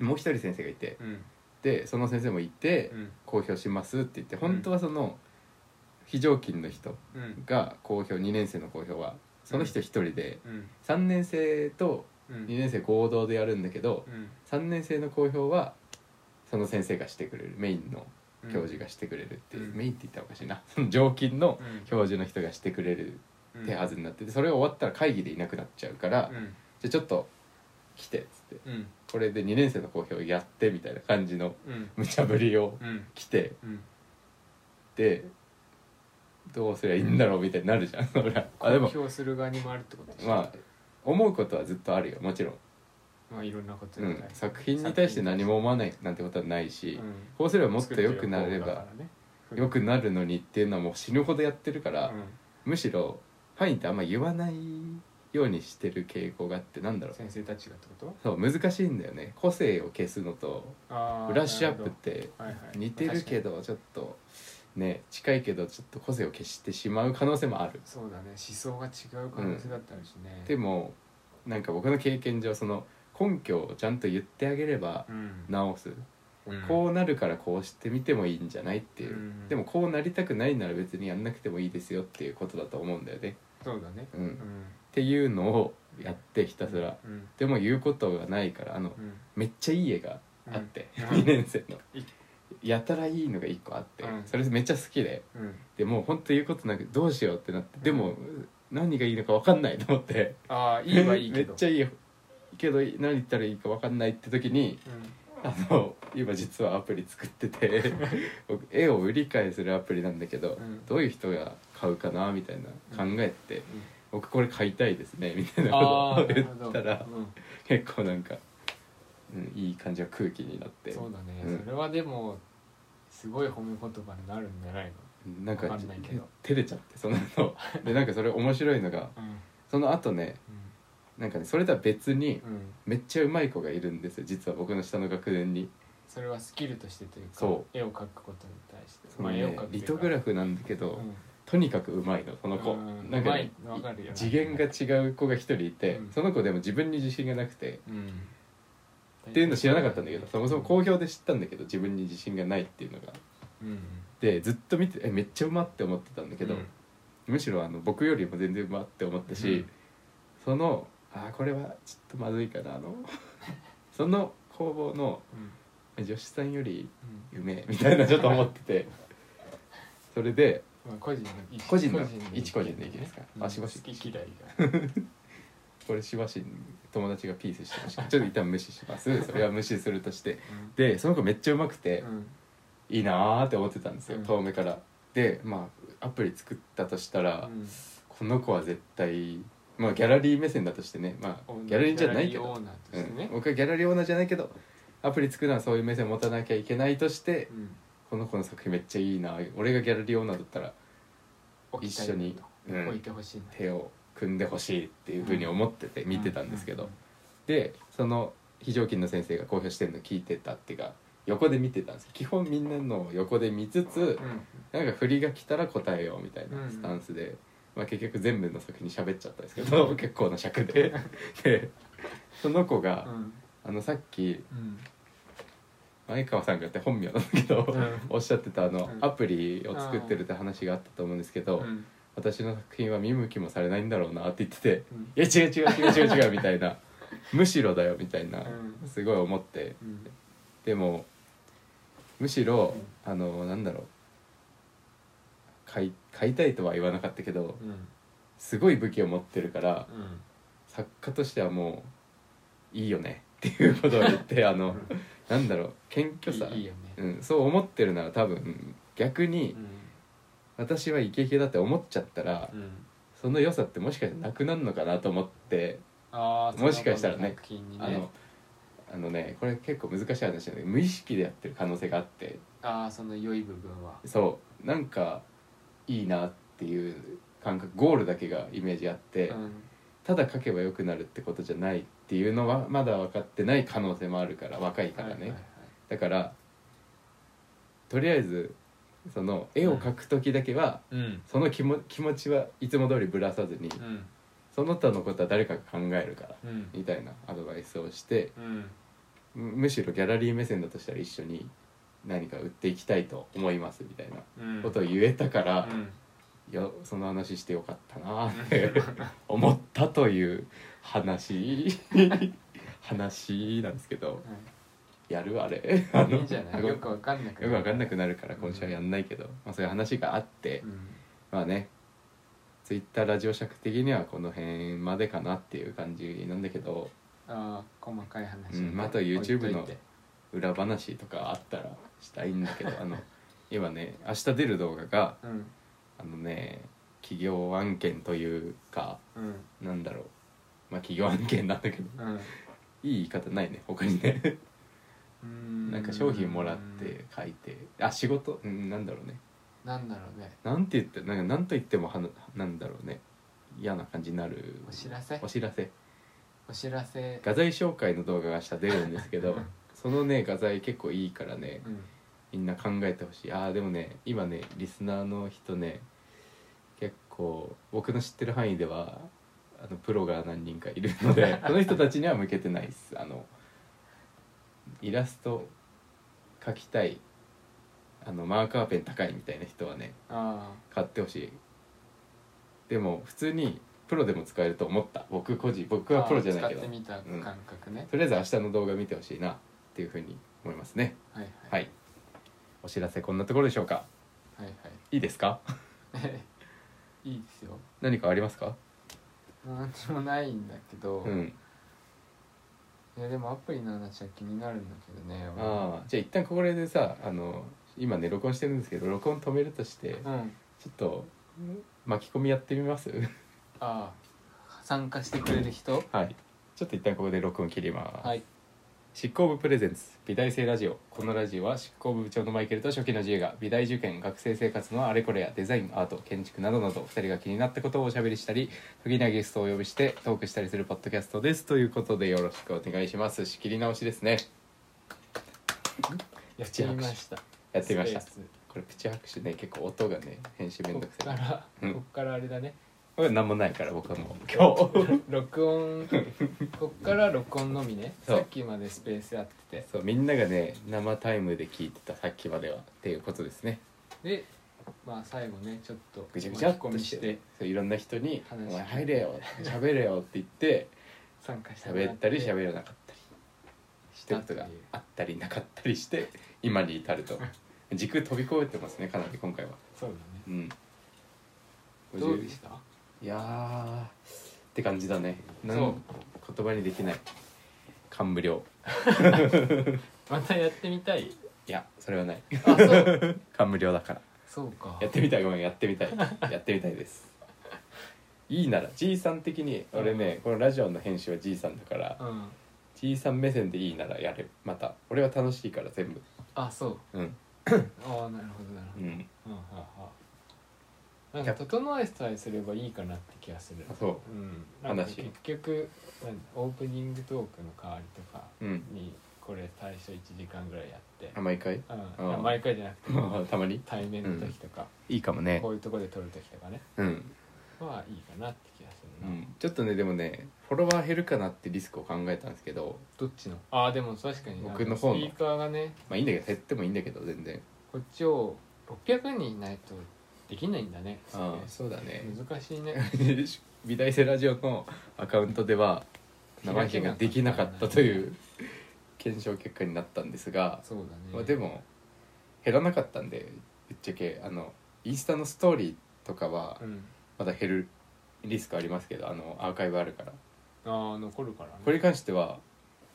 [SPEAKER 2] う、ん
[SPEAKER 1] もう一人先生がいて
[SPEAKER 2] うん
[SPEAKER 1] でその先生もいて、
[SPEAKER 2] うん
[SPEAKER 1] 公表しますって言って本当はその非常勤の人
[SPEAKER 2] うん
[SPEAKER 1] が公表2年生の公表はその人一人で
[SPEAKER 2] うん
[SPEAKER 1] 3年生と
[SPEAKER 2] うん
[SPEAKER 1] 2年生合同でやるんだけど、
[SPEAKER 2] うん
[SPEAKER 1] 3年生の公表はその先生がしてくれるメインの
[SPEAKER 2] うん
[SPEAKER 1] 教授がしてくれるっていう、
[SPEAKER 2] うん
[SPEAKER 1] メインって言ったらおかしいな その常勤の
[SPEAKER 2] うん
[SPEAKER 1] 教授の人がしてくれる
[SPEAKER 2] うん
[SPEAKER 1] 手はずになっててそれ終わったら会議でいなくなっちゃうから、
[SPEAKER 2] う
[SPEAKER 1] じ
[SPEAKER 2] ん
[SPEAKER 1] ゃあちょっと来てっつって
[SPEAKER 2] うん
[SPEAKER 1] これで2年生の公表やってみたいな感じの
[SPEAKER 2] うん
[SPEAKER 1] 無茶ぶりを
[SPEAKER 2] うん
[SPEAKER 1] 来て
[SPEAKER 2] うん
[SPEAKER 1] でどうすりゃいいんだろうみたいになるじゃんほらあ
[SPEAKER 2] 公
[SPEAKER 1] でも
[SPEAKER 2] 表する側にもあるってことでしょ
[SPEAKER 1] まあ思うことはずっとあるよもちろん、
[SPEAKER 2] まあいろんなこと
[SPEAKER 1] う
[SPEAKER 2] に
[SPEAKER 1] ん
[SPEAKER 2] 対、して
[SPEAKER 1] 作品に対して何も思わないなんてことはないし、こうすればもっと良くなれば良くなるのにっていうのはもう死ぬほどやってるから、むしろファインってあんま言わないようにしてる傾向があってなんだろう
[SPEAKER 2] 先生たちがってこ
[SPEAKER 1] そ
[SPEAKER 2] と
[SPEAKER 1] う難しいんだよね個性を消すのと
[SPEAKER 2] あー
[SPEAKER 1] ブラッシュアップって
[SPEAKER 2] なるほどはいはい
[SPEAKER 1] 似てるけどちょっとね近いけどちょっと個性を消してしまう可能性もある
[SPEAKER 2] そうだね思想が違う可能性だったりしね、
[SPEAKER 1] でもなんか僕の経験上その根拠をちゃんと言ってあげれば
[SPEAKER 2] うん
[SPEAKER 1] 直す、
[SPEAKER 2] うん
[SPEAKER 1] こうなるからこうしてみてもいいんじゃないっていう、
[SPEAKER 2] ん
[SPEAKER 1] でもこうなりたくないなら別にやんなくてもいいですよっていうことだと思うんだよね、
[SPEAKER 2] そうだね
[SPEAKER 1] うんっ
[SPEAKER 2] うん
[SPEAKER 1] ていうのをやってひたすら、
[SPEAKER 2] うん
[SPEAKER 1] でも言うことがないからあの
[SPEAKER 2] うん
[SPEAKER 1] めっちゃいい絵が
[SPEAKER 2] うん
[SPEAKER 1] あって、
[SPEAKER 2] うん
[SPEAKER 1] 2年生の
[SPEAKER 2] い
[SPEAKER 1] やたらいいのが1個あって、
[SPEAKER 2] うん
[SPEAKER 1] それめっちゃ好きで
[SPEAKER 2] うん
[SPEAKER 1] でもうほんと言うことなくどうしようってなって、
[SPEAKER 2] うん
[SPEAKER 1] でも何がいいのか分かんないと思って
[SPEAKER 2] ああいいはいいけど
[SPEAKER 1] めっちゃいいよけど何言ったらいいか分かんないって時にあの今実はアプリ作って て僕絵を売り買いするアプリなんだけど、
[SPEAKER 2] うん
[SPEAKER 1] どういう人が買うかなみたいな考えて、
[SPEAKER 2] うん
[SPEAKER 1] 僕これ買いたいですねみたいな
[SPEAKER 2] うん、あ
[SPEAKER 1] こ
[SPEAKER 2] あ
[SPEAKER 1] とを
[SPEAKER 2] な
[SPEAKER 1] 言
[SPEAKER 2] るほど
[SPEAKER 1] ったら
[SPEAKER 2] うん
[SPEAKER 1] 結構なんか、うん、いい感じの空気になって
[SPEAKER 2] そうだね、
[SPEAKER 1] うん
[SPEAKER 2] それはでもすごい褒め言葉になるんじゃないの
[SPEAKER 1] なんか
[SPEAKER 2] わかんないけど
[SPEAKER 1] 照れちゃってその後でなんかそれ面白いのが
[SPEAKER 2] うん
[SPEAKER 1] その後ねなんかねそれとは別に
[SPEAKER 2] うん、うん、
[SPEAKER 1] めっちゃうまい子がいるんですよ実は僕の下の学年に
[SPEAKER 2] それはスキルとしてというか
[SPEAKER 1] そ
[SPEAKER 2] 絵を描くことに対して
[SPEAKER 1] そのね
[SPEAKER 2] 絵を描くとい
[SPEAKER 1] リ
[SPEAKER 2] うか
[SPEAKER 1] トグラフなんだけど、とにかくうまいのその子、
[SPEAKER 2] うん
[SPEAKER 1] なんか,、ね
[SPEAKER 2] うまいわかるよ
[SPEAKER 1] 次元が違う子が一人いて、
[SPEAKER 2] うん
[SPEAKER 1] その子でも自分に自信がなくて、
[SPEAKER 2] うん、うん、
[SPEAKER 1] っていうの知らなかったんだけどそもそも好評で知ったんだけど自分に自信がないっていうのが
[SPEAKER 2] うん、うん、
[SPEAKER 1] でずっと見てえめっちゃうまって思ってたんだけど、
[SPEAKER 2] うん
[SPEAKER 1] むしろあの僕よりも全然うまって思ったし、
[SPEAKER 2] うん
[SPEAKER 1] そのあーこれはちょっとまずいかなあ のその工房の
[SPEAKER 2] うん
[SPEAKER 1] 女子さんより
[SPEAKER 2] うん
[SPEAKER 1] うめえみたいなちょっと思っててそれで
[SPEAKER 2] まあ、個人の
[SPEAKER 1] 個人の
[SPEAKER 2] 一
[SPEAKER 1] 一個人の意見ですかあしばし
[SPEAKER 2] 好き嫌い
[SPEAKER 1] これしばし友達がピースしてましたちょっと一旦無視しますそれは無視するとして
[SPEAKER 2] が
[SPEAKER 1] でその子めっちゃうまくて、
[SPEAKER 2] うん
[SPEAKER 1] いいなーって思ってたんですよ、
[SPEAKER 2] うん
[SPEAKER 1] 遠目からでまあアプリ作ったとしたら、
[SPEAKER 2] うん
[SPEAKER 1] この子は絶対まあギャラリー目線だとしてねまあ
[SPEAKER 2] うん
[SPEAKER 1] ギャラリーじゃないけ
[SPEAKER 2] ギャラリー
[SPEAKER 1] ど
[SPEAKER 2] オーナーとしてね
[SPEAKER 1] うん、僕はギャラリーオーナーじゃないけどアプリ作るのはそういう目線持たなきゃいけないとして、
[SPEAKER 2] うん
[SPEAKER 1] この子の作品めっちゃいいな俺がギャラリーオーナーだったら
[SPEAKER 2] 置きたい
[SPEAKER 1] 一緒に
[SPEAKER 2] と
[SPEAKER 1] うん
[SPEAKER 2] 置いてほしいな
[SPEAKER 1] 手を組んでほしいっていうふうに思ってて見てたんですけど、でその非常勤の先生が公表してるの聞いてたっていうか横で見てたんです基本みんなの横で見つつ、
[SPEAKER 2] うんうん
[SPEAKER 1] なんか振りが来たら答えようみたい
[SPEAKER 2] うんう
[SPEAKER 1] なんスタンスで、まあ、結局全部の作品喋っちゃったんですけど結構な尺ででその子が、
[SPEAKER 2] うん
[SPEAKER 1] あのさっき
[SPEAKER 2] うん
[SPEAKER 1] 前川さんがって本名なんだけど、
[SPEAKER 2] うん
[SPEAKER 1] おっしゃってたあの、
[SPEAKER 2] うん
[SPEAKER 1] アプリを作ってるって話があったと思うんですけど、
[SPEAKER 2] うん
[SPEAKER 1] 私の作品は見向きもされないんだろうなって言ってて
[SPEAKER 2] うん
[SPEAKER 1] 「いや違う違う違う違う違う」みたいな「むしろだよ」みたいな、
[SPEAKER 2] うん
[SPEAKER 1] すごい思って
[SPEAKER 2] うん
[SPEAKER 1] でもむしろ、あのなんだろう買い買いたいとは言わなかったけど
[SPEAKER 2] うん
[SPEAKER 1] すごい武器を持ってるから
[SPEAKER 2] うん
[SPEAKER 1] 作家としてはもういいよねっていうことを言ってあのなんだろう謙虚さ
[SPEAKER 2] いいいいよね
[SPEAKER 1] うん、そう思ってるなら多分逆に私はイケイケだって思っちゃったら
[SPEAKER 2] うんうん
[SPEAKER 1] その良さってもしかしたらなくなるのかなと思って
[SPEAKER 2] あー
[SPEAKER 1] もしかしたらね
[SPEAKER 2] その作品にね
[SPEAKER 1] あのあのねこれ結構難しい話なんだけど無意識でやってる可能性があって
[SPEAKER 2] あーその良い部分は
[SPEAKER 1] そうなんかいいなっていう感覚ゴールだけがイメージあって、
[SPEAKER 2] うん
[SPEAKER 1] ただ書けば良くなるってことじゃないっていうのはまだ分かってない可能性もあるから若いからね、
[SPEAKER 2] はいはいはい
[SPEAKER 1] だからとりあえずその絵を描く時だけは、
[SPEAKER 2] うん
[SPEAKER 1] その気も気持ちはいつも通りぶらさずに、
[SPEAKER 2] うん
[SPEAKER 1] その他のことは誰かが考えるから
[SPEAKER 2] うん
[SPEAKER 1] みたいなアドバイスをして
[SPEAKER 2] うん
[SPEAKER 1] むむしろギャラリー目線だとしたら一緒に何か売っていきたいと思いますみたいな
[SPEAKER 2] うん
[SPEAKER 1] ことを言えたから、
[SPEAKER 2] うん
[SPEAKER 1] いやその話してよかったなって 思った という話話なんですけど
[SPEAKER 2] はい
[SPEAKER 1] いやるあれ あの
[SPEAKER 2] いいんじゃない
[SPEAKER 1] よ
[SPEAKER 2] よくわかんなく
[SPEAKER 1] く分かんな
[SPEAKER 2] な
[SPEAKER 1] くなるから今週はやんないけど、まあ、そういう話があって、
[SPEAKER 2] るうん
[SPEAKER 1] まあねツイッターラジオ尺的にはこの辺までかなっていう感じなんだけど
[SPEAKER 2] ああ細かい話、
[SPEAKER 1] うんまた YouTube の
[SPEAKER 2] 置いといて
[SPEAKER 1] 裏話とかあったらしたいんだけどあの今ね明日出る動画が
[SPEAKER 2] うん
[SPEAKER 1] あのね企業案件というか
[SPEAKER 2] うん
[SPEAKER 1] なんだろうまあ企業案件なんだけど
[SPEAKER 2] う
[SPEAKER 1] い
[SPEAKER 2] ん
[SPEAKER 1] い言い方ないね他にね
[SPEAKER 2] うーん
[SPEAKER 1] なんか商品もらって書いてあ仕事うんなんだろうね
[SPEAKER 2] なんだろうね
[SPEAKER 1] なんて言ってなんかなんと言ってもはななんだろうね嫌な感じになる
[SPEAKER 2] お知らせ
[SPEAKER 1] お知らせ
[SPEAKER 2] お知らせ
[SPEAKER 1] 画材紹介の動画が明日出るんですけ どそのね画材結構いいからね
[SPEAKER 2] うん
[SPEAKER 1] みんな考えてほしいあーでもね今ねリスナーの人ね結構僕の知ってる範囲ではあのプロが何人かいるので その人たちには向けてないですあのイラスト描きたいあのマーカーペン高いみたいな人はね
[SPEAKER 2] あ
[SPEAKER 1] 買ってほしいでも普通にプロでも使えると思った僕個人僕
[SPEAKER 2] あ
[SPEAKER 1] はプロじゃないけ
[SPEAKER 2] 使
[SPEAKER 1] ど
[SPEAKER 2] ってみた感覚ね、
[SPEAKER 1] とりあえず明日の動画見てほしいなっていうふうに思いますね
[SPEAKER 2] はいは
[SPEAKER 1] はいいお知らせこんなところでしょうか
[SPEAKER 2] はいはい
[SPEAKER 1] いいですか
[SPEAKER 2] いいですよ
[SPEAKER 1] 何かありますか
[SPEAKER 2] なんにもないんだけど、
[SPEAKER 1] うん
[SPEAKER 2] いやでもアプリの話は気になるんだけどね
[SPEAKER 1] ああじゃあ一旦これでさあの今ね録音してるんですけど録音止めるとして
[SPEAKER 2] うん
[SPEAKER 1] ちょっと巻き込みやってみます
[SPEAKER 2] ああ参加してくれる人
[SPEAKER 1] はいちょっと一旦ここで録音切ります、
[SPEAKER 2] はい
[SPEAKER 1] 執行部プレゼンツ美大生ラジオこのラジオは執行部部長のマイケルと初期の自由が美大受験学生生活のあれこれやデザインアート建築などなど2人が気になったことをおしゃべりしたり時にはゲストをお呼びしてトークしたりするポッドキャストですということでよろしくお願いします仕切り直しですね
[SPEAKER 2] やってみました
[SPEAKER 1] やってみました
[SPEAKER 2] スペース
[SPEAKER 1] これプチ拍手ね結構音がね編集めん
[SPEAKER 2] こ
[SPEAKER 1] どく
[SPEAKER 2] っ
[SPEAKER 1] さ
[SPEAKER 2] か
[SPEAKER 1] い
[SPEAKER 2] ら、
[SPEAKER 1] うん
[SPEAKER 2] こっからあれだね
[SPEAKER 1] これ何もないから僕はもう今日
[SPEAKER 2] 録音こっから録音のみね
[SPEAKER 1] そう
[SPEAKER 2] さっきまでスペースやってて
[SPEAKER 1] そうみんながね生タイムで聞いてたさっきまではっていうことですね
[SPEAKER 2] でまあ最後ねちょっと
[SPEAKER 1] ぐちゃぐちゃっ
[SPEAKER 2] 巻き込み
[SPEAKER 1] と
[SPEAKER 2] し
[SPEAKER 1] しててそういろんな人に「お
[SPEAKER 2] 話
[SPEAKER 1] 前入れよ喋れよ」って言って
[SPEAKER 2] 参加してもら
[SPEAKER 1] 喋ったり
[SPEAKER 2] っ
[SPEAKER 1] 喋らなかったりしてることがあったりなかったりして今に至ると時空飛び越えてますねかなり今回は
[SPEAKER 2] そう
[SPEAKER 1] うん
[SPEAKER 2] だねどうでした
[SPEAKER 1] いやーって感じだねなん
[SPEAKER 2] そう
[SPEAKER 1] 言葉にできない感無量
[SPEAKER 2] またやってみ たい
[SPEAKER 1] いやそれはない
[SPEAKER 2] あそう
[SPEAKER 1] 感無量だから
[SPEAKER 2] そうか
[SPEAKER 1] やってみたいごめんやってみたいやってみたいですいいならじいさん的に俺ねこのラジオの編集はじいさんだから
[SPEAKER 2] うん
[SPEAKER 1] じいさん目線でいいならやれまた俺は楽しいから全部
[SPEAKER 2] あそう
[SPEAKER 1] うん
[SPEAKER 2] ああなるほどなるほ
[SPEAKER 1] う
[SPEAKER 2] ど
[SPEAKER 1] ん
[SPEAKER 2] うんははなんか整えさえすればいいかなって気がする
[SPEAKER 1] あそ
[SPEAKER 2] うんなんか
[SPEAKER 1] 話
[SPEAKER 2] 結局なんオープニングトークの代わりとか
[SPEAKER 1] ううん
[SPEAKER 2] にこれ最初1時間ぐらいやって
[SPEAKER 1] あ毎回
[SPEAKER 2] うん
[SPEAKER 1] あー
[SPEAKER 2] 毎回じゃなくて
[SPEAKER 1] たまに
[SPEAKER 2] 対面の時とか、
[SPEAKER 1] いいかもね
[SPEAKER 2] こういうとこで撮る時とかね
[SPEAKER 1] うん、
[SPEAKER 2] まあいいかなって気がす
[SPEAKER 1] う
[SPEAKER 2] るな、
[SPEAKER 1] ん、ちょっとねでもねフォロワー減るかなってリスクを考えたんですけど
[SPEAKER 2] どっちのああでも確かに
[SPEAKER 1] 僕の方の
[SPEAKER 2] あスピーカーがね
[SPEAKER 1] まあいいんだけど減ってもいいんだけど全然
[SPEAKER 2] こっちを600人いないとできないんだね
[SPEAKER 1] ああそうだね
[SPEAKER 2] 難しいね
[SPEAKER 1] 美大生ラジオのアカウントでは生配信ができなかったという検証結果になったんですが、
[SPEAKER 2] そうだね、
[SPEAKER 1] まあ、でも減らなかったんでぶっちゃけあのインスタのストーリーとかは
[SPEAKER 2] うん
[SPEAKER 1] まだ減るリスクありますけどあのアーカイブあるから
[SPEAKER 2] ああ残るからね
[SPEAKER 1] これに関しては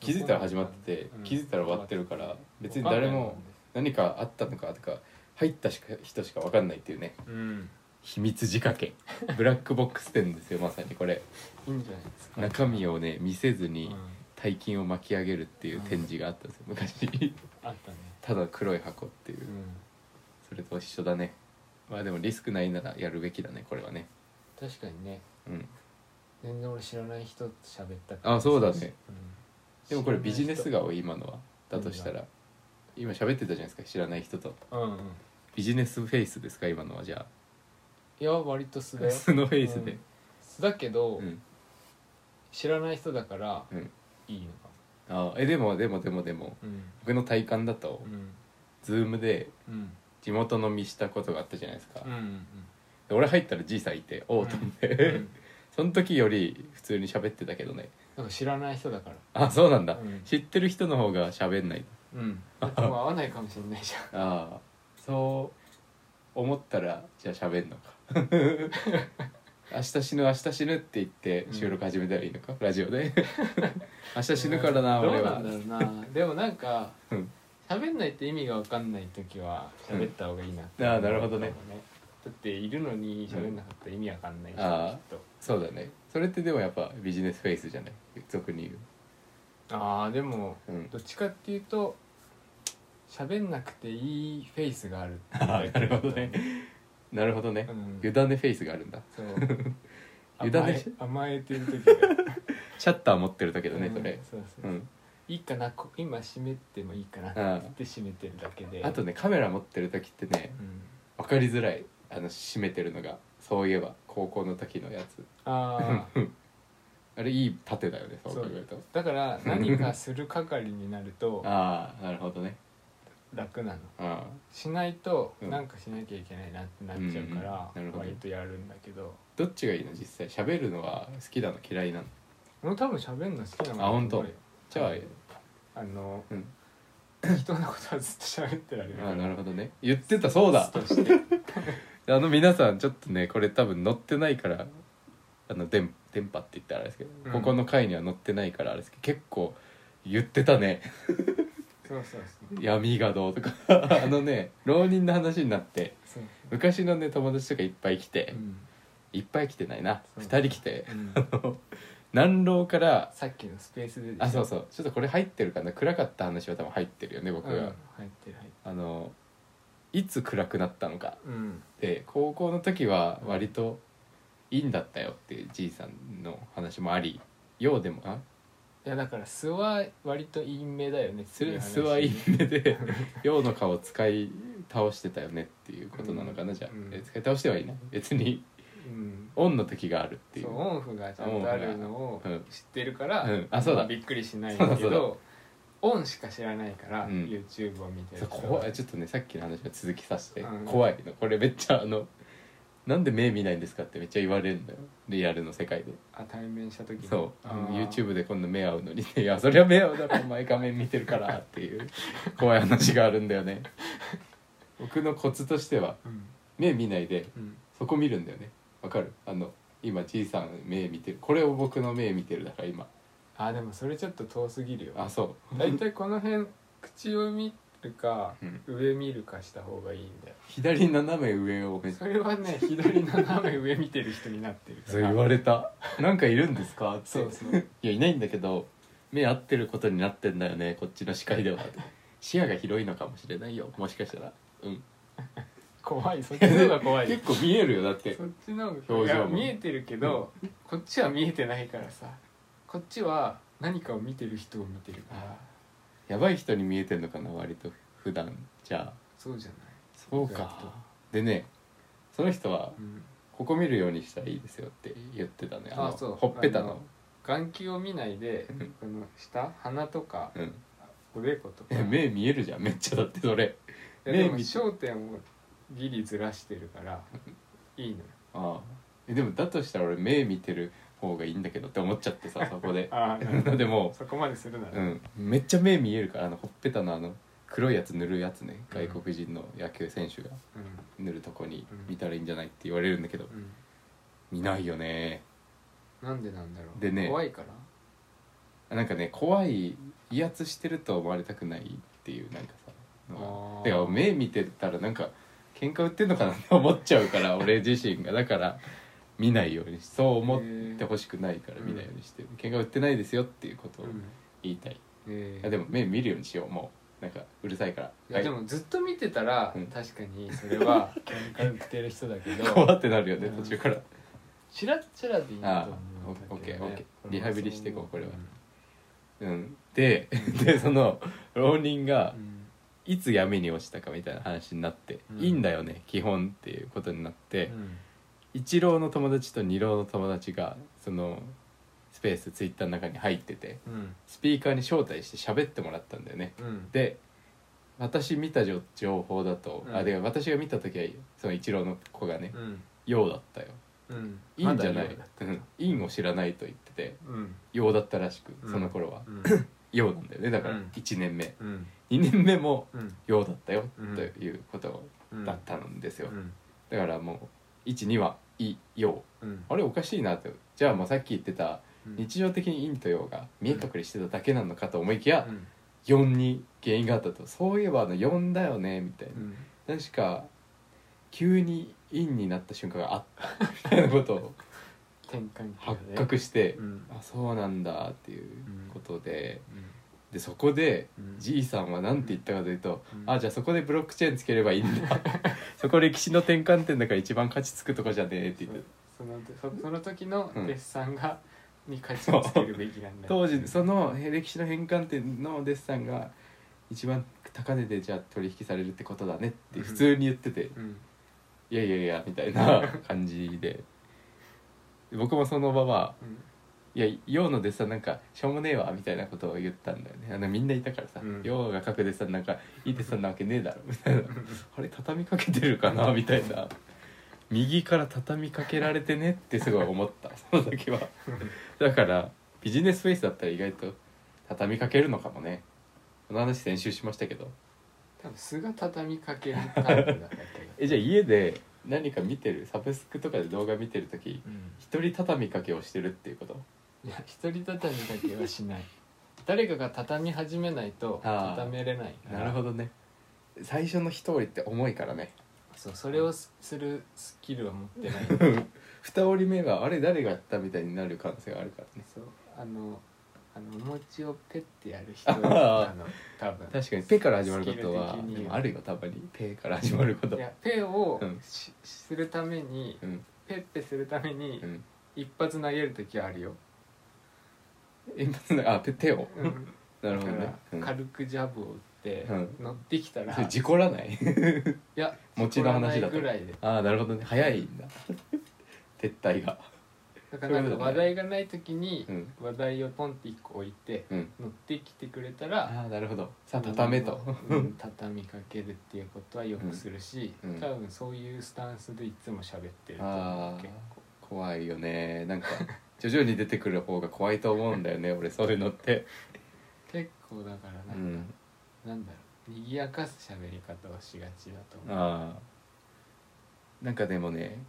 [SPEAKER 1] 気づいたら始まってて
[SPEAKER 2] うん
[SPEAKER 1] 気づいたら終わってるから別に誰も何かあったのかとか入ったしか人しか分かんないっていうね
[SPEAKER 2] うん
[SPEAKER 1] 秘密仕掛 けブラックボックス店ですよまさにこれ
[SPEAKER 2] いいんじゃないですか
[SPEAKER 1] 中身をね見せず
[SPEAKER 2] うん
[SPEAKER 1] に大金を巻き上げるっていう展示があったんですよ 昔
[SPEAKER 2] あったね
[SPEAKER 1] ただ黒い箱っていううんそれと一緒だねまあでもリスクないならやるべきだねこれはね
[SPEAKER 2] 確かにね
[SPEAKER 1] うん
[SPEAKER 2] 全然俺知らない人と喋ったから
[SPEAKER 1] あそうだね、
[SPEAKER 2] うん
[SPEAKER 1] でもこれビジネス
[SPEAKER 2] 知ら
[SPEAKER 1] 顔今のはだとしたら今喋ってたじゃないですか知らない人と
[SPEAKER 2] ない人うんうん
[SPEAKER 1] ビジネスフェイスですか今のはじゃ
[SPEAKER 2] いや割と素
[SPEAKER 1] あ
[SPEAKER 2] だよ
[SPEAKER 1] 素のフェイスで
[SPEAKER 2] 素だけど、
[SPEAKER 1] うん
[SPEAKER 2] 知らない人だから
[SPEAKER 1] うん
[SPEAKER 2] いいのか
[SPEAKER 1] あえでもでもでもでも
[SPEAKER 2] もうん
[SPEAKER 1] 僕の体感だと
[SPEAKER 2] うん
[SPEAKER 1] ズームで
[SPEAKER 2] うん
[SPEAKER 1] 地元飲みしたことがあったじゃないですか
[SPEAKER 2] うんうん
[SPEAKER 1] で俺入ったらじいさんいておおと思って、
[SPEAKER 2] うん
[SPEAKER 1] その時より普通に喋ってたけどね
[SPEAKER 2] なんか知らない人だから
[SPEAKER 1] あそうなんだ、
[SPEAKER 2] うん
[SPEAKER 1] 知ってる人の方が喋んない
[SPEAKER 2] うんだってもう合わないかもしれないじ ゃん
[SPEAKER 1] ああそう思ったらじゃあ喋んの か明日死ぬ明日死ぬって言って収録始めたらいいのか、ラジオ で明日死ぬからな
[SPEAKER 2] ど
[SPEAKER 1] 俺
[SPEAKER 2] うな
[SPEAKER 1] は
[SPEAKER 2] んだろうなでもなんか
[SPEAKER 1] うん
[SPEAKER 2] 喋んないって意味が分かんない時は喋った方がいいなって
[SPEAKER 1] うんあーなるほどね
[SPEAKER 2] 思うかもだっているのに喋んなかったら意味わかんないし、
[SPEAKER 1] うんあー
[SPEAKER 2] きっと
[SPEAKER 1] そうだねそれってでもやっぱビジネスフェイスじゃない俗に
[SPEAKER 2] ああでも
[SPEAKER 1] 言う、うん、
[SPEAKER 2] どっちかっていうと喋んなくていいフェイスがある
[SPEAKER 1] あーなるほどねなるほどね、
[SPEAKER 2] うん
[SPEAKER 1] 油断でフェイスがあるんだ
[SPEAKER 2] そう
[SPEAKER 1] 油断でし
[SPEAKER 2] 甘え甘えてる時 が
[SPEAKER 1] シャッター持ってる時だね、それ、
[SPEAKER 2] うん、そうそううんいいかなこ今閉めてもいいかなっ
[SPEAKER 1] あ
[SPEAKER 2] て閉めてるだけで
[SPEAKER 1] あとねカメラ持ってる時ってね
[SPEAKER 2] うん
[SPEAKER 1] 分かりづらいあの締めてるのがそういえば高校の時のやつ
[SPEAKER 2] あ あ
[SPEAKER 1] あれいい盾だよねそう考えると
[SPEAKER 2] だから何かする係になると
[SPEAKER 1] ああなるほどね
[SPEAKER 2] 楽なの
[SPEAKER 1] ああ
[SPEAKER 2] しないと
[SPEAKER 1] うん
[SPEAKER 2] なんかしなきゃいけないなってなっちゃうから
[SPEAKER 1] うんうんなるほど
[SPEAKER 2] 割とやるんだけど
[SPEAKER 1] どっちがいいの実際喋るのは好きなの嫌いなの
[SPEAKER 2] もう多分喋るの好きなの
[SPEAKER 1] あ本当
[SPEAKER 2] やっぱり
[SPEAKER 1] じゃあ、
[SPEAKER 2] あの
[SPEAKER 1] うん、
[SPEAKER 2] 人のことはずっと喋ってられる
[SPEAKER 1] ああなるほどね言ってたそうだ
[SPEAKER 2] として
[SPEAKER 1] あの皆さんちょっとねこれ多分載ってないからあの電電波って言ったらあれですけど、
[SPEAKER 2] うん
[SPEAKER 1] ここの回には載ってないからあれですけど結構言ってたね
[SPEAKER 2] そうそうそう
[SPEAKER 1] 闇がどうとか あのね浪人の話になって
[SPEAKER 2] そう
[SPEAKER 1] 昔のね友達とかいっぱい来て
[SPEAKER 2] う、ん
[SPEAKER 1] いっぱい来てないな
[SPEAKER 2] そう
[SPEAKER 1] 2人来て
[SPEAKER 2] うん
[SPEAKER 1] 南浪から
[SPEAKER 2] さっきのスペースでで
[SPEAKER 1] あそう
[SPEAKER 2] う
[SPEAKER 1] そうちょっとこれ入ってるかな暗かった話は多分入ってるよね僕
[SPEAKER 2] 僕が
[SPEAKER 1] が、
[SPEAKER 2] 入ってる入ってる
[SPEAKER 1] あのいつ暗くなったのか
[SPEAKER 2] うん
[SPEAKER 1] で高校の時は割といいんだったよっていうじいさんの話もありようでもあ
[SPEAKER 2] いやだから素は割と陰明だよね
[SPEAKER 1] す
[SPEAKER 2] っていう話
[SPEAKER 1] すはいい目で ようの顔を使い倒してたよねっていうことなのかな、じゃあ、
[SPEAKER 2] うん
[SPEAKER 1] え使い倒してはいない別に
[SPEAKER 2] うん
[SPEAKER 1] オンの時があるっていう
[SPEAKER 2] そう
[SPEAKER 1] う
[SPEAKER 2] オンフがちゃんとあるのを
[SPEAKER 1] うん
[SPEAKER 2] 知ってるから、
[SPEAKER 1] うんあそうだ
[SPEAKER 2] まびっくりしないんだけ
[SPEAKER 1] そうだそ
[SPEAKER 2] どオンしか知らないから、
[SPEAKER 1] うん
[SPEAKER 2] YouTube を見てる人は
[SPEAKER 1] 怖いちょっとねさっきの話は続きさせて、
[SPEAKER 2] うん
[SPEAKER 1] 怖いのこれめっちゃあのなんで目見ないんですかってめっちゃ言われるんだよリアルの世界で
[SPEAKER 2] あ対面した時に
[SPEAKER 1] そう
[SPEAKER 2] あ
[SPEAKER 1] あの
[SPEAKER 2] ー
[SPEAKER 1] YouTube で今度目合うのにね「いやそりゃ目合うだろお前画面見てるから」っていう 怖い話があるんだよね僕のコツとしては
[SPEAKER 2] うん
[SPEAKER 1] 目見ないで
[SPEAKER 2] うん
[SPEAKER 1] そこ見るんだよねわかるあの今じいさん目見てるこれを僕の目見てるだから今
[SPEAKER 2] あでもそれちょっと遠すぎるよ
[SPEAKER 1] あそ
[SPEAKER 2] 大体この辺口を見るか、
[SPEAKER 1] うん
[SPEAKER 2] 上見るかした方がいいんだよ
[SPEAKER 1] う左斜め上をめっち
[SPEAKER 2] そ
[SPEAKER 1] ゃ
[SPEAKER 2] れは ね左斜め上見てる人になってるから
[SPEAKER 1] そう言われた「なんかいるんですか?」って
[SPEAKER 2] そうそう
[SPEAKER 1] いやいないんだけど目合ってることになってんだよねこっちの視界で は視野が広いのかもしれないよもしかしたらうん
[SPEAKER 2] 怖いそっちの方 が 怖い
[SPEAKER 1] 結構見えるよだって
[SPEAKER 2] そっちの表
[SPEAKER 1] 表情も
[SPEAKER 2] 見えてるけど、こっちは見えてないからさこっちは何かを見てる人を見てるから
[SPEAKER 1] やばい人に見えてんのかな割と普段じゃあ
[SPEAKER 2] そうじゃない
[SPEAKER 1] そう
[SPEAKER 2] 意外
[SPEAKER 1] か
[SPEAKER 2] と
[SPEAKER 1] でねその人は
[SPEAKER 2] うん、
[SPEAKER 1] ここ見るようにしたらいいですよって言ってたねの
[SPEAKER 2] あそう
[SPEAKER 1] ほっぺた
[SPEAKER 2] あ
[SPEAKER 1] の
[SPEAKER 2] の眼球を見ないで
[SPEAKER 1] うん
[SPEAKER 2] この下鼻とか
[SPEAKER 1] うん
[SPEAKER 2] おでことか
[SPEAKER 1] え
[SPEAKER 2] い
[SPEAKER 1] 目見えるじゃんめっちゃだってそれ
[SPEAKER 2] やで
[SPEAKER 1] 目
[SPEAKER 2] も
[SPEAKER 1] 見
[SPEAKER 2] 焦点をギリずらしてるからいいのよ
[SPEAKER 1] ああえでもだとしたら俺目見てる方がいいんだけどって思っちゃって さそこで
[SPEAKER 2] ああなるほど
[SPEAKER 1] でも
[SPEAKER 2] そこまでするな
[SPEAKER 1] う
[SPEAKER 2] ら、
[SPEAKER 1] ん、めっちゃ目見えるからあのほっぺたのあの黒いやつ塗るやつね外国人の野球選手が
[SPEAKER 2] うん
[SPEAKER 1] 塗るとこに
[SPEAKER 2] うん
[SPEAKER 1] 見たらいいんじゃないって言われるんだけど
[SPEAKER 2] うん
[SPEAKER 1] 見ないよね
[SPEAKER 2] なんでなんだろう
[SPEAKER 1] でね
[SPEAKER 2] 怖いから
[SPEAKER 1] なんかね怖い威圧してると思われたくないっていうなんかさのが
[SPEAKER 2] あー
[SPEAKER 1] てか目見てたらなんか喧嘩売ってんのかなって思っちゃう から俺自身がだから見ないようにしそう思ってほしくないから
[SPEAKER 2] へー
[SPEAKER 1] 見ないようにしてる、喧嘩売ってないですよっていうことを
[SPEAKER 2] うん
[SPEAKER 1] 言いたい、
[SPEAKER 2] えー
[SPEAKER 1] あでも目見るようにしようもうなんかうるさいから
[SPEAKER 2] いやでもずっと見てたら、
[SPEAKER 1] うん
[SPEAKER 2] 確かにそれは喧嘩売ってる人 だけど
[SPEAKER 1] 怖ってなるよね
[SPEAKER 2] うん
[SPEAKER 1] 途中から
[SPEAKER 2] チラッチラでいいと思うんだけど、ね、
[SPEAKER 1] あオッケーオッケー
[SPEAKER 2] これ
[SPEAKER 1] リ
[SPEAKER 2] は
[SPEAKER 1] ハビリしていこうこれは
[SPEAKER 2] う
[SPEAKER 1] うんで でその浪人が
[SPEAKER 2] ん
[SPEAKER 1] いつ闇に落ちたかみたいな話になって、
[SPEAKER 2] うん
[SPEAKER 1] いいんだよね基本っていうことになって、
[SPEAKER 2] うん
[SPEAKER 1] 一郎の友達と二郎の友達がそのスペースツイッターの中に入ってて
[SPEAKER 2] うん
[SPEAKER 1] スピーカーに招待して喋ってもらったんだよね
[SPEAKER 2] うん
[SPEAKER 1] で私見た情情報だと、
[SPEAKER 2] うん
[SPEAKER 1] あで私が見た時はその一郎の子がね
[SPEAKER 2] うん
[SPEAKER 1] 「ようだったよ」
[SPEAKER 2] うん
[SPEAKER 1] 「いいんじゃない
[SPEAKER 2] まだ夜だっ」
[SPEAKER 1] う
[SPEAKER 2] た
[SPEAKER 1] ん「いいんを知らない」と言ってて
[SPEAKER 2] うん
[SPEAKER 1] 「ようだったらしく
[SPEAKER 2] うん
[SPEAKER 1] その頃は
[SPEAKER 2] うん
[SPEAKER 1] 「ようなんだよねだから
[SPEAKER 2] うん
[SPEAKER 1] 1年目
[SPEAKER 2] うん
[SPEAKER 1] 2年目も
[SPEAKER 2] うん
[SPEAKER 1] 陽だったよ
[SPEAKER 2] うん
[SPEAKER 1] ということ
[SPEAKER 2] うん
[SPEAKER 1] だったんですよ、
[SPEAKER 2] うん
[SPEAKER 1] だからもう12は「い」「陽
[SPEAKER 2] うん」
[SPEAKER 1] あれおかしいなってじゃあもうさっき言ってた
[SPEAKER 2] うん
[SPEAKER 1] 日常的に陰と陽が見え隠れしてただけなのかと思いきや
[SPEAKER 2] うん
[SPEAKER 1] 4に原因があったとそういえばあの4だよねみたいな
[SPEAKER 2] うん
[SPEAKER 1] 確か急に陰になった瞬間があった みたいなことを
[SPEAKER 2] 転換期だ
[SPEAKER 1] 発
[SPEAKER 2] ね
[SPEAKER 1] 覚して、
[SPEAKER 2] うん
[SPEAKER 1] あそうなんだっていうことで、
[SPEAKER 2] うん
[SPEAKER 1] でそこで
[SPEAKER 2] うん
[SPEAKER 1] じいさんは何て言ったかというと、
[SPEAKER 2] うん
[SPEAKER 1] あじゃあそこでブロックチェーンつければいいん だそこ歴史の転換点だから一番勝ちつくとこじゃねえって言って
[SPEAKER 2] そのそその時の
[SPEAKER 1] うん
[SPEAKER 2] デッサンが、に価値をつけるべきなんだ
[SPEAKER 1] 当時そのへ歴史の変換点のデッサンが一番高値でじゃあ取引されるってことだねって普通に言ってて、
[SPEAKER 2] うん
[SPEAKER 1] いやいやいやみたいな感じで僕もその場は
[SPEAKER 2] うん
[SPEAKER 1] 「いや陽のデッサンなんかしょうもねえわ」みたいなことを言ったんだよねあのみんないたからさ
[SPEAKER 2] うん
[SPEAKER 1] 陽、が書くデッサンなんかいいデッサンなわけねえだろ」みたいな「あれ畳みかけてるかな」みたいな右から畳みかけられてねってすごい思 ったその時はだからビジネスフェイスだったら意外と畳みかけるのかもねこの話先週しましたけど
[SPEAKER 2] 多分素が畳みかけるタイプだね
[SPEAKER 1] えじゃあ家で何か見てるサブスクとかで動画見てる時
[SPEAKER 2] うん
[SPEAKER 1] 一人畳みかけをしてるっていうこと
[SPEAKER 2] いや一人畳みだけは しない誰かが畳み始めないと
[SPEAKER 1] あー
[SPEAKER 2] 畳めれないから
[SPEAKER 1] どね最初の一折りって重いからね
[SPEAKER 2] そうそれをすするスキルは持ってない
[SPEAKER 1] 二折り目があれ誰がやったみたいになる可能性があるからね
[SPEAKER 2] そうあのあのお餅をペッてやる人
[SPEAKER 1] あー
[SPEAKER 2] あの多分
[SPEAKER 1] 確かに「ペ」から始まることは
[SPEAKER 2] スキル的に
[SPEAKER 1] でもあるよたまに「ペ」から始まること
[SPEAKER 2] いやペを
[SPEAKER 1] うん
[SPEAKER 2] し、するために
[SPEAKER 1] うん
[SPEAKER 2] ペッてするために
[SPEAKER 1] うん
[SPEAKER 2] 一発投げる時はあるよ、
[SPEAKER 1] 一発のあペ手を
[SPEAKER 2] うん、
[SPEAKER 1] なる
[SPEAKER 2] だ
[SPEAKER 1] ほ
[SPEAKER 2] か
[SPEAKER 1] どね
[SPEAKER 2] ら、
[SPEAKER 1] うん
[SPEAKER 2] 軽くジャブを打って
[SPEAKER 1] うん
[SPEAKER 2] 乗ってきた ら、
[SPEAKER 1] それ
[SPEAKER 2] い
[SPEAKER 1] 事故らない
[SPEAKER 2] や
[SPEAKER 1] 持ちの話だと
[SPEAKER 2] 怒らないぐらいで
[SPEAKER 1] ああなるほどね早いん だ撤退が
[SPEAKER 2] だからなん
[SPEAKER 1] そういうこ
[SPEAKER 2] か
[SPEAKER 1] とね
[SPEAKER 2] 話題がない時に
[SPEAKER 1] うん
[SPEAKER 2] 話題をポンって一個置いて
[SPEAKER 1] うん
[SPEAKER 2] 乗ってきてくれたら
[SPEAKER 1] ああなるほどさあ畳めと
[SPEAKER 2] うん畳みかけるっていうことはよくするし、
[SPEAKER 1] うんうん
[SPEAKER 2] 多分そういうスタンスでいつも喋ってると思う
[SPEAKER 1] ああ
[SPEAKER 2] 結構
[SPEAKER 1] 怖いよねなんか徐々に出てくる方が怖いと思うんだ よね俺そういうのって
[SPEAKER 2] 結構だからなんか、
[SPEAKER 1] うん
[SPEAKER 2] なんだろう賑やかす喋り方をしがちだと思う
[SPEAKER 1] ああなんかでもね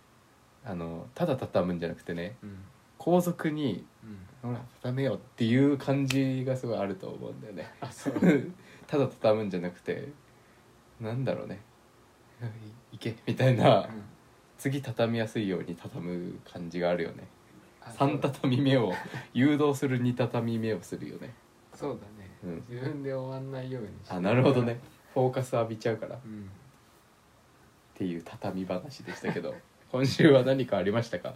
[SPEAKER 1] あのただ畳むんじゃなくてね
[SPEAKER 2] うん
[SPEAKER 1] 後続に
[SPEAKER 2] うん
[SPEAKER 1] 「ほら畳めよ」っていう感じがすごいあると思うんだよね
[SPEAKER 2] あそう
[SPEAKER 1] ただ畳むんじゃなくてなんだろうね 「いいけ」みたいな次畳みやすいように畳む感じがあるよね3
[SPEAKER 2] た
[SPEAKER 1] 畳み目 を誘導する2畳み目をするよね
[SPEAKER 2] そうだね、
[SPEAKER 1] うん
[SPEAKER 2] 自分で終わんないようにして
[SPEAKER 1] あなるほどねフォーカス浴びちゃうからっ
[SPEAKER 2] うん
[SPEAKER 1] ていう畳み話でしたけ ど今週は何かありましたか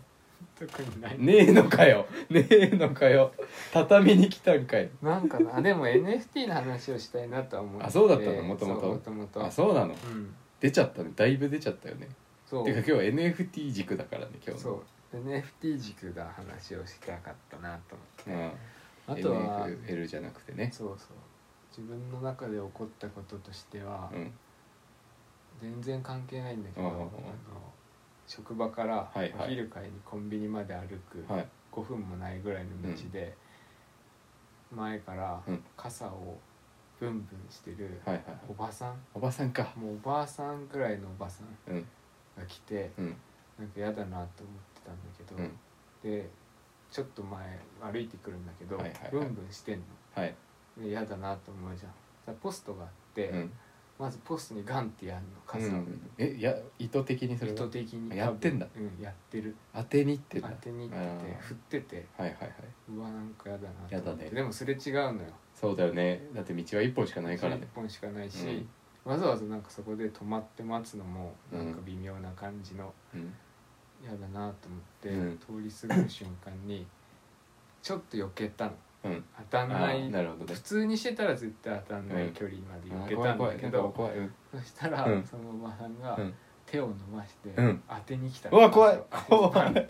[SPEAKER 2] 特にない、
[SPEAKER 1] ねえのかよねえのかよ畳に来たんかい
[SPEAKER 2] なんかなあ でも NFT の話をしたいなとは思って
[SPEAKER 1] あそうだったの元々
[SPEAKER 2] そうもともと
[SPEAKER 1] あそうなの
[SPEAKER 2] うん
[SPEAKER 1] 出ちゃったねだいぶ出ちゃったよね
[SPEAKER 2] そう
[SPEAKER 1] てか今日は NFT 軸だからね今日の
[SPEAKER 2] そうで NFT 軸が話をしたかったなと思って、
[SPEAKER 1] うん
[SPEAKER 2] あとは
[SPEAKER 1] NFL じゃなくてね
[SPEAKER 2] そうそう自分の中で起こったこととしては、
[SPEAKER 1] うん
[SPEAKER 2] 全然関係ないんだけ
[SPEAKER 1] う
[SPEAKER 2] ど、
[SPEAKER 1] んうんうん
[SPEAKER 2] あの職場から
[SPEAKER 1] はいはい
[SPEAKER 2] お昼会にコンビニまで歩く
[SPEAKER 1] はい
[SPEAKER 2] 5分もないぐらいの道で、前から
[SPEAKER 1] うん
[SPEAKER 2] 傘をブンブンしてる
[SPEAKER 1] はいはい
[SPEAKER 2] おばさん、
[SPEAKER 1] おばさんか
[SPEAKER 2] もうおばあさんぐらいのおばさん
[SPEAKER 1] うん
[SPEAKER 2] が来て
[SPEAKER 1] うん
[SPEAKER 2] なんか嫌だなと思ってたんだけど、
[SPEAKER 1] うん
[SPEAKER 2] でちょっと前歩いてくるんだけど、
[SPEAKER 1] はいはいはい
[SPEAKER 2] ブンブンしてんの
[SPEAKER 1] はい
[SPEAKER 2] で嫌だなと思うじゃんだからポストがあって、
[SPEAKER 1] うん
[SPEAKER 2] まずポストにガンってやるの
[SPEAKER 1] う
[SPEAKER 2] 傘を、
[SPEAKER 1] んえいや意図的にそれ
[SPEAKER 2] 意図
[SPEAKER 1] を
[SPEAKER 2] 的に
[SPEAKER 1] やってんだ
[SPEAKER 2] 多分うんやってる
[SPEAKER 1] 当てにいってん
[SPEAKER 2] 当
[SPEAKER 1] だ
[SPEAKER 2] てに行って
[SPEAKER 1] あ
[SPEAKER 2] て
[SPEAKER 1] ー
[SPEAKER 2] 振ってて
[SPEAKER 1] はいはいはい
[SPEAKER 2] うんうわなんかやだなと思って
[SPEAKER 1] やだね
[SPEAKER 2] でもすれ違うのよ
[SPEAKER 1] そうだよねだって道は一本しかないからね
[SPEAKER 2] 一本しかないし、
[SPEAKER 1] うん
[SPEAKER 2] わざわざなんかそこで止まって待つのも
[SPEAKER 1] う
[SPEAKER 2] なんんか微妙な感じの
[SPEAKER 1] うん
[SPEAKER 2] やだなと思って、
[SPEAKER 1] うん
[SPEAKER 2] 通り過ぎる瞬間 にちょっと避けたの
[SPEAKER 1] うん
[SPEAKER 2] 当たん
[SPEAKER 1] あ
[SPEAKER 2] な
[SPEAKER 1] ー
[SPEAKER 2] い
[SPEAKER 1] なるほどね
[SPEAKER 2] 普通にしてたら絶対当たんな
[SPEAKER 1] う
[SPEAKER 2] い
[SPEAKER 1] ん
[SPEAKER 2] 距離まで
[SPEAKER 1] あ
[SPEAKER 2] 避
[SPEAKER 1] ー
[SPEAKER 2] け
[SPEAKER 1] 怖
[SPEAKER 2] た
[SPEAKER 1] い
[SPEAKER 2] ん
[SPEAKER 1] 怖
[SPEAKER 2] だ
[SPEAKER 1] い
[SPEAKER 2] け
[SPEAKER 1] なんか
[SPEAKER 2] ど、
[SPEAKER 1] 怖いうん
[SPEAKER 2] そしたら、
[SPEAKER 1] うん
[SPEAKER 2] そのおばさんが
[SPEAKER 1] うん
[SPEAKER 2] 手を伸ばして
[SPEAKER 1] うん
[SPEAKER 2] 当てに来た
[SPEAKER 1] うわ怖い
[SPEAKER 2] 当てに来た
[SPEAKER 1] 怖いうん
[SPEAKER 2] でなんだ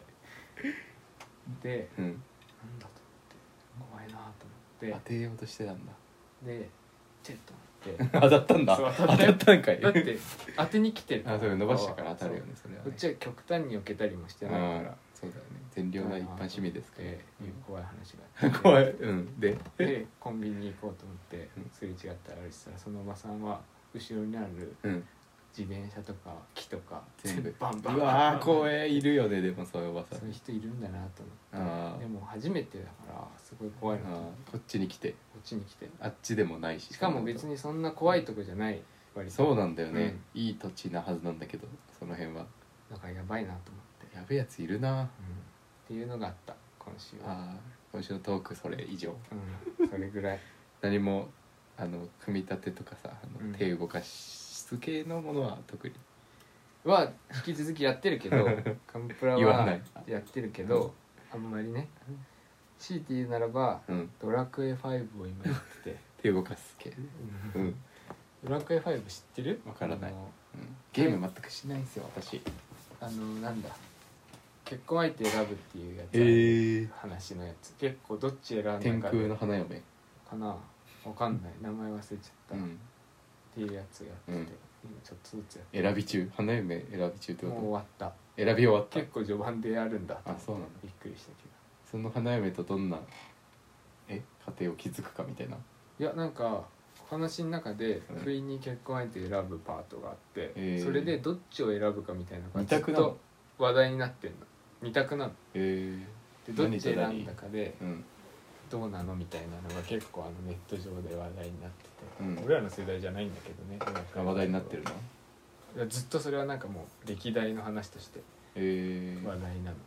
[SPEAKER 2] と思って怖いなと
[SPEAKER 1] 当
[SPEAKER 2] 思って
[SPEAKER 1] ようとしてた んだ
[SPEAKER 2] てでチェッと思って
[SPEAKER 1] 当たったんだ
[SPEAKER 2] そう
[SPEAKER 1] 当た
[SPEAKER 2] 当た
[SPEAKER 1] っ
[SPEAKER 2] ったた
[SPEAKER 1] んかい
[SPEAKER 2] だって当てに来てる
[SPEAKER 1] あそう伸ばしたから当たるよねそれは
[SPEAKER 2] こ
[SPEAKER 1] ね
[SPEAKER 2] っちは極端に避けたりもして
[SPEAKER 1] う
[SPEAKER 2] ないか
[SPEAKER 1] ん
[SPEAKER 2] ら
[SPEAKER 1] そうだよね善良な一般市民ですか
[SPEAKER 2] っ
[SPEAKER 1] ら、
[SPEAKER 2] ていう怖い話があっ て
[SPEAKER 1] 怖いうんで
[SPEAKER 2] でコンビニに行こうと思って
[SPEAKER 1] うん
[SPEAKER 2] すれ違ったら歩いてたらそのおばさんは後ろにある
[SPEAKER 1] うん
[SPEAKER 2] 自転車とか木とか
[SPEAKER 1] 全部
[SPEAKER 2] バンバン
[SPEAKER 1] うわー怖えいるよねでもそういうおばさん
[SPEAKER 2] そういう人いるんだなと思
[SPEAKER 1] あ
[SPEAKER 2] っ
[SPEAKER 1] ー
[SPEAKER 2] てでも初めてだからすごい怖いなと思
[SPEAKER 1] あ
[SPEAKER 2] って
[SPEAKER 1] ーこっちに来て
[SPEAKER 2] こっちに来て
[SPEAKER 1] あっちでもないし
[SPEAKER 2] しかも別にそんな怖いとこじゃない割と
[SPEAKER 1] そうなんだよね、いい土地なはずなんだけどその辺は
[SPEAKER 2] だからやばいなと思って、
[SPEAKER 1] やべえやついるな
[SPEAKER 2] うんっていうのがあった今週は、
[SPEAKER 1] あー今週のトークそれ以上
[SPEAKER 2] うん、それぐらい
[SPEAKER 1] 何もあの組み立てとかさあ
[SPEAKER 2] う
[SPEAKER 1] の
[SPEAKER 2] ん
[SPEAKER 1] 手動かす系のものは特に
[SPEAKER 2] は引き続きやってるけ どカンプラ
[SPEAKER 1] 言わな
[SPEAKER 2] はいやってるけどあんまりね強いて言うならば
[SPEAKER 1] うん
[SPEAKER 2] ドラクエ5を今やってて
[SPEAKER 1] 手動かす系う
[SPEAKER 2] うん
[SPEAKER 1] ん、
[SPEAKER 2] ドラクエ5知ってる
[SPEAKER 1] わからない
[SPEAKER 2] あの
[SPEAKER 1] うんゲーム全くしないんですよ私
[SPEAKER 2] あのなんだ結婚相手選ぶっていうやつ、
[SPEAKER 1] え
[SPEAKER 2] 話のやつ結構どっち選んだかで
[SPEAKER 1] 天空の花嫁
[SPEAKER 2] かなわかんない名前忘れちゃった、
[SPEAKER 1] う
[SPEAKER 2] っ
[SPEAKER 1] ん
[SPEAKER 2] ていうやつやってて、
[SPEAKER 1] うん
[SPEAKER 2] 今ちょっとずつやっ
[SPEAKER 1] 選び中花嫁選び中って
[SPEAKER 2] てもう終
[SPEAKER 1] こ
[SPEAKER 2] わった
[SPEAKER 1] と選び終わった
[SPEAKER 2] 結構序盤でやるんだと思って
[SPEAKER 1] あそうなんだ
[SPEAKER 2] びっくりしたけ
[SPEAKER 1] その花嫁とどんなえ家庭を築くかみたいな
[SPEAKER 2] どいやなんか話の中で
[SPEAKER 1] うん
[SPEAKER 2] 不意に結婚相手選ぶパートがあって、
[SPEAKER 1] えー
[SPEAKER 2] それでどっちを選ぶかみたいなの
[SPEAKER 1] 二
[SPEAKER 2] がずっ
[SPEAKER 1] 択なの
[SPEAKER 2] と話題になってんの二択なの
[SPEAKER 1] え
[SPEAKER 2] でどっ
[SPEAKER 1] 何
[SPEAKER 2] ち
[SPEAKER 1] と
[SPEAKER 2] 選
[SPEAKER 1] 何
[SPEAKER 2] んだかで
[SPEAKER 1] えうん
[SPEAKER 2] どうなのみたいなのが結構あのネット上で話題になってて、
[SPEAKER 1] うん
[SPEAKER 2] 俺らの世代じゃないんだけどねドラクエ
[SPEAKER 1] あ話題になってるない
[SPEAKER 2] やずっとそれはなんかもう歴代の話として
[SPEAKER 1] え
[SPEAKER 2] 話題なの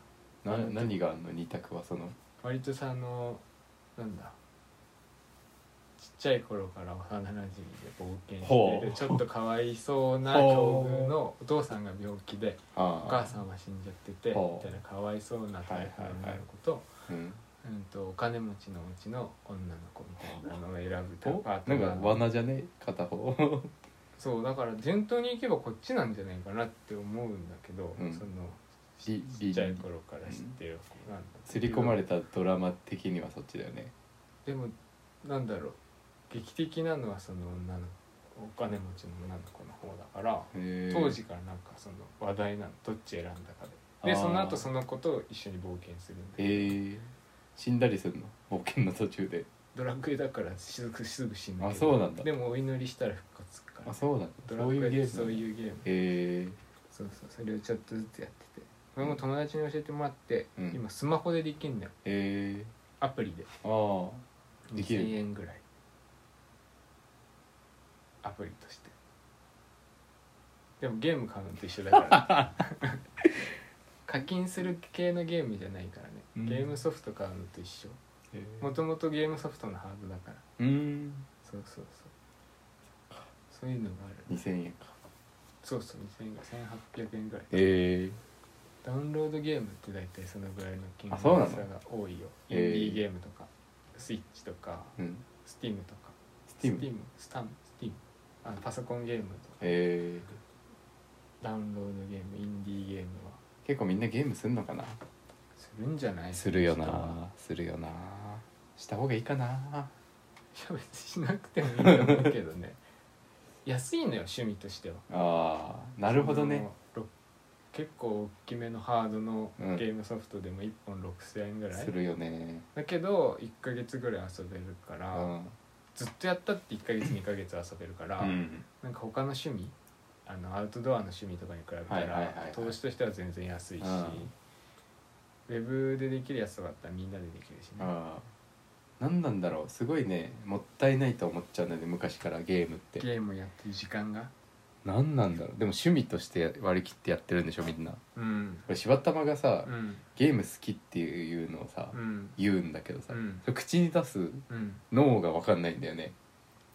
[SPEAKER 1] えな何があんの二択はその
[SPEAKER 2] 割とさあのなんだちっちゃい頃から幼なじみで冒険し
[SPEAKER 1] ほ
[SPEAKER 2] て
[SPEAKER 1] う
[SPEAKER 2] るちょっとかわいそうな境遇のお父さんが病気で
[SPEAKER 1] あ
[SPEAKER 2] お母さんは死んじゃってて
[SPEAKER 1] ほ
[SPEAKER 2] み
[SPEAKER 1] う
[SPEAKER 2] たいなかわいそうなタイプの女の子と,、
[SPEAKER 1] ん、うん、
[SPEAKER 2] うん、とお金持ちのうちの女の子みたいなのを選ぶタイ
[SPEAKER 1] お
[SPEAKER 2] プパー
[SPEAKER 1] な
[SPEAKER 2] ト
[SPEAKER 1] ん
[SPEAKER 2] が
[SPEAKER 1] か罠じゃね片方
[SPEAKER 2] そうだから順当にいけばこっちなんじゃないかなって思うんだけど、
[SPEAKER 1] うん
[SPEAKER 2] その
[SPEAKER 1] り
[SPEAKER 2] ちっ
[SPEAKER 1] り
[SPEAKER 2] ちゃい頃から知ってる子なんだけ
[SPEAKER 1] 刷
[SPEAKER 2] ど
[SPEAKER 1] り込まれたドラマ的にはそっちだよね
[SPEAKER 2] でもなんだろう劇的なのはその女のお金持ちの女の子の方だから
[SPEAKER 1] へえ
[SPEAKER 2] 当時からなんかその話題なのどっち選んだかで
[SPEAKER 1] あ
[SPEAKER 2] で
[SPEAKER 1] ー
[SPEAKER 2] その後その子と一緒に冒険するんだけど
[SPEAKER 1] ええ死んだりするの冒険の途中で
[SPEAKER 2] ドラクエだからすぐすぐ死ぬけど
[SPEAKER 1] あそうなんだ
[SPEAKER 2] でもお祈りしたら復活するから
[SPEAKER 1] あそうなんだ
[SPEAKER 2] ドラ
[SPEAKER 1] そうい
[SPEAKER 2] ク
[SPEAKER 1] う
[SPEAKER 2] エっ
[SPEAKER 1] ゲー
[SPEAKER 2] て
[SPEAKER 1] ム
[SPEAKER 2] そういうゲーム
[SPEAKER 1] え
[SPEAKER 2] そうそうそれをちょっとずつやっててそれも友達に教えてもらって、
[SPEAKER 1] うん
[SPEAKER 2] 今スマホでできんだよ
[SPEAKER 1] ええ
[SPEAKER 2] アプリで
[SPEAKER 1] えあできる
[SPEAKER 2] 2000円ぐらいアプリとしてでもゲーム買うのと一緒だから 課金する系のゲームじゃないからね、
[SPEAKER 1] うん
[SPEAKER 2] ゲームソフト買うのと一緒
[SPEAKER 1] あ
[SPEAKER 2] もともとゲームソフトのハードだから
[SPEAKER 1] うん
[SPEAKER 2] そうそうそうそういうのがある
[SPEAKER 1] 2000円か
[SPEAKER 2] そうそう2000円ぐらい1800円ぐらい
[SPEAKER 1] ええ
[SPEAKER 2] ダウンロードゲームって大体そのぐらいの金
[SPEAKER 1] あそうなの
[SPEAKER 2] 差が多いよイン
[SPEAKER 1] へー
[SPEAKER 2] ディーゲームとかスイッチとか
[SPEAKER 1] うん
[SPEAKER 2] スティームとか
[SPEAKER 1] ス
[SPEAKER 2] ス
[SPEAKER 1] テ
[SPEAKER 2] テ
[SPEAKER 1] ィ
[SPEAKER 2] ィ
[SPEAKER 1] ーム
[SPEAKER 2] ームスタンスティームあのパソコンゲームとか
[SPEAKER 1] ええ
[SPEAKER 2] ダウンロードゲームインディーゲームは
[SPEAKER 1] 結構みんなゲームすんのかな
[SPEAKER 2] するんじゃない
[SPEAKER 1] するよ
[SPEAKER 2] 人は
[SPEAKER 1] なするよなした方がいいかない
[SPEAKER 2] や別にしなくてもいいと思うけど ね安いのよ趣味としては
[SPEAKER 1] ああなるほどね
[SPEAKER 2] そのろ結構大きめのハードの
[SPEAKER 1] うん
[SPEAKER 2] ゲームソフトでも1本6000円ぐらい、
[SPEAKER 1] するよね
[SPEAKER 2] だけど1ヶ月ぐらい遊べるか
[SPEAKER 1] う
[SPEAKER 2] ら、
[SPEAKER 1] ん
[SPEAKER 2] ずっとやったって1ヶ月2ヶ月遊べるから、
[SPEAKER 1] うん
[SPEAKER 2] なんか他の趣味あのアウトドアの趣味とかに比べた
[SPEAKER 1] はいはいはい
[SPEAKER 2] ら
[SPEAKER 1] はい
[SPEAKER 2] 投資としては全然安いし、
[SPEAKER 1] うん
[SPEAKER 2] ウェブでできるやつとかだったらみんなでできるしね
[SPEAKER 1] ああ何なんだろうすごいねもったいないと思っちゃうんだよね昔からゲームって
[SPEAKER 2] ゲームやってる時間が
[SPEAKER 1] 何なんだろうでも趣味として割り切ってやってるんでしょみんな
[SPEAKER 2] うん
[SPEAKER 1] 俺柴玉がさ、
[SPEAKER 2] うん
[SPEAKER 1] ゲーム好きっていうのをさ、
[SPEAKER 2] うん
[SPEAKER 1] 言うんだけどさ、
[SPEAKER 2] うん
[SPEAKER 1] それ口に出す
[SPEAKER 2] うん
[SPEAKER 1] 脳が分かんないんだよね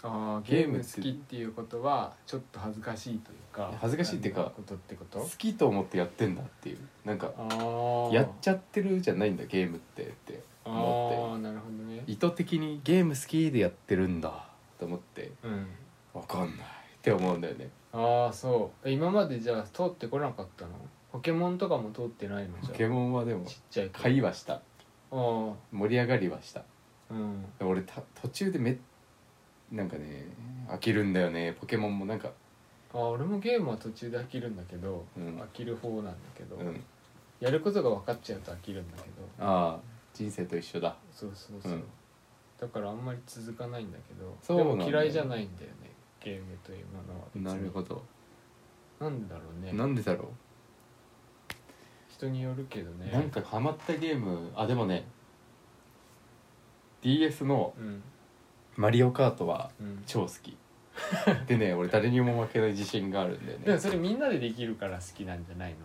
[SPEAKER 2] あー
[SPEAKER 1] ゲ
[SPEAKER 2] ゲ
[SPEAKER 1] ー
[SPEAKER 2] ー
[SPEAKER 1] ム
[SPEAKER 2] ム
[SPEAKER 1] って
[SPEAKER 2] 好きっていうことはちょっと恥ずかしいというか
[SPEAKER 1] 恥ずかしいっていうか
[SPEAKER 2] なんことってこ
[SPEAKER 1] 好
[SPEAKER 2] と
[SPEAKER 1] きと思ってやってんだっていうなんか
[SPEAKER 2] ああ
[SPEAKER 1] やっち
[SPEAKER 2] ゃ
[SPEAKER 1] ゃってるじゃないんだゲームってって
[SPEAKER 2] あ
[SPEAKER 1] 思
[SPEAKER 2] あなるほどね
[SPEAKER 1] 意図的にゲーム好きでやってるんだと思って
[SPEAKER 2] うん
[SPEAKER 1] 分かんないって思うんだよね
[SPEAKER 2] ああそうえ今までじゃあ通ってこなかったのポケモンとかも通ってないの
[SPEAKER 1] ポ
[SPEAKER 2] じゃあ
[SPEAKER 1] ケモンはでも
[SPEAKER 2] ちっちゃい頃
[SPEAKER 1] 会話した
[SPEAKER 2] あ
[SPEAKER 1] 盛り上がりはした
[SPEAKER 2] あうん
[SPEAKER 1] 俺た途中でめなんかね飽きるんだよねポケモンもなんか
[SPEAKER 2] あ俺もゲームは途中で飽きるんだけど、
[SPEAKER 1] うん
[SPEAKER 2] 飽きる方なんだけど、
[SPEAKER 1] うん
[SPEAKER 2] やることが分かっちゃうと飽きるんだけど
[SPEAKER 1] ああ人生と一緒だ
[SPEAKER 2] そうそうそう、
[SPEAKER 1] うん
[SPEAKER 2] だからあんまり続かないんだけど
[SPEAKER 1] そうなんだよ
[SPEAKER 2] でも嫌いじゃないんだよねゲームというものは別に
[SPEAKER 1] なるほど、
[SPEAKER 2] なんだろうね
[SPEAKER 1] なんでだろ
[SPEAKER 2] 人によるけど
[SPEAKER 1] う、
[SPEAKER 2] ね
[SPEAKER 1] なんかハマったゲームあでもね DS の
[SPEAKER 2] うん
[SPEAKER 1] 「マリオカート」は
[SPEAKER 2] うん
[SPEAKER 1] 超好き でね俺誰にも負けない自信があるんだよ
[SPEAKER 2] でも
[SPEAKER 1] ね
[SPEAKER 2] それみんなでできるから好きなんじゃないの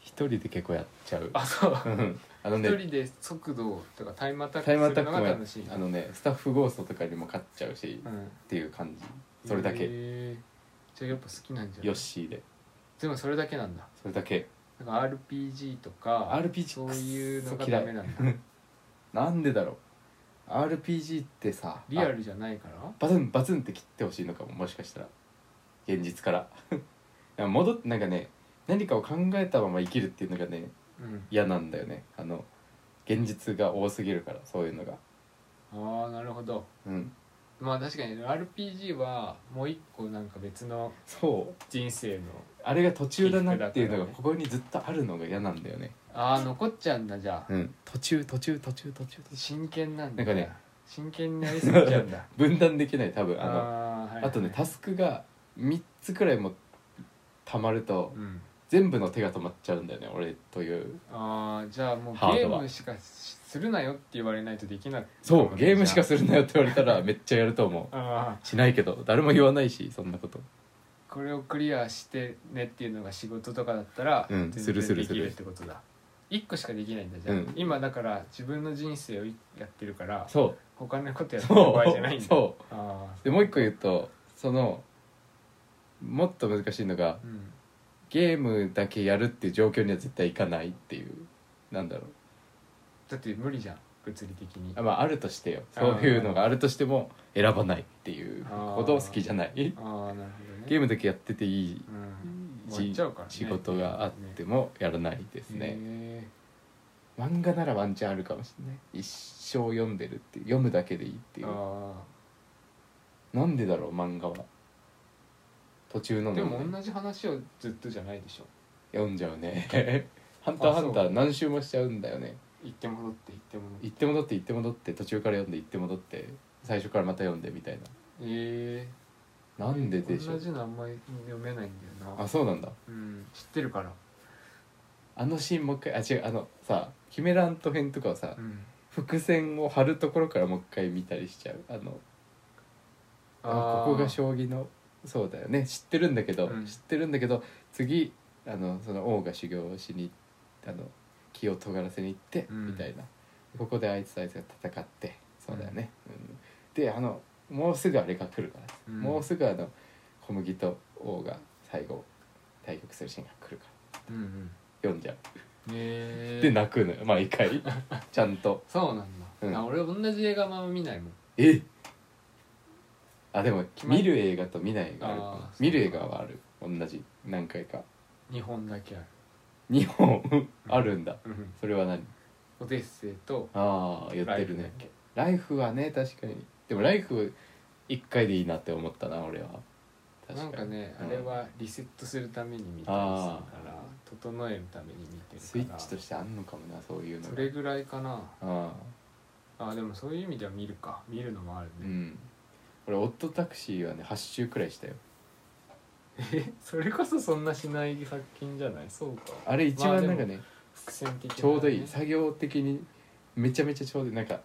[SPEAKER 1] 一人で結構やっちゃう
[SPEAKER 2] あそう
[SPEAKER 1] うんあの
[SPEAKER 2] 一
[SPEAKER 1] ね
[SPEAKER 2] 人で速度とかタイムアタックす
[SPEAKER 1] タイ
[SPEAKER 2] る
[SPEAKER 1] ムアタッ
[SPEAKER 2] の
[SPEAKER 1] ク
[SPEAKER 2] が
[SPEAKER 1] もや
[SPEAKER 2] 楽しい
[SPEAKER 1] あのねスタッフゴーストとかにも勝っちゃうし
[SPEAKER 2] う
[SPEAKER 1] っ
[SPEAKER 2] ん
[SPEAKER 1] ていう感じそれだ
[SPEAKER 2] へ
[SPEAKER 1] け
[SPEAKER 2] ーじゃあやっぱ好きなんじゃない
[SPEAKER 1] ヨッシーで
[SPEAKER 2] でもそれだけなんだ
[SPEAKER 1] それだけ
[SPEAKER 2] なんか RPG とか
[SPEAKER 1] RPG
[SPEAKER 2] そういうの
[SPEAKER 1] く
[SPEAKER 2] が
[SPEAKER 1] っそ嫌
[SPEAKER 2] ダ
[SPEAKER 1] い
[SPEAKER 2] メなんだ
[SPEAKER 1] なんでだろう RPG ってさ
[SPEAKER 2] リ
[SPEAKER 1] あ
[SPEAKER 2] アルじゃないから
[SPEAKER 1] バツンバツンって切ってほしいのかももしかしたら現実から いや戻ってなんかね何かを考えたまま生きるっていうのがね
[SPEAKER 2] うん
[SPEAKER 1] 嫌なんだよねあの現実が多すぎるからそういうのが
[SPEAKER 2] ああなるほど
[SPEAKER 1] うん
[SPEAKER 2] まあ確かに RPG はもう一個なんか別の
[SPEAKER 1] そう
[SPEAKER 2] 人生の
[SPEAKER 1] あれが途中だなっていうの
[SPEAKER 2] 起伏だから
[SPEAKER 1] が
[SPEAKER 2] ね
[SPEAKER 1] ここにずっとあるのが嫌なんだよね
[SPEAKER 2] ああ残っちゃうんだじゃあ
[SPEAKER 1] うん途中途中途中途中途中
[SPEAKER 2] 真剣なんだ
[SPEAKER 1] なんかね
[SPEAKER 2] 真剣になりすぎちゃうんだ
[SPEAKER 1] 分断できない多 分あのあ,、
[SPEAKER 2] あー、はい
[SPEAKER 1] とねタスクが3つくらいも溜まると
[SPEAKER 2] うん
[SPEAKER 1] 全部の手が止まっちゃうんだよね俺という
[SPEAKER 2] ああじゃあもうゲ
[SPEAKER 1] ハードは
[SPEAKER 2] ームしかするなよって言われないとできなく
[SPEAKER 1] そうゲームしか
[SPEAKER 2] る
[SPEAKER 1] するなよって言われたらめっちゃやると思う
[SPEAKER 2] ああ
[SPEAKER 1] しないけど誰も言わないしそんなこと
[SPEAKER 2] これをクリアしてねっていうのが仕事とかだったら
[SPEAKER 1] うん
[SPEAKER 2] 全
[SPEAKER 1] するす
[SPEAKER 2] 然
[SPEAKER 1] る
[SPEAKER 2] ですき
[SPEAKER 1] る
[SPEAKER 2] るってことだ一個しかできないんだじゃあ、
[SPEAKER 1] うん
[SPEAKER 2] 今だから自分の人生をやってるから
[SPEAKER 1] そ
[SPEAKER 2] 他のこと
[SPEAKER 1] う
[SPEAKER 2] やってる
[SPEAKER 1] そ
[SPEAKER 2] 場合じゃないうんだ
[SPEAKER 1] そ
[SPEAKER 2] あ
[SPEAKER 1] うでもう一個言うとそのもっと難しいのが
[SPEAKER 2] あうん
[SPEAKER 1] ゲームだけやるっていう状況には絶対いかないっていうなんだろう
[SPEAKER 2] だって無理じゃん物理的に
[SPEAKER 1] あ,、まあ、あるとしてよそういうのがあるとしても選ばないっていうことを好きじゃ ないゲ
[SPEAKER 2] ああなるほどね
[SPEAKER 1] ームだけやってていい
[SPEAKER 2] うん
[SPEAKER 1] じ
[SPEAKER 2] 終わっちゃうからね
[SPEAKER 1] 仕事があってもやらないですね
[SPEAKER 2] へ
[SPEAKER 1] 漫画ならワンチャンあるかもしれない一生読んでるっていう読むだけでいいって
[SPEAKER 2] え
[SPEAKER 1] いう
[SPEAKER 2] あ
[SPEAKER 1] なんでだろう漫画は途中の
[SPEAKER 2] あ
[SPEAKER 1] の
[SPEAKER 2] で
[SPEAKER 1] ね
[SPEAKER 2] も同じ話をずっとじゃないでしょ
[SPEAKER 1] 読んじゃうね 「ハンター
[SPEAKER 2] あ
[SPEAKER 1] ハ
[SPEAKER 2] そう
[SPEAKER 1] ンター」何周もしちゃうんだよね
[SPEAKER 2] 行って戻って行って戻って
[SPEAKER 1] 行って戻って行って戻って途中から読んで行って戻って最初からまた読んでみたい
[SPEAKER 2] え
[SPEAKER 1] ななんででしょ
[SPEAKER 2] 同
[SPEAKER 1] う
[SPEAKER 2] じのあんまり読めないんだよな
[SPEAKER 1] あそうなんだ
[SPEAKER 2] うん知ってるから
[SPEAKER 1] あのシーンもう一回あ違うあのさキメラント編とかはさ
[SPEAKER 2] うん
[SPEAKER 1] 伏線を張るところからもう一回見たりしちゃうあのあここが将棋のそうだよね知ってるんだけど、
[SPEAKER 2] うん
[SPEAKER 1] 知ってるんだけど次あのその王が修行をしにあの気を尖らせに行って、
[SPEAKER 2] うん
[SPEAKER 1] みたいなここであいつとあいつが戦ってそうだよね、うんであのもうすぐあれが来るから、
[SPEAKER 2] うん
[SPEAKER 1] もうすぐあの小麦と王が最後対局するシーンが来るから
[SPEAKER 2] うんうん
[SPEAKER 1] 読んじゃう、
[SPEAKER 2] ええ
[SPEAKER 1] で泣くのよ毎 回ちゃんと
[SPEAKER 2] そうなんだ、
[SPEAKER 1] うん
[SPEAKER 2] あ俺同じ映画あんま見ないもん
[SPEAKER 1] えあでも見る映画と見ない映画あるかも
[SPEAKER 2] あー
[SPEAKER 1] 見る映画はある同じ何回か
[SPEAKER 2] 日本だけある
[SPEAKER 1] 2本あるんだ
[SPEAKER 2] うん
[SPEAKER 1] それは何
[SPEAKER 2] オデッセイと
[SPEAKER 1] ああ言っ
[SPEAKER 2] ラ
[SPEAKER 1] て
[SPEAKER 2] イブ
[SPEAKER 1] る
[SPEAKER 2] だ
[SPEAKER 1] ね
[SPEAKER 2] け
[SPEAKER 1] ライフはね確かにでもライフ1回でいいなって思ったな俺は確か
[SPEAKER 2] な
[SPEAKER 1] に
[SPEAKER 2] んかね、
[SPEAKER 1] うん
[SPEAKER 2] あれはリセットするために見たりするから整えるために見てるから
[SPEAKER 1] スイッチとしてあんのかもなそういうの
[SPEAKER 2] それぐらいかな
[SPEAKER 1] あ
[SPEAKER 2] あでもそういう意味では見るか見るのもある
[SPEAKER 1] あう
[SPEAKER 2] ね、
[SPEAKER 1] ん俺オットタクシーはね8周くらいしたよ
[SPEAKER 2] えそれこそそんなしない作品じゃないそうか
[SPEAKER 1] あれ一
[SPEAKER 2] まあ
[SPEAKER 1] 番
[SPEAKER 2] で
[SPEAKER 1] な
[SPEAKER 2] も
[SPEAKER 1] んかね
[SPEAKER 2] 伏線的な、ね、
[SPEAKER 1] ちょうどいい作業的にめちゃめちゃちょうどいいなんか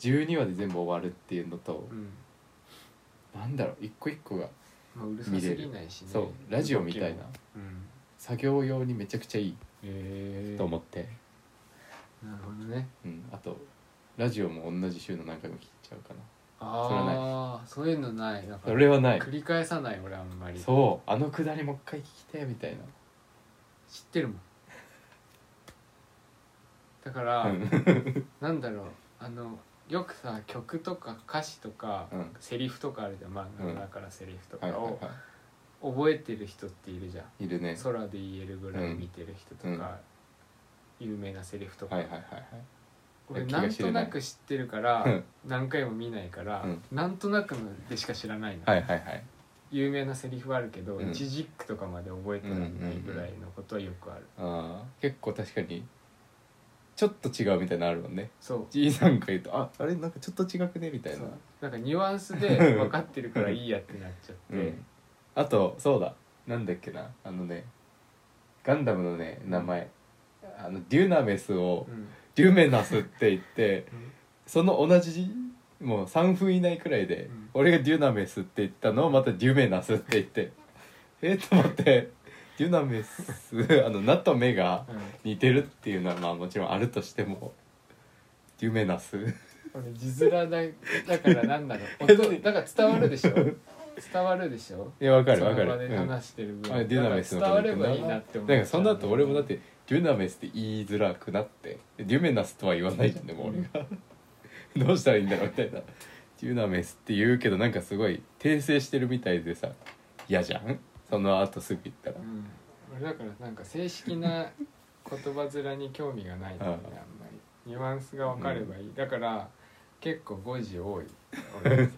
[SPEAKER 1] 12話で全部終わるっていうのと
[SPEAKER 2] う、ん、
[SPEAKER 1] なんだろう一個一個が、
[SPEAKER 2] まあ、うるさすぎないしね
[SPEAKER 1] そうラジオみたいな
[SPEAKER 2] うん
[SPEAKER 1] 作業用にめちゃくちゃいい
[SPEAKER 2] ええ
[SPEAKER 1] と思って、
[SPEAKER 2] なるほどね
[SPEAKER 1] うん、あとラジオも同じ週の何回も聞いちゃうかな
[SPEAKER 2] ああそういうのないだから
[SPEAKER 1] それはない
[SPEAKER 2] 繰り返さない俺あんまり知っ
[SPEAKER 1] そうあのくだりもう一回聞きてみたい
[SPEAKER 2] てるもんだから、
[SPEAKER 1] なうん
[SPEAKER 2] なんだろうあのよくさ曲とか歌詞とか、
[SPEAKER 1] うん
[SPEAKER 2] セリフとかあるじゃん漫画の中からセリフとか
[SPEAKER 1] はいはい
[SPEAKER 2] を
[SPEAKER 1] は
[SPEAKER 2] 覚えてる人っているじゃん、
[SPEAKER 1] いいるね
[SPEAKER 2] 空で言えるぐらい見てる人とか、有名なセリフとか、
[SPEAKER 1] はいはいはい
[SPEAKER 2] 俺
[SPEAKER 1] 気が
[SPEAKER 2] なん
[SPEAKER 1] 知
[SPEAKER 2] と
[SPEAKER 1] れない
[SPEAKER 2] なく知ってるから
[SPEAKER 1] うん
[SPEAKER 2] 何回も見ないから、
[SPEAKER 1] うん
[SPEAKER 2] なんとなくのでしか知らないの、
[SPEAKER 1] はいはいはいはい
[SPEAKER 2] 有名なセリフはあるけど、
[SPEAKER 1] うん
[SPEAKER 2] 一字一句とかまで覚えてられないぐらいのことはよくある、
[SPEAKER 1] あー結構確かにちょっと違うみたいなのあるもんね
[SPEAKER 2] そう
[SPEAKER 1] じいさんが言うと「ああれなんかちょっと違くね」みたい
[SPEAKER 2] そ
[SPEAKER 1] な
[SPEAKER 2] うなんかニュアン スで分かってるからいいやってなっちゃって、
[SPEAKER 1] うん、あとそうだなんだっけなあのねガンダムのね名前あのデュナメスを
[SPEAKER 2] うん
[SPEAKER 1] デュメナスって言って
[SPEAKER 2] うん
[SPEAKER 1] その同じもう3分以内くらいで、
[SPEAKER 2] うん
[SPEAKER 1] 俺がデュナメスって言ったのをまたデュメナスって言って えっと思ってデュナメス あの「な」と「目」が似てるっていうのはまあもちろんあるとしてもデュメナス
[SPEAKER 2] 俺字面だだからなんだろう
[SPEAKER 1] え
[SPEAKER 2] 音だから伝わるでしょ伝わるでしょ
[SPEAKER 1] いやわかるわ
[SPEAKER 2] そ
[SPEAKER 1] か
[SPEAKER 2] の場
[SPEAKER 1] る、
[SPEAKER 2] で
[SPEAKER 1] うん
[SPEAKER 2] 話してる分、
[SPEAKER 1] あデュナメス
[SPEAKER 2] 伝
[SPEAKER 1] の
[SPEAKER 2] わ
[SPEAKER 1] こと
[SPEAKER 2] れ
[SPEAKER 1] 言ってん
[SPEAKER 2] ば
[SPEAKER 1] だ
[SPEAKER 2] いいなって思っ
[SPEAKER 1] なんかその後俺もだってデュナメスって言いづらくなってデュメナスとは言わないじゃんでも俺が どうしたらいいんだろうみたいなデュナメスって言うけどなんかすごい訂正してるみたいでさ嫌じゃんその後すぐ言ったら
[SPEAKER 2] うん、俺だからなんか正式な言葉面に興味がないんだよねあんまりニュアンスが分かればいい、だから結構誤字多い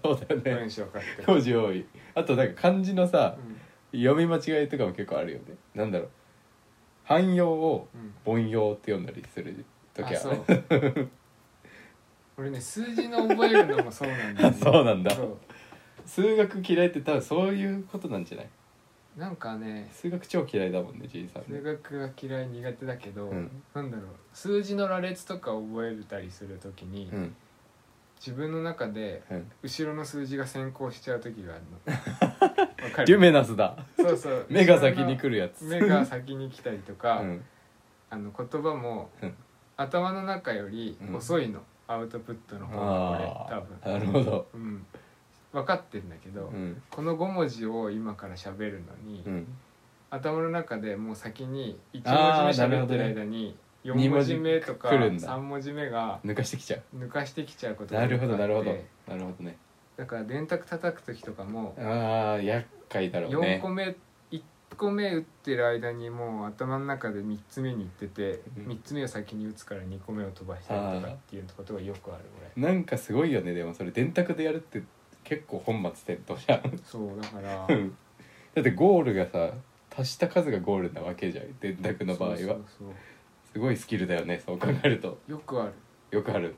[SPEAKER 1] そうだ
[SPEAKER 2] 俺文
[SPEAKER 1] ね
[SPEAKER 2] 章書くとき
[SPEAKER 1] 当時多いあとなんか漢字のさ
[SPEAKER 2] うん
[SPEAKER 1] 読み間違いとかも結構あるよねなんだろう汎用を
[SPEAKER 2] うん
[SPEAKER 1] 凡用って読んだりする時
[SPEAKER 2] あ
[SPEAKER 1] は
[SPEAKER 2] そう 俺ね数字の覚えるのもそうなんだよ ね
[SPEAKER 1] そうなんだ
[SPEAKER 2] そう
[SPEAKER 1] 数学嫌いって多分そういうことなんじゃない
[SPEAKER 2] なんかね
[SPEAKER 1] 数学超嫌いだもんねじいさんね
[SPEAKER 2] 数学が嫌い苦手だけど、
[SPEAKER 1] うん
[SPEAKER 2] なんだろう数字の羅列とか覚えたりするときに、
[SPEAKER 1] うん
[SPEAKER 2] 自分の中で
[SPEAKER 1] うん
[SPEAKER 2] 後ろの数字が先行しちゃう時がある のわか
[SPEAKER 1] デュ
[SPEAKER 2] る
[SPEAKER 1] メナスだ
[SPEAKER 2] そうそう
[SPEAKER 1] 目が先に来るやつ
[SPEAKER 2] 目が先に来たりとか、
[SPEAKER 1] うん
[SPEAKER 2] あの言葉も
[SPEAKER 1] うん
[SPEAKER 2] 頭の中より遅いの、アウトプットの方が
[SPEAKER 1] あ
[SPEAKER 2] これ多
[SPEAKER 1] あ
[SPEAKER 2] 分
[SPEAKER 1] なるほど
[SPEAKER 2] うん分かってんだけ
[SPEAKER 1] う
[SPEAKER 2] ど、
[SPEAKER 1] ん
[SPEAKER 2] この5文字を今から喋るのに、
[SPEAKER 1] うん
[SPEAKER 2] 頭の中でもう先に1
[SPEAKER 1] あー
[SPEAKER 2] 文字目喋ってる間に4
[SPEAKER 1] ね
[SPEAKER 2] 文字目とか
[SPEAKER 1] 二文字来るんだ
[SPEAKER 2] 3文字目が
[SPEAKER 1] 抜かしてきちゃう
[SPEAKER 2] 抜かしてきちゃうことが
[SPEAKER 1] な
[SPEAKER 2] よく
[SPEAKER 1] る
[SPEAKER 2] あって
[SPEAKER 1] ほどなるほどなるほどね
[SPEAKER 2] だから電卓叩く時とかも
[SPEAKER 1] ああ厄介だろう
[SPEAKER 2] 4
[SPEAKER 1] ね
[SPEAKER 2] 個目1個目打ってる間にもう頭の中で3つ目に行ってて
[SPEAKER 1] うん
[SPEAKER 2] 3つ目を先に打つから2個目を飛ばしたりとかっていうことがよくある
[SPEAKER 1] なんかすごいよねでもそれ電卓でやるって結構本末転倒じゃん
[SPEAKER 2] 俺そうだから
[SPEAKER 1] うんだってゴールがさ足した数がゴールなわけじゃん電卓 の場合は
[SPEAKER 2] そうそうそう
[SPEAKER 1] すごいスキルだよねそう考えると
[SPEAKER 2] よくある
[SPEAKER 1] よくある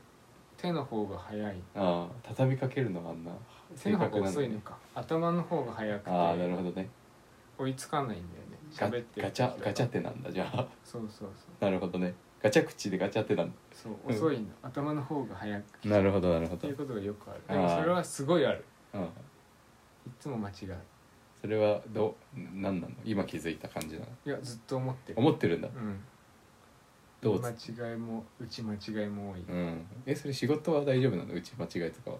[SPEAKER 2] 手の方が早い
[SPEAKER 1] ああ畳みかけるのがあんな
[SPEAKER 2] 手の方が遅
[SPEAKER 1] 正確な
[SPEAKER 2] いの
[SPEAKER 1] ね
[SPEAKER 2] か頭の方が早くて
[SPEAKER 1] ああなるほどね
[SPEAKER 2] 追いつかないんだ
[SPEAKER 1] ガ
[SPEAKER 2] よね喋ってる
[SPEAKER 1] ガチ
[SPEAKER 2] 時とか
[SPEAKER 1] ャガチャってなんだじゃあ
[SPEAKER 2] そうそう
[SPEAKER 1] なるほどねガチャ口でガチャってなんだ
[SPEAKER 2] そうそう
[SPEAKER 1] うん
[SPEAKER 2] 遅いの、頭の方が早くっ
[SPEAKER 1] なるほどなるほ
[SPEAKER 2] て
[SPEAKER 1] ど、
[SPEAKER 2] いううことがよくある
[SPEAKER 1] あー
[SPEAKER 2] でもそれはすごいある
[SPEAKER 1] ん、
[SPEAKER 2] いつも間違う
[SPEAKER 1] それはどうなんなの今気づいた感じなの
[SPEAKER 2] いやずっと思ってる
[SPEAKER 1] 思ってるんだ
[SPEAKER 2] うん
[SPEAKER 1] どう
[SPEAKER 2] 間違いもうち間違いも多い、
[SPEAKER 1] うんえそれ仕事は大丈夫なのうち間違いとかは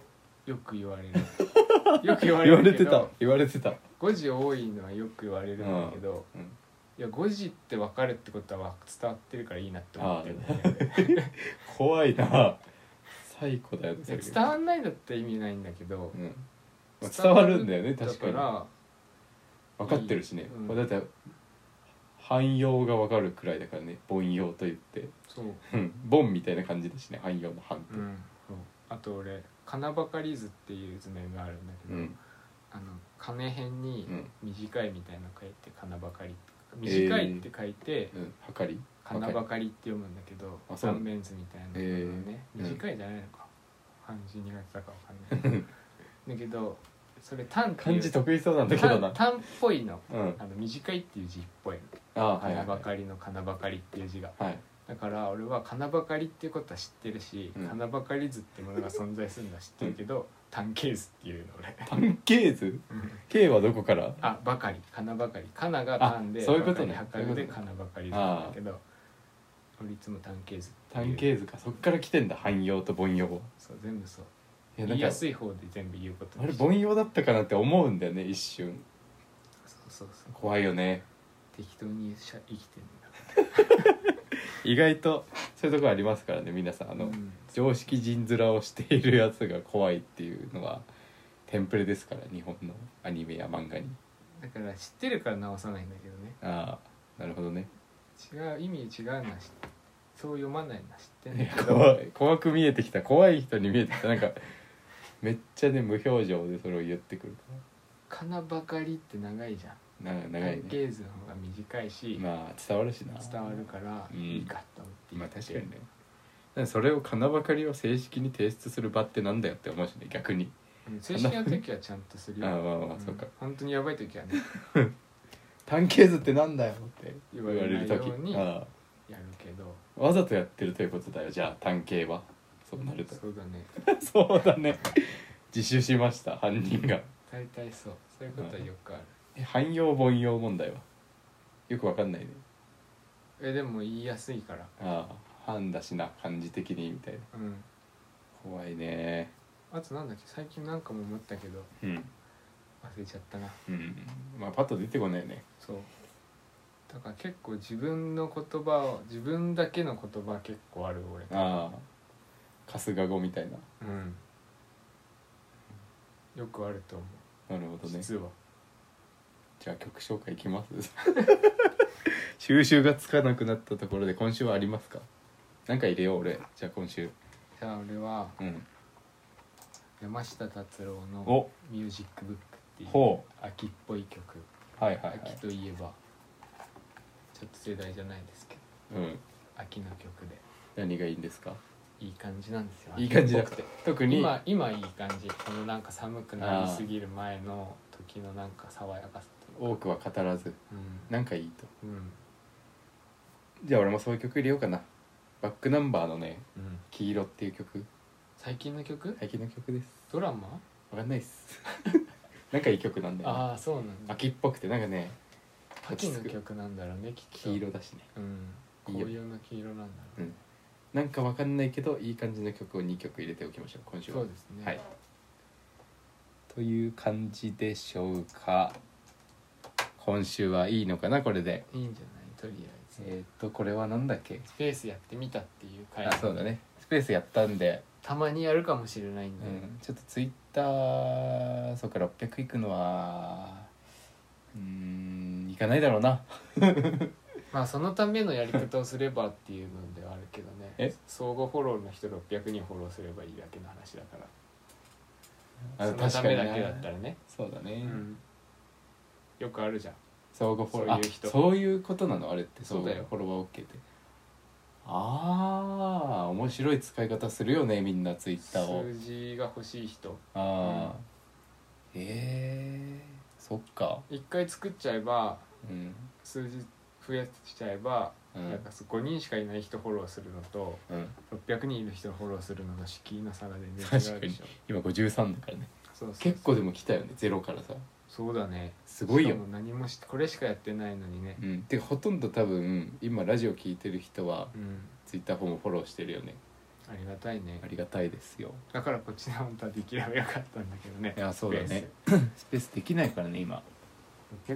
[SPEAKER 2] よく言われる よく言われ
[SPEAKER 1] 言われ
[SPEAKER 2] るけ
[SPEAKER 1] てた
[SPEAKER 2] ど
[SPEAKER 1] 言われてた
[SPEAKER 2] 5時多いのはよく言われるんだけど、
[SPEAKER 1] うん
[SPEAKER 2] いや5時って分かるってことは伝わってるからいいなって思ってるんだよね
[SPEAKER 1] 怖いな最古だよね
[SPEAKER 2] いや
[SPEAKER 1] それ
[SPEAKER 2] 伝わんないだって意味ないんだけど、
[SPEAKER 1] うんまあ伝わるんだよね確かに
[SPEAKER 2] だから
[SPEAKER 1] 分かってるしね、
[SPEAKER 2] うん
[SPEAKER 1] まあだって汎用が分かるくらいだからね凡用と言って
[SPEAKER 2] そう
[SPEAKER 1] うん凡みたいな感じだしね汎用の汎って
[SPEAKER 2] うん、あと俺「金ばかり図」っていう図面があるんだけど、
[SPEAKER 1] うん
[SPEAKER 2] あの金辺に
[SPEAKER 1] うん
[SPEAKER 2] 「短い」みたいなの書いて「金ばかり」
[SPEAKER 1] えー
[SPEAKER 2] 短いって書いて
[SPEAKER 1] うんはかり
[SPEAKER 2] 「金ばかり」って読むんだけど
[SPEAKER 1] あそう
[SPEAKER 2] 断面図みたいなのがね、
[SPEAKER 1] えーうん
[SPEAKER 2] 短いじゃないのか漢字苦手だかわかんないだけどそれ単ってい
[SPEAKER 1] 漢
[SPEAKER 2] う
[SPEAKER 1] 字得意そうなんだけど
[SPEAKER 2] 単
[SPEAKER 1] な
[SPEAKER 2] 単っぽいの
[SPEAKER 1] うん
[SPEAKER 2] あの短いっていう字っぽいの
[SPEAKER 1] ああ
[SPEAKER 2] 「
[SPEAKER 1] はいは
[SPEAKER 2] 金
[SPEAKER 1] い
[SPEAKER 2] ばかり」の「金ばかり」っていう字が
[SPEAKER 1] はい
[SPEAKER 2] だから俺は金ばかりっていうことは知ってるし、
[SPEAKER 1] うん
[SPEAKER 2] 金ばかり図ってものが存在するのは知ってるけど、単形図っていうの俺
[SPEAKER 1] 単形図 K はどこから
[SPEAKER 2] あばかり金ばかり金が単で
[SPEAKER 1] あそういうことね
[SPEAKER 2] ばかりはかるで
[SPEAKER 1] そう
[SPEAKER 2] 金ばかり図なんだけど俺いつも単形図っていう
[SPEAKER 1] 単形図かそっから来てんだ汎用と凡用
[SPEAKER 2] そう全部そう
[SPEAKER 1] いやな
[SPEAKER 2] 言
[SPEAKER 1] ん
[SPEAKER 2] い
[SPEAKER 1] か
[SPEAKER 2] やすい方で全部言うこと
[SPEAKER 1] あれ
[SPEAKER 2] そう
[SPEAKER 1] 凡用だったかなって思うんだよね一瞬
[SPEAKER 2] そうそう
[SPEAKER 1] 怖いよね
[SPEAKER 2] 適当にしゃ生きてるんだ
[SPEAKER 1] 意外とそういうとこありますからね皆さんあの、
[SPEAKER 2] うん
[SPEAKER 1] 常識人面をしているやつが怖いっていうのはテンプレですから日本のアニメや漫画に
[SPEAKER 2] だから知ってるから直さないんだけどね
[SPEAKER 1] ああなるほどね
[SPEAKER 2] 違う意味違うなしそう読まないな知 ってん
[SPEAKER 1] い
[SPEAKER 2] だ
[SPEAKER 1] や
[SPEAKER 2] けど
[SPEAKER 1] 怖い怖く見えてきた怖い人に見えてきたなんかめっちゃね無表情でそれを言ってくるか
[SPEAKER 2] 金ばかりって長いじゃん
[SPEAKER 1] な長い
[SPEAKER 2] 関
[SPEAKER 1] ね
[SPEAKER 2] 係図の方が短いし、
[SPEAKER 1] まあ伝わるしな
[SPEAKER 2] 伝わるから
[SPEAKER 1] うん
[SPEAKER 2] いいかと思って
[SPEAKER 1] まあ
[SPEAKER 2] 言っ
[SPEAKER 1] 確
[SPEAKER 2] て
[SPEAKER 1] かにねだからそれを金ばかりを正式に提出する場ってなんだよって思うしね逆に
[SPEAKER 2] うん正式な時はちゃんとす
[SPEAKER 1] あ
[SPEAKER 2] る
[SPEAKER 1] あ
[SPEAKER 2] よ
[SPEAKER 1] まあまあ、
[SPEAKER 2] うん
[SPEAKER 1] そうか
[SPEAKER 2] 本当にやばい時はね
[SPEAKER 1] 探検図ってなんだよって言
[SPEAKER 2] 言わ
[SPEAKER 1] わ
[SPEAKER 2] れ
[SPEAKER 1] れ
[SPEAKER 2] る
[SPEAKER 1] る時
[SPEAKER 2] ようにや
[SPEAKER 1] あ
[SPEAKER 2] るけど
[SPEAKER 1] あわざとやってるということだよじゃあ探検はそうなると
[SPEAKER 2] そうだね
[SPEAKER 1] そうだね自首しました犯人が
[SPEAKER 2] 大体そうそういうことはよくある
[SPEAKER 1] え汎用凡用問題はよくわかんないね
[SPEAKER 2] えでも言いやすいから
[SPEAKER 1] ああ半だしな感じ的にみたいな
[SPEAKER 2] うん
[SPEAKER 1] 怖いね
[SPEAKER 2] あとなんだっけ最近なんかも思ったけど
[SPEAKER 1] うん
[SPEAKER 2] 忘れちゃったな
[SPEAKER 1] うんまあパッと出てこないね
[SPEAKER 2] そうだから結構自分の言葉を自分だけの言葉結構ある俺
[SPEAKER 1] ああ春日語みたいな
[SPEAKER 2] うんよくあると思
[SPEAKER 1] なる
[SPEAKER 2] う
[SPEAKER 1] ほどね
[SPEAKER 2] 実は
[SPEAKER 1] じゃあ曲紹介いきます 収集がつかなくなったところで今週はありますかなんか入れよう俺じゃあ今週
[SPEAKER 2] じゃあ俺は
[SPEAKER 1] うん
[SPEAKER 2] 山下達郎の
[SPEAKER 1] お
[SPEAKER 2] 「ミュージックブック」っていう
[SPEAKER 1] ほ
[SPEAKER 2] 秋っぽい曲
[SPEAKER 1] うはいはいはい
[SPEAKER 2] 秋といえばちょっと世代じゃないですけど
[SPEAKER 1] うん
[SPEAKER 2] 秋の曲で
[SPEAKER 1] 何がいいんですか
[SPEAKER 2] いい感じなんですよ
[SPEAKER 1] いい感じな
[SPEAKER 2] 秋っぽ
[SPEAKER 1] くて特
[SPEAKER 2] くて
[SPEAKER 1] に
[SPEAKER 2] 今今いい感じこのなんか寒くなりすぎる前の時のなんか爽やかさという
[SPEAKER 1] 多
[SPEAKER 2] か
[SPEAKER 1] くは語らず
[SPEAKER 2] うん、
[SPEAKER 1] なんかいいと
[SPEAKER 2] うん
[SPEAKER 1] じゃあ俺もそういう曲入れようかなバックナンバーのね
[SPEAKER 2] うん、
[SPEAKER 1] 「黄色」っていう曲
[SPEAKER 2] 最近の曲、
[SPEAKER 1] 最近の曲です
[SPEAKER 2] ドラマ
[SPEAKER 1] わかんないっす なんかいい曲なんだよね、
[SPEAKER 2] ああそうなんだ
[SPEAKER 1] 秋っぽくてなんかね
[SPEAKER 2] 秋の
[SPEAKER 1] 落ち着く
[SPEAKER 2] 曲なんだろうねきっと
[SPEAKER 1] 黄色だしね
[SPEAKER 2] うん
[SPEAKER 1] いいよ
[SPEAKER 2] 紅葉の黄色なんだろうね、
[SPEAKER 1] なんかわかんないけどいい感じの曲を2曲入れておきましょう今週は
[SPEAKER 2] そうですね、
[SPEAKER 1] はいという感じでしょうか今週はいいのかなこれで
[SPEAKER 2] いいんじゃないとりあえず、
[SPEAKER 1] えーっとこれはなんだっけ
[SPEAKER 2] スペースやってみたっていう回
[SPEAKER 1] あそうだねスペースやったんで、
[SPEAKER 2] たまにやるかもしれないん
[SPEAKER 1] う
[SPEAKER 2] で、
[SPEAKER 1] ん、ちょっとツイッターそうか600いくのはうーんいかないだろうな
[SPEAKER 2] まあそのためのやり方をすればっていうのではあるけど
[SPEAKER 1] え
[SPEAKER 2] ね相互フォローの人600人フォローすればいいだけの話だから
[SPEAKER 1] あ
[SPEAKER 2] そのため
[SPEAKER 1] な
[SPEAKER 2] だけだったらね、
[SPEAKER 1] そうだね、
[SPEAKER 2] うんよくあるじゃん
[SPEAKER 1] 相互フォロー
[SPEAKER 2] そういう人
[SPEAKER 1] あそういうことなのあれって
[SPEAKER 2] そうだよ
[SPEAKER 1] 相互フォロワー OK ってああ面白い使い方するよねみんなツイッターを
[SPEAKER 2] 数字が欲しい人
[SPEAKER 1] ああ、えー、そっか
[SPEAKER 2] 一回作っちゃえば
[SPEAKER 1] うん、
[SPEAKER 2] 数字増やしちゃえば、
[SPEAKER 1] うん
[SPEAKER 2] なんかそ5人しかいない人フォローするのと
[SPEAKER 1] うん、
[SPEAKER 2] 600人いる人フォローするのの敷居の差が全
[SPEAKER 1] 確
[SPEAKER 2] 然違
[SPEAKER 1] か
[SPEAKER 2] うで
[SPEAKER 1] に
[SPEAKER 2] しょ
[SPEAKER 1] 今53だからね
[SPEAKER 2] そうそうそう
[SPEAKER 1] 結構でも来たよねゼロからさ
[SPEAKER 2] そうだね
[SPEAKER 1] すごいよ
[SPEAKER 2] しかも何もしこれしかやってないのにね
[SPEAKER 1] うんてかほとんど多分今ラジオ聞いてる人は
[SPEAKER 2] うん、
[SPEAKER 1] ツイッターもフォローしてるよね
[SPEAKER 2] ありがたいね
[SPEAKER 1] ありがたいですよ
[SPEAKER 2] だからこっちで本当はできればよかったんだけどね
[SPEAKER 1] いやそうだねスペースできないからね今
[SPEAKER 2] スペース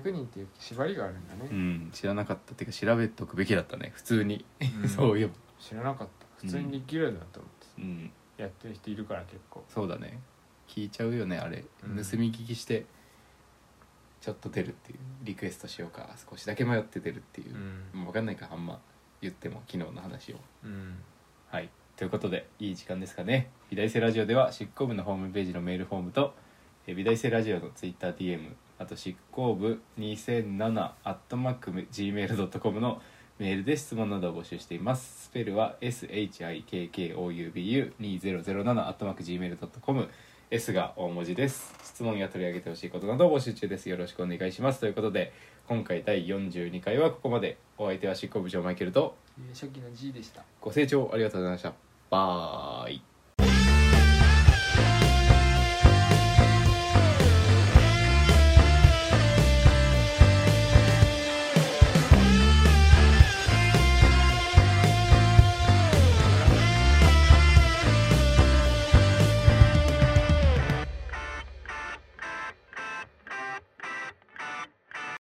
[SPEAKER 2] 600人っていう縛りがあるんだ
[SPEAKER 1] う
[SPEAKER 2] ね、
[SPEAKER 1] ん知らなかったてか調べとくべきだったね普通に、
[SPEAKER 2] うん
[SPEAKER 1] そういえば
[SPEAKER 2] 知らなかった普通にできるんだと思ってた、
[SPEAKER 1] うん
[SPEAKER 2] やってる人いるから結構
[SPEAKER 1] そうだね聞いちゃうよねあれ、
[SPEAKER 2] うん
[SPEAKER 1] 盗み聞きしてちょっと出るっていうリクエストしようか少しだけ迷って出るっていう
[SPEAKER 2] う、ん、
[SPEAKER 1] もう分かんないからあんま言っても昨日の話を
[SPEAKER 2] うん、
[SPEAKER 1] はいということでいい時間ですかね美大生ラジオでは執行部のホームページのメールフォームとえー美大生ラジオの TwitterDM あと執行部 2007-gmail.com のメールで質問などを募集していますスペルは shikkubu2007-gmail.com S が大文字です質問や取り上げてほしいことなどを募集中ですよろしくお願いしますということで今回第42回はここまでお相手は執行部長マイケルと
[SPEAKER 2] 初期の G でした
[SPEAKER 1] ご清聴ありがとうございました。バイ。